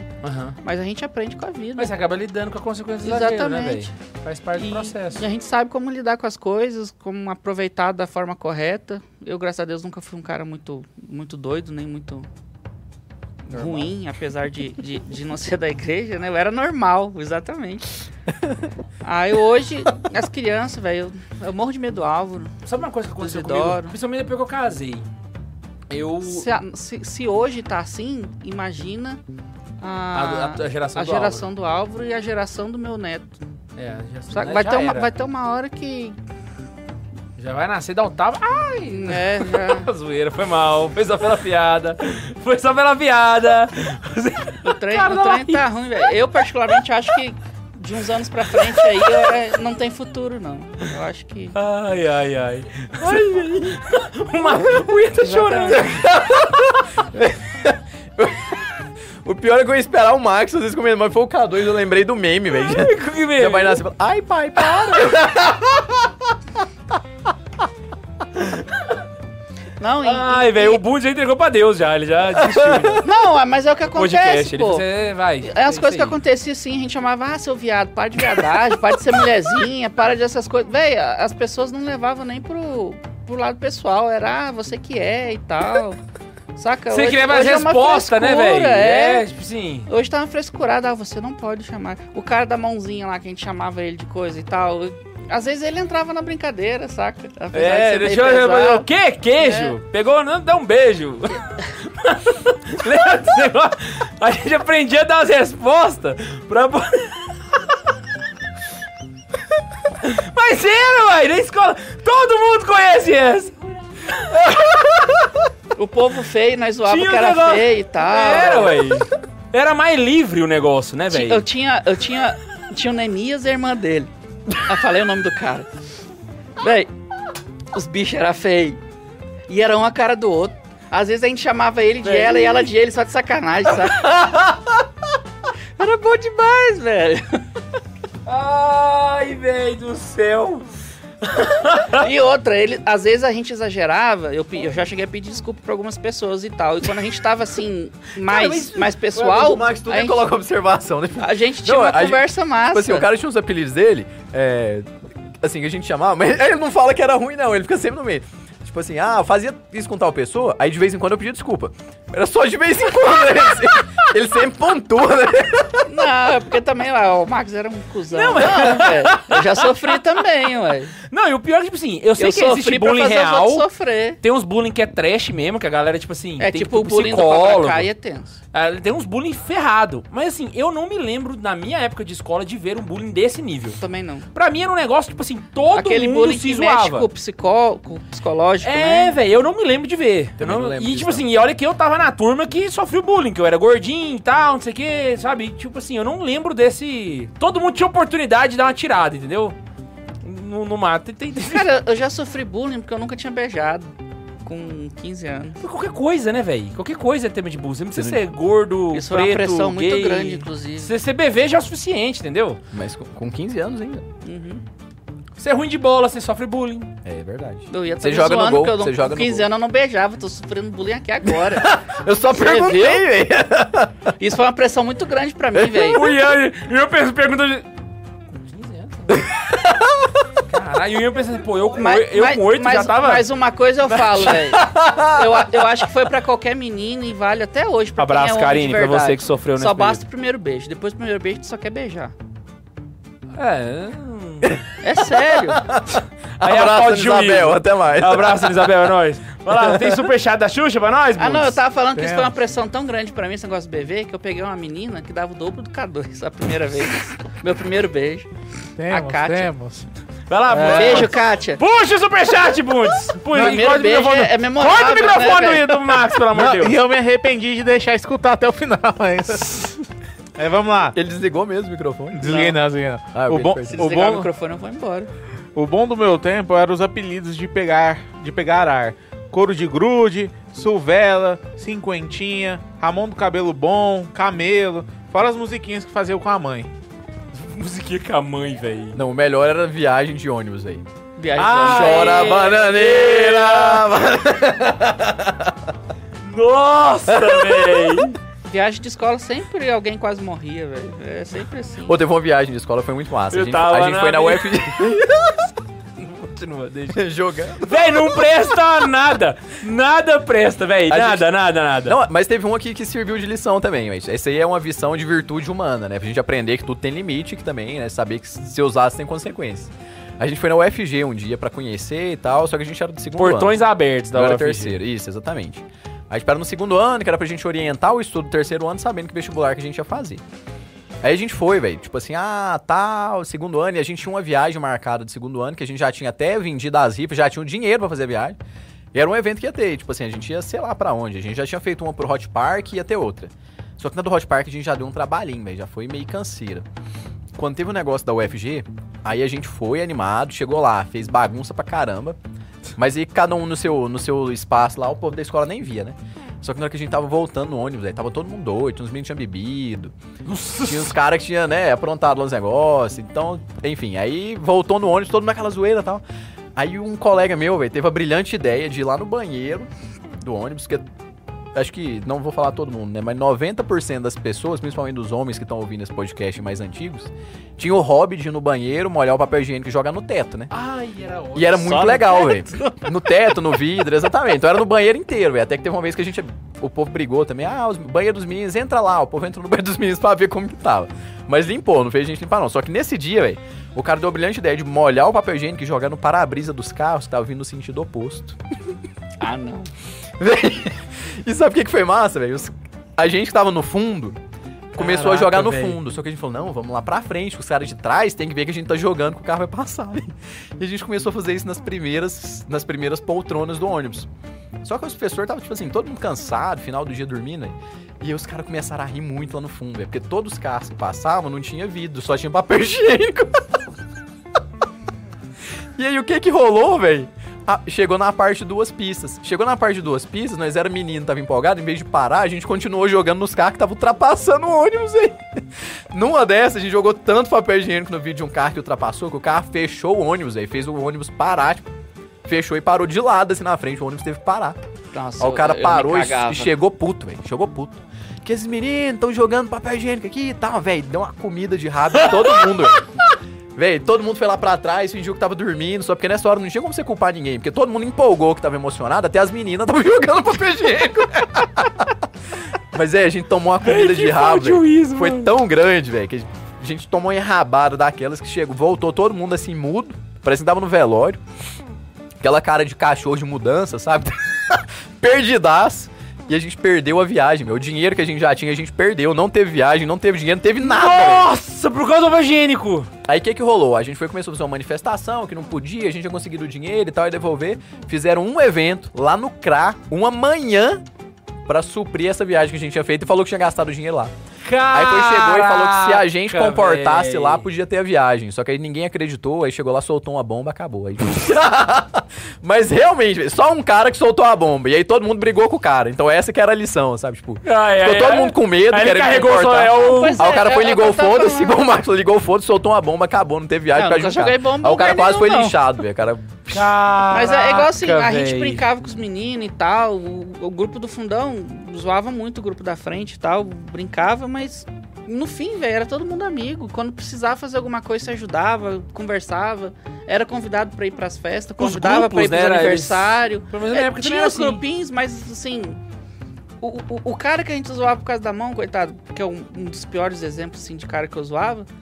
Speaker 2: Mas a gente aprende com a vida.
Speaker 1: Mas você acaba lidando com a consequência do exagero, né, velho?
Speaker 2: Exatamente.
Speaker 1: Faz parte do
Speaker 2: E-
Speaker 1: processo.
Speaker 2: E a gente sabe como lidar com as coisas, como aproveitar da forma correta. Eu, graças a Deus, nunca fui um cara muito, muito doido, nem muito ruim, apesar de, de, de não ser da igreja, né? Eu era normal, exatamente. Aí hoje, as crianças, velho, eu, eu morro de medo do Álvaro.
Speaker 1: Sabe uma coisa que aconteceu
Speaker 2: Desidoro.
Speaker 1: comigo? Principalmente depois que eu casei. Eu...
Speaker 2: Se, a- se- se hoje tá assim, imagina
Speaker 1: A,
Speaker 2: a,
Speaker 1: a- a geração
Speaker 2: a
Speaker 1: do
Speaker 2: geração do Álvaro e a geração do meu neto.
Speaker 1: Álvaro. É, a geração
Speaker 2: Sabe?
Speaker 1: do
Speaker 2: Vai,
Speaker 1: já
Speaker 2: ter uma,
Speaker 1: era.
Speaker 2: vai ter uma hora que.
Speaker 1: Já vai nascer da oitava.
Speaker 2: Né, já...
Speaker 1: Ah, zoeira, foi mal. Foi só pela piada. Foi só pela piada.
Speaker 2: O trem,
Speaker 1: Cara,
Speaker 2: o
Speaker 1: não,
Speaker 2: trem tá ruim, velho. Eu, particularmente, acho que de uns anos pra frente aí é, não tem futuro, não. Eu acho que.
Speaker 1: Ai, ai, ai. Uma... O Ian tá chorando.
Speaker 3: O pior é que eu ia esperar o Max, às vezes comendo, mas foi o K2, eu lembrei do meme, velho. Já,
Speaker 1: Que
Speaker 3: já
Speaker 1: mesmo.
Speaker 3: vai nascer e fala, ai pai, para!
Speaker 2: Não, e-
Speaker 1: Ai, velho, o Bundes já entregou pra Deus já. Ele já desistiu. já.
Speaker 2: Não, mas é o que acontece,
Speaker 1: Podcast. Ele
Speaker 2: pô.
Speaker 1: você vai.
Speaker 2: É as coisas que
Speaker 1: acontecem.
Speaker 2: aconteciam assim, a gente chamava, ah, seu viado, para de viadagem, para de ser mulherzinha, para dessas coisas. Véi, as pessoas não levavam nem pro, pro lado pessoal, era, ah, você que é e tal. Saca?
Speaker 1: Você
Speaker 2: Hoje-
Speaker 1: queria mais
Speaker 2: hoje é uma
Speaker 1: resposta, né,
Speaker 2: frescura,
Speaker 1: velho?
Speaker 2: É,
Speaker 1: tipo assim.
Speaker 2: Hoje tá uma frescurada, ah, você não pode chamar. O cara da mãozinha lá que a gente chamava ele de coisa e tal. Às vezes ele entrava na brincadeira, saca? Apesar
Speaker 1: É,
Speaker 2: de ser
Speaker 1: deixa
Speaker 2: meio
Speaker 1: eu.
Speaker 2: pesado. É.
Speaker 1: O quê? Queijo? Pegou, não, dá um beijo. Lembra desse negócio? A gente aprendia a dar as respostas pra. po- Mas era, uai, na escola. Todo mundo conhece essa.
Speaker 2: O povo feio, nós zoava
Speaker 1: Tinha
Speaker 2: que
Speaker 1: um
Speaker 2: era
Speaker 1: negócio- É,
Speaker 2: feio e tal.
Speaker 1: Era, uai. Era mais livre o negócio, né,
Speaker 2: Ti- Eu
Speaker 1: velho?
Speaker 2: tinha, eu tinha, tinha o Nemias e a irmã dele. Eu falei o nome do cara. Véi, os bichos eram feios. E era um a cara do outro. Às vezes a gente chamava ele de
Speaker 1: Véi.
Speaker 2: ela e ela de ele, só de sacanagem, sabe? era bom demais, velho.
Speaker 1: Ai, velho do céu.
Speaker 2: E outra, ele, às vezes a gente exagerava, eu, pe- eu já cheguei a pedir desculpa pra algumas pessoas e tal. E quando a gente tava assim, mais,
Speaker 3: mas-
Speaker 2: mais pessoal,
Speaker 3: O Max, tu
Speaker 2: a
Speaker 1: é
Speaker 3: nem
Speaker 2: gente,
Speaker 3: coloca observação, né?
Speaker 2: a gente tinha
Speaker 3: Não,
Speaker 2: uma
Speaker 3: a gente-
Speaker 2: conversa
Speaker 3: Tipo
Speaker 2: massa.
Speaker 3: assim, o cara tinha uns apelidos dele, é, assim, que a gente chamava, mas ele não fala que era ruim, não, ele fica sempre no meio. Tipo assim, ah, eu fazia isso com tal pessoa, aí de vez em quando eu pedia desculpa. Era só de vez em quando, né? Ele sempre- Ele sempre pontua, né?
Speaker 2: Não, é porque também lá, o Marcos era um cuzão.
Speaker 1: Não,
Speaker 2: Não,
Speaker 1: mas-
Speaker 2: velho. Eu já sofri também, ué.
Speaker 1: Não, e o pior é que, tipo assim, eu sei
Speaker 2: Eu
Speaker 1: que existe
Speaker 2: sofri pra
Speaker 1: bullying
Speaker 2: fazer os
Speaker 1: real.
Speaker 2: outros sofrer.
Speaker 1: Tem uns bullying que é trash mesmo, que a galera, tipo assim,
Speaker 2: É
Speaker 1: tem
Speaker 2: tipo o
Speaker 1: que ir pro
Speaker 2: bullying do
Speaker 1: psicólogo.
Speaker 2: Cobra Kai é tenso.
Speaker 1: Ah, Tem uns bullying ferrado. Mas assim, eu não me lembro, na minha época de escola, de ver um bullying desse nível.
Speaker 2: Também não.
Speaker 1: Pra mim era um negócio, tipo assim, todo
Speaker 2: Aquele
Speaker 1: mundo
Speaker 2: bullying
Speaker 1: se
Speaker 2: que mexe com o,
Speaker 1: zoava.
Speaker 2: psicó... com o psicológico,
Speaker 1: É,
Speaker 2: né?
Speaker 1: velho, eu não me lembro de ver. Eu
Speaker 3: Também
Speaker 1: não-
Speaker 3: não lembro
Speaker 1: e
Speaker 3: disso,
Speaker 1: tipo assim, e olha que eu tava na turma que sofreu bullying, que eu era gordinho e tal, não sei o que, sabe? E, Tipo assim, eu não lembro desse. Todo mundo tinha oportunidade de dar uma tirada, entendeu? No, no mato. Tem, tem-
Speaker 2: Cara, eu já sofri bullying porque eu nunca tinha beijado. Com 15 anos.
Speaker 1: Qualquer coisa, né, velho? Qualquer coisa é tema de bullying. Você não precisa ser gordo,
Speaker 2: Isso
Speaker 1: preto,
Speaker 2: foi uma pressão
Speaker 1: gay.
Speaker 2: muito grande, inclusive.
Speaker 1: Ser, ser BV já é o suficiente, entendeu?
Speaker 3: Mas com, com 15 anos ainda.
Speaker 2: Uhum.
Speaker 1: Você é ruim de bola, você sofre bullying.
Speaker 3: É verdade.
Speaker 2: Eu ia tá
Speaker 3: Você
Speaker 2: me
Speaker 3: joga no
Speaker 2: zoando,
Speaker 3: gol,
Speaker 2: porque Eu não...
Speaker 3: você joga
Speaker 2: com
Speaker 3: no
Speaker 2: 15
Speaker 3: gol.
Speaker 2: anos eu não beijava, tô sofrendo bullying aqui agora.
Speaker 3: Eu só
Speaker 2: Você
Speaker 3: perguntei,
Speaker 2: viu?
Speaker 3: velho.
Speaker 2: Isso foi uma pressão muito grande pra mim, velho.
Speaker 1: O Ian, e eu penso, pergunta. de- Com 15 anos, né? Caralho, e o Ian pensa assim, pô, eu com oi- eu com 8 já
Speaker 2: mas-
Speaker 1: tava.
Speaker 2: mas uma coisa eu falo, velho. Eu, a- eu acho que foi pra qualquer menino e vale até hoje. pra quem é
Speaker 1: Abraço,
Speaker 2: homem
Speaker 1: Karine,
Speaker 2: de
Speaker 1: pra
Speaker 2: verdade.
Speaker 1: você que sofreu nesse
Speaker 2: Só basta o primeiro beijo. Depois do primeiro beijo, tu só quer beijar.
Speaker 1: período. É. hum.
Speaker 2: É sério.
Speaker 1: Aí
Speaker 3: Abraço,
Speaker 1: aplaude o
Speaker 3: Isabel,
Speaker 1: Ian.
Speaker 3: até mais.
Speaker 1: Abraço, Isabel, é nóis. Vai lá, tem superchat da Xuxa pra nós,
Speaker 2: ah, não,
Speaker 1: Bundes?
Speaker 2: eu tava falando que isso foi uma
Speaker 1: Deus.
Speaker 2: pressão tão grande pra mim, esse negócio de beber, que eu peguei uma menina que dava o dobro do K2 a primeira vez. Meu primeiro beijo.
Speaker 4: Temos,
Speaker 2: Kátia.
Speaker 4: temos.
Speaker 1: Vai lá, Bundes.
Speaker 2: Beijo, Kátia.
Speaker 1: Puxa o superchat, Bundes. Puxa, e
Speaker 2: Primeiro
Speaker 1: corta o
Speaker 2: beijo
Speaker 1: microfone.
Speaker 2: é, é memorável.
Speaker 1: Corta o
Speaker 2: né,
Speaker 1: microfone do
Speaker 2: velho?
Speaker 1: Ian do Max, pelo amor de
Speaker 4: Não,
Speaker 1: Deus.
Speaker 4: e eu me arrependi de deixar escutar até o final, mas. é, vamos lá.
Speaker 3: Ele desligou mesmo o microfone?
Speaker 4: Desliguei não, desliguei não.
Speaker 3: Ah, eu
Speaker 4: o, bom,
Speaker 3: pensei.
Speaker 2: Se
Speaker 4: o,
Speaker 2: desligar o
Speaker 4: bom,
Speaker 2: microfone, eu vou embora.
Speaker 4: o bom do meu tempo eram os apelidos de pegar, de pegar ar. Couro de grude, Silvela, Cinquentinha, Ramon do Cabelo Bom, Camelo. Fora as musiquinhas que fazia com a mãe.
Speaker 1: Musiquinha com a mãe, velho.
Speaker 3: Não, o melhor era viagem de ônibus, velho.
Speaker 2: Viagem
Speaker 1: Ah,
Speaker 3: Chora
Speaker 1: é.
Speaker 3: bananeira!
Speaker 1: Nossa, velho.
Speaker 2: Viagem de escola sempre alguém quase morria, velho. É sempre assim.
Speaker 3: Ou teve uma viagem de escola, foi muito massa.
Speaker 1: Eu
Speaker 3: a gente,
Speaker 1: tava
Speaker 3: a gente
Speaker 1: na
Speaker 3: foi na
Speaker 1: minha-
Speaker 3: UF
Speaker 1: Continua, deixa.
Speaker 3: jogando.
Speaker 1: Véi, não presta nada. Nada presta, véi.
Speaker 3: A
Speaker 1: Nada,
Speaker 3: gente-
Speaker 1: nada, nada.
Speaker 3: Não, mas teve um aqui que serviu de lição também, mas essa aí é uma visão de virtude humana, né? Pra gente aprender que tudo tem limite, que também, né? Saber que se usasse tem consequências. A gente foi na UFG um dia pra conhecer e tal, só que a gente era do segundo ano.
Speaker 1: Portões abertos da
Speaker 3: Eu era
Speaker 1: hora.
Speaker 3: é terceiro, isso, exatamente. A gente parou no segundo ano, que era pra gente orientar o estudo do terceiro ano, sabendo que vestibular que a gente ia fazer. Aí a gente foi, velho, tipo assim, ah, tal, segundo ano, e a gente tinha uma viagem marcada de segundo ano, que a gente já tinha até vendido as rifas, já tinha o dinheiro pra fazer a viagem. E era um evento que ia ter, tipo assim, a gente ia sei lá pra onde, a gente já tinha feito uma pro Hot Park e ia ter outra. Só que na do Hot Park a gente já deu um trabalhinho, velho, já foi meio canseira. Quando teve o negócio da UFG, aí a gente foi animado, chegou lá, fez bagunça pra caramba. Mas aí cada um no seu, no seu espaço lá, o povo da escola nem via, né? Só que na hora que a gente tava voltando no ônibus, aí tava todo mundo doido, tinha uns meninos que tinham bebido, tinha uns caras que tinham, né, aprontado lá os negócios, então, enfim, aí voltou no ônibus, todo mundo naquela zoeira e tal. Aí um colega meu, velho, teve a brilhante ideia de ir lá no banheiro do ônibus, que acho que, não vou falar todo mundo, né, mas 90% das pessoas, principalmente dos homens que estão ouvindo esse podcast mais antigos, tinha o hobby de ir no banheiro, molhar o papel higiênico e jogar no teto, né?
Speaker 1: Ai, era ótimo.
Speaker 3: E era
Speaker 1: Só
Speaker 3: muito
Speaker 1: no-
Speaker 3: legal, velho. No teto, no vidro, exatamente. Então era no banheiro inteiro, velho. Até que teve uma vez que a gente. O povo brigou também. Ah, os banheiro dos meninos, entra lá. O povo entrou no banheiro dos meninos pra ver como que tava. Mas limpou, não fez gente limpar, não. Só que nesse dia, velho, o cara deu a brilhante ideia de molhar o papel higiênico e jogar no para-brisa dos carros que tava vindo no sentido oposto.
Speaker 2: Ah, não.
Speaker 3: Véi, e sabe o que, que foi massa, velho? Os- A gente que tava no fundo começou
Speaker 6: Caraca,
Speaker 3: a jogar no
Speaker 6: véi.
Speaker 3: fundo. Só que a gente falou, não, vamos lá pra frente. Os caras de trás tem que ver que a gente tá jogando que o carro vai passar. véi. E a gente começou a fazer isso nas primeiras, nas primeiras poltronas do ônibus. Só que os professores tava tipo assim, todo mundo cansado, final do dia dormindo, véi. E aí os caras começaram a rir muito lá no fundo, velho. Porque todos os carros que passavam não tinha vidro, só tinha papel higiênico. e aí o que que rolou, velho? Ah, chegou na parte de duas pistas. Chegou na parte de duas pistas, nós era menino, tava empolgado, em vez de parar, a gente continuou jogando nos carros que tava ultrapassando o ônibus, hein? Numa dessas, a gente jogou tanto papel higiênico no vídeo de um carro que ultrapassou que o carro fechou o ônibus, aí fez o ônibus parar, tipo, fechou e parou de lado assim na frente, o ônibus teve que parar.
Speaker 2: Nossa,
Speaker 3: Aí o cara
Speaker 2: eu- eu me
Speaker 3: parou e-
Speaker 2: cagava.
Speaker 3: e chegou puto, velho. Chegou puto. Que esses meninos estão jogando papel higiênico aqui e tal, velho. Deu uma comida de rabo em todo mundo, velho. Véi, todo mundo foi lá pra trás, fingiu que tava dormindo, só porque nessa hora não tinha como você culpar ninguém, porque todo mundo empolgou que tava emocionado, até as meninas estavam jogando papel higiênico. Mas é, a gente tomou uma comida de rabo. velho. Foi tão grande, velho, que a gente tomou uma enrabada daquelas que chegou, voltou todo mundo assim mudo, parecia que tava no velório. Aquela cara de cachorro de mudança, sabe? perdidaço. E a gente perdeu a viagem, meu. O dinheiro que a gente já tinha, a gente perdeu. Não teve viagem, não teve dinheiro, não teve nada, velho.
Speaker 1: Nossa, por causa do papel higiênico!
Speaker 3: Aí o que que rolou? A gente foi começou a fazer uma manifestação que não podia, a gente tinha conseguido o dinheiro e tal, e devolver. Fizeram um evento lá no CRA, uma manhã, pra suprir essa viagem que a gente tinha feito e falou que tinha gastado o dinheiro lá. Aí depois chegou e falou que se a gente
Speaker 1: Caraca,
Speaker 3: comportasse
Speaker 1: véi.
Speaker 3: lá, podia ter a viagem. Só que aí ninguém acreditou, aí chegou lá, soltou uma bomba, acabou. Aí... Mas realmente, véi, só um cara que soltou a bomba. E aí todo mundo brigou com o cara. Então essa que era a lição, sabe? Tipo,
Speaker 1: Ai,
Speaker 3: ficou
Speaker 1: ai,
Speaker 3: todo
Speaker 1: ai.
Speaker 3: mundo com medo,
Speaker 1: É, Aí ele
Speaker 3: querendo
Speaker 1: carregou
Speaker 3: me
Speaker 1: só
Speaker 3: cortar.
Speaker 1: é o.
Speaker 2: Pois
Speaker 3: Aí o
Speaker 2: é,
Speaker 3: cara foi,
Speaker 2: é,
Speaker 3: ligou
Speaker 2: é
Speaker 3: o
Speaker 2: o que eu tava
Speaker 3: foda-se,
Speaker 2: falando.
Speaker 3: igual o Marcos ligou o foda-se, soltou uma bomba, acabou, não teve viagem
Speaker 2: Não,
Speaker 3: pra
Speaker 2: nunca
Speaker 3: ajudar.
Speaker 2: joguei bomba
Speaker 3: Aí o cara
Speaker 2: lugar
Speaker 3: quase foi
Speaker 2: nenhum, não.
Speaker 3: linchado, velho. o Cara...
Speaker 1: Caraca,
Speaker 2: Mas é, é igual assim, a gente
Speaker 6: véi.
Speaker 2: brincava com os meninos e tal, o, o grupo do fundão zoava muito o grupo da frente e tal, brincava, mas no fim, velho, era todo mundo amigo. Quando precisava fazer alguma coisa, se ajudava, conversava, era convidado pra ir pras festas, convidava pra
Speaker 1: grupos,
Speaker 2: ir pros
Speaker 1: né, era
Speaker 2: aniversário.
Speaker 1: Pelo menos na
Speaker 2: É,
Speaker 1: época também
Speaker 2: tinha
Speaker 1: era
Speaker 2: os
Speaker 1: assim.
Speaker 2: grupinhos, mas assim, o, o, o cara que a gente zoava por causa da mão, coitado, que é um, um dos piores exemplos assim, de cara que eu zoava,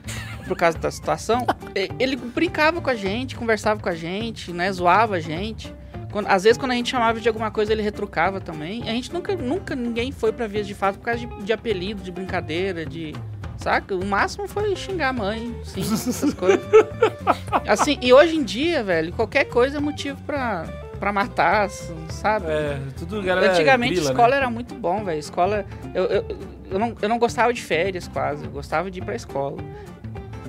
Speaker 2: por causa da situação, e- ele brincava com a gente, conversava com a gente, né? Zoava a gente. Quando- às vezes, quando a gente chamava de alguma coisa, ele retrucava também. A gente nunca, nunca ninguém foi pra vias de fato por causa de, de apelido, de brincadeira, de. Saca? O máximo foi xingar a mãe, sim, essas coisas. Assim, e hoje em dia, velho, qualquer coisa é motivo pra, pra matar, sabe?
Speaker 1: É, tudo galera.
Speaker 2: Antigamente
Speaker 1: grila,
Speaker 2: escola
Speaker 1: né?
Speaker 2: era muito bom, velho. Escola. Eu, eu, eu, não, eu não gostava de férias quase. Eu gostava de ir pra escola.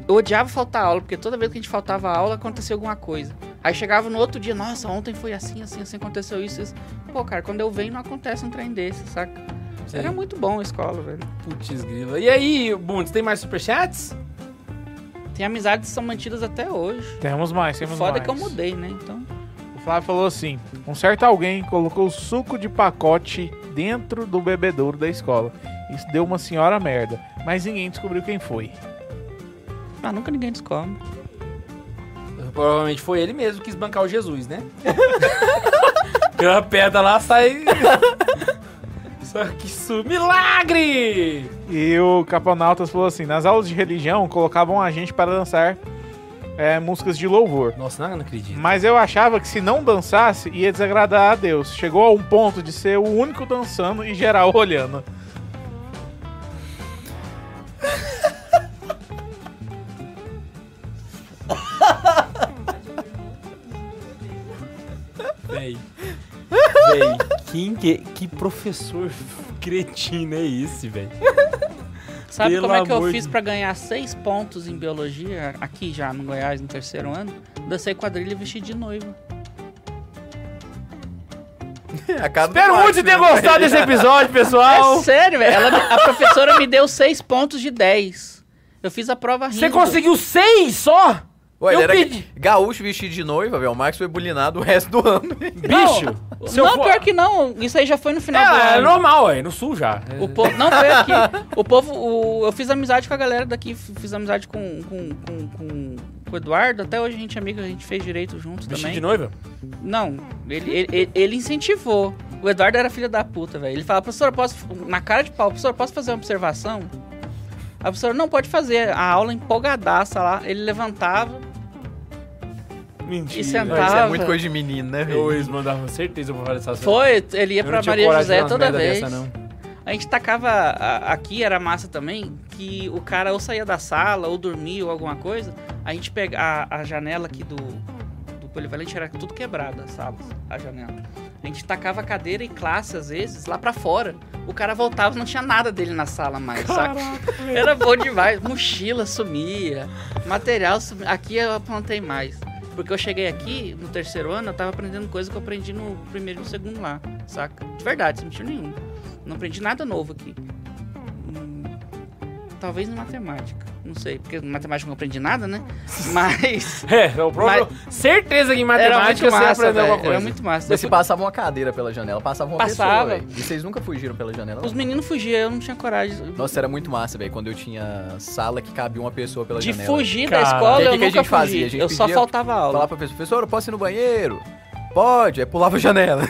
Speaker 2: Eu odiava faltar aula, porque toda vez que a gente faltava aula acontecia alguma coisa. Aí chegava no outro dia, nossa, ontem foi assim, assim, assim, aconteceu isso, isso. Pô, cara, quando eu venho não acontece um trem desse, saca?
Speaker 1: Sim.
Speaker 2: Era muito bom a escola, velho.
Speaker 1: Putz, grila. E aí, Bundes, tem mais superchats?
Speaker 2: Tem amizades que são mantidas até hoje.
Speaker 4: Temos mais,
Speaker 2: O
Speaker 4: temos
Speaker 2: foda
Speaker 4: mais.
Speaker 2: é que eu mudei, né? Então.
Speaker 4: O Flávio falou assim: um certo alguém colocou suco de pacote dentro do bebedouro da escola. Isso deu uma senhora merda, mas ninguém descobriu quem foi.
Speaker 2: Ah, nunca ninguém descobre.
Speaker 1: Provavelmente foi ele mesmo que quis bancar o Jesus, né? Tem uma pedra lá, sai. Só que isso. Milagre!
Speaker 4: E o Caponautas falou assim: nas aulas de religião colocavam a gente para dançar é, músicas de louvor.
Speaker 1: Nossa, não, não acredito.
Speaker 4: Mas eu achava que se não dançasse, ia desagradar a Deus. Chegou a um ponto de ser o único dançando e geral olhando.
Speaker 1: Véi. Véi, quem que, que professor cretino é esse, véi?
Speaker 2: Sabe
Speaker 1: Pelo
Speaker 2: como é que eu
Speaker 1: amor
Speaker 2: fiz
Speaker 1: de-
Speaker 2: pra ganhar seis pontos em biologia, aqui já no Goiás, no terceiro ano? Dancei quadrilha e vesti de noiva.
Speaker 3: A cara do
Speaker 1: Espero
Speaker 3: Marcos,
Speaker 1: muito
Speaker 3: né?
Speaker 1: ter gostado desse episódio, pessoal!
Speaker 2: É sério, velho. Ela me- A professora me deu seis pontos de 10. Eu fiz a prova rindo.
Speaker 1: Você conseguiu seis só?
Speaker 3: Ué,
Speaker 1: Eu
Speaker 3: ele era
Speaker 1: pedi.
Speaker 3: gaúcho vestido de noiva, velho. O Marcos foi bulinado o resto do ano.
Speaker 1: Bicho! se eu
Speaker 2: não,
Speaker 1: for-
Speaker 2: pior que não. Isso aí já foi no final do
Speaker 1: É, é
Speaker 2: ano.
Speaker 1: normal, é, no sul já.
Speaker 2: O povo, não foi aqui. O povo, o- eu fiz amizade com a galera daqui, f- fiz amizade com, com, com, com- com o Eduardo. Até hoje a gente é amigo, a gente fez direito junto
Speaker 1: Vestido
Speaker 2: também.
Speaker 1: de noiva?
Speaker 2: Não, ele, ele- ele- ele incentivou. O Eduardo era filho da puta, velho. Ele falava, professor, eu posso. Na cara de pau, professor, eu posso fazer uma observação? A professora, não, pode fazer. A aula empolgadaça lá. Ele levantava
Speaker 1: Mentira.
Speaker 2: e
Speaker 3: Não, isso
Speaker 2: sentava.
Speaker 3: é muito coisa de menino, né,
Speaker 1: Eu
Speaker 3: velho?
Speaker 1: ex mandava certeza pra fazer essas
Speaker 2: Foi, ele ia
Speaker 1: Eu
Speaker 2: pra
Speaker 1: não tinha
Speaker 2: Maria
Speaker 1: coragem de
Speaker 2: José
Speaker 1: fazer
Speaker 2: toda
Speaker 1: umas merda
Speaker 2: vez.
Speaker 1: dessa, não.
Speaker 2: A gente tacava a- aqui, era massa também, que o cara ou saía da sala, ou dormia, ou alguma coisa. A gente pega a, a janela aqui do, do Polivalente, era tudo quebrada, as salas, a janela. A gente tacava cadeira e classe, às vezes, lá pra fora. O cara voltava, não tinha nada dele na sala mais, saca? Era bom demais. Mochila sumia, material sumia. Aqui eu plantei mais. Porque eu cheguei aqui, no terceiro ano, eu tava aprendendo coisa que eu aprendi no primeiro e no segundo lá, saca? De verdade, sem mentira nenhuma. Não aprendi nada novo aqui. Hum, Talvez em matemática. Não sei, porque em matemática eu não aprendi nada, né? Mas.
Speaker 1: É, é o problema. Certeza que em
Speaker 2: era
Speaker 1: matemática
Speaker 2: muito
Speaker 1: você
Speaker 2: massa,
Speaker 1: aprendeu alguma
Speaker 2: velho.
Speaker 1: coisa.
Speaker 2: Era muito massa.
Speaker 3: Mas se
Speaker 2: Eu fui-
Speaker 3: passava uma cadeira pela janela, passava uma
Speaker 2: Passava.
Speaker 3: pessoa, velho. E vocês nunca fugiram pela janela? não?
Speaker 2: Os meninos fugiam, eu não tinha coragem.
Speaker 3: Nossa, era muito massa, velho. Quando eu tinha sala que cabia uma pessoa pela
Speaker 2: De
Speaker 3: janela.
Speaker 2: fugir
Speaker 1: Cara,
Speaker 2: da escola,
Speaker 3: que que
Speaker 2: eu
Speaker 3: a
Speaker 2: nunca
Speaker 3: gente
Speaker 2: fugi.
Speaker 3: fazia? A gente
Speaker 2: eu só
Speaker 3: pedia-
Speaker 2: faltava aula.
Speaker 3: Falar pra pessoa, professor, eu posso ir no banheiro? Pode, aí pulava a janela.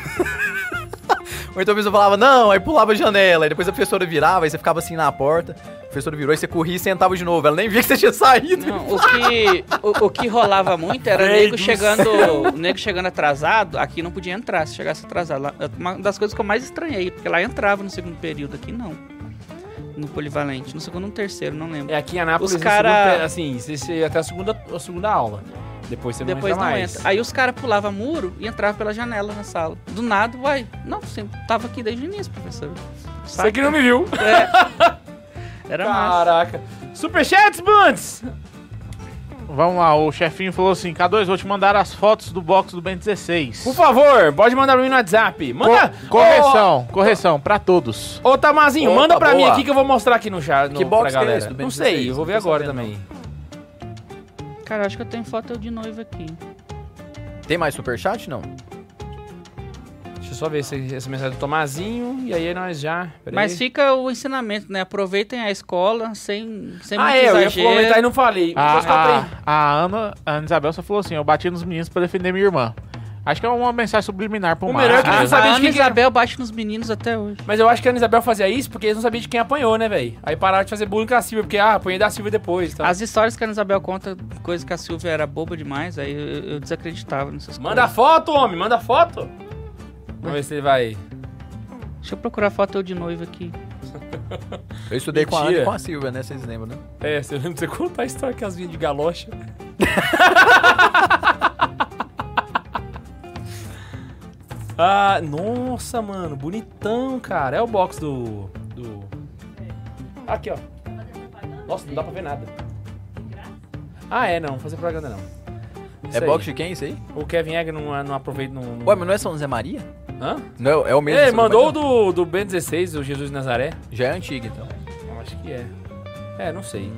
Speaker 3: Ou então a pessoa falava, não, aí pulava a janela. Aí depois a professora virava, aí você ficava assim na porta. A professora virou, aí você corria e sentava de novo. Ela nem via que você tinha saído.
Speaker 2: Não, o que, o, o que rolava muito era
Speaker 1: Véi do
Speaker 2: nego chegando, nego chegando atrasado, aqui não podia entrar se chegasse atrasado. Lá- Uma das coisas que eu mais estranhei, porque lá entrava no segundo período, aqui não. No polivalente, no segundo ou no terceiro, não lembro.
Speaker 1: É aqui em Anápolis,
Speaker 2: Os
Speaker 1: no
Speaker 2: cara-
Speaker 1: segundo pe- assim, você, você- até a segunda, a segunda aula. Depois você
Speaker 2: Depois
Speaker 1: não
Speaker 2: não
Speaker 1: entra mais.
Speaker 2: entra. Aí os caras pulavam muro e entravam pela janela na sala. Do nada, uai, não, você tava aqui desde o início, professor.
Speaker 1: Você que não me viu.
Speaker 2: Era massa.
Speaker 1: Caraca. Superchats, Bundes!
Speaker 4: Vamos lá, o chefinho falou assim: K2, vou te mandar as fotos do box do Ben 16.
Speaker 1: Por favor, pode mandar pra mim no WhatsApp. Manda.
Speaker 4: Co- correção, correção, pra todos.
Speaker 1: Ô, ô, Tamazinho,
Speaker 3: Opa,
Speaker 1: manda pra mim
Speaker 3: boa.
Speaker 1: aqui que eu vou mostrar aqui no chat. no-
Speaker 3: Que box
Speaker 1: pra
Speaker 3: que é
Speaker 1: galera.
Speaker 3: esse do Ben
Speaker 1: Não sei,
Speaker 3: 16?
Speaker 1: eu vou ver
Speaker 3: Não tô
Speaker 1: agora
Speaker 3: sabendo,
Speaker 1: também.
Speaker 2: Cara, acho que eu tenho foto de noiva aqui.
Speaker 3: Tem mais superchat, não?
Speaker 1: Deixa eu só ver esse- essa mensagem é do Tomazinho. E aí é nós já. peraí.
Speaker 2: Mas fica o ensinamento, né? Aproveitem a escola sem, sem
Speaker 1: Ah,
Speaker 2: muito
Speaker 1: é, eu ia
Speaker 2: exagero.
Speaker 1: comentar e não falei.
Speaker 4: A,
Speaker 1: Depois que eu
Speaker 4: a,
Speaker 1: aprendi.
Speaker 4: a Ana, a Ana Isabel só falou assim: eu bati nos meninos pra defender minha irmã. Acho que é uma mensagem subliminar um pro
Speaker 1: O melhor é que
Speaker 2: A,
Speaker 1: Eu não
Speaker 2: a
Speaker 4: Marcos.
Speaker 1: sabia de
Speaker 2: Ana
Speaker 1: quem que era.
Speaker 2: Isabel bate nos meninos até hoje.
Speaker 1: Mas eu acho que a Ana Isabel fazia isso porque eles não sabiam de quem apanhou, né, velho? Aí pararam de fazer bullying com a Silvia, porque, ah, apanhei da Silvia depois. Tá?
Speaker 2: As histórias que a Ana Isabel conta, coisa que a Silvia era boba demais, aí eu, eu desacreditava nessas
Speaker 1: Manda
Speaker 2: coisas.
Speaker 1: foto, homem, manda foto. Vamos ver se ele vai.
Speaker 2: Deixa eu procurar foto eu de noiva aqui.
Speaker 3: Eu estudei com a Ana
Speaker 1: Mentira.
Speaker 3: e com a Silvia, né? Vocês lembram, né?
Speaker 1: É, você lembra de você contar a história que as vinhas de galocha? ah, nossa, mano, bonitão, cara. É o box do. do... Aqui, ó. Nossa, não dá pra ver nada. Ah, é, não, fazer propaganda não. Isso
Speaker 3: é
Speaker 1: aí.
Speaker 3: box de quem isso aí?
Speaker 1: O Kevin Egg não, não aproveita. Não, não...
Speaker 3: Ué, mas não é São Zé Maria?
Speaker 1: Hã?
Speaker 3: Não, é o mesmo.
Speaker 1: Ele
Speaker 3: São Zé
Speaker 1: mandou o
Speaker 3: Maria?
Speaker 1: do, do Ben 16, o Jesus de Nazaré.
Speaker 3: Já é antigo, então.
Speaker 1: Eu acho que é. É, não sei.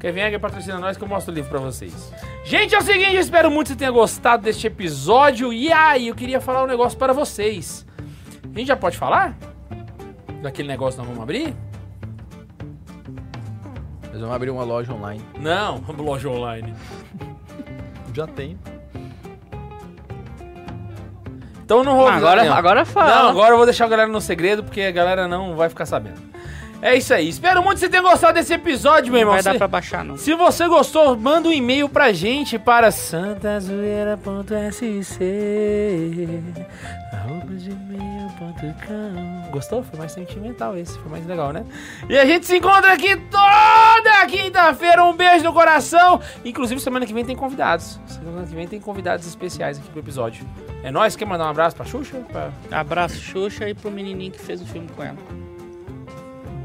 Speaker 1: Kevin Egger patrocina nós que eu mostro o livro pra vocês. Gente, é o seguinte, eu espero muito que você tenha gostado deste episódio. E aí, eu queria falar um negócio para vocês. A gente já pode falar? Daquele negócio que nós vamos abrir?
Speaker 3: Nós vamos abrir uma loja online.
Speaker 1: Não, loja online.
Speaker 3: Já tem.
Speaker 1: Então não vou...
Speaker 2: Ah, agora, agora fala.
Speaker 1: Não, agora eu vou deixar a galera no segredo, porque a galera não vai ficar sabendo. É isso aí. Espero muito que você tenha gostado desse episódio, meu irmão.
Speaker 2: Não vai dar
Speaker 1: Você-
Speaker 2: pra baixar, não.
Speaker 1: Se você gostou, manda um e-mail pra gente para santazoeira.sc arroba gmail.com. Gostou? Foi mais sentimental esse, foi mais legal, né? E a gente se encontra aqui toda quinta-feira. Um beijo no coração. Inclusive, semana que vem tem convidados. Semana que vem tem convidados especiais aqui pro episódio. É nóis. Quer mandar um abraço pra Xuxa? Pra-
Speaker 2: Abraço, Xuxa, e pro menininho que fez o filme com ela.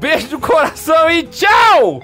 Speaker 1: Beijo no coração e tchau!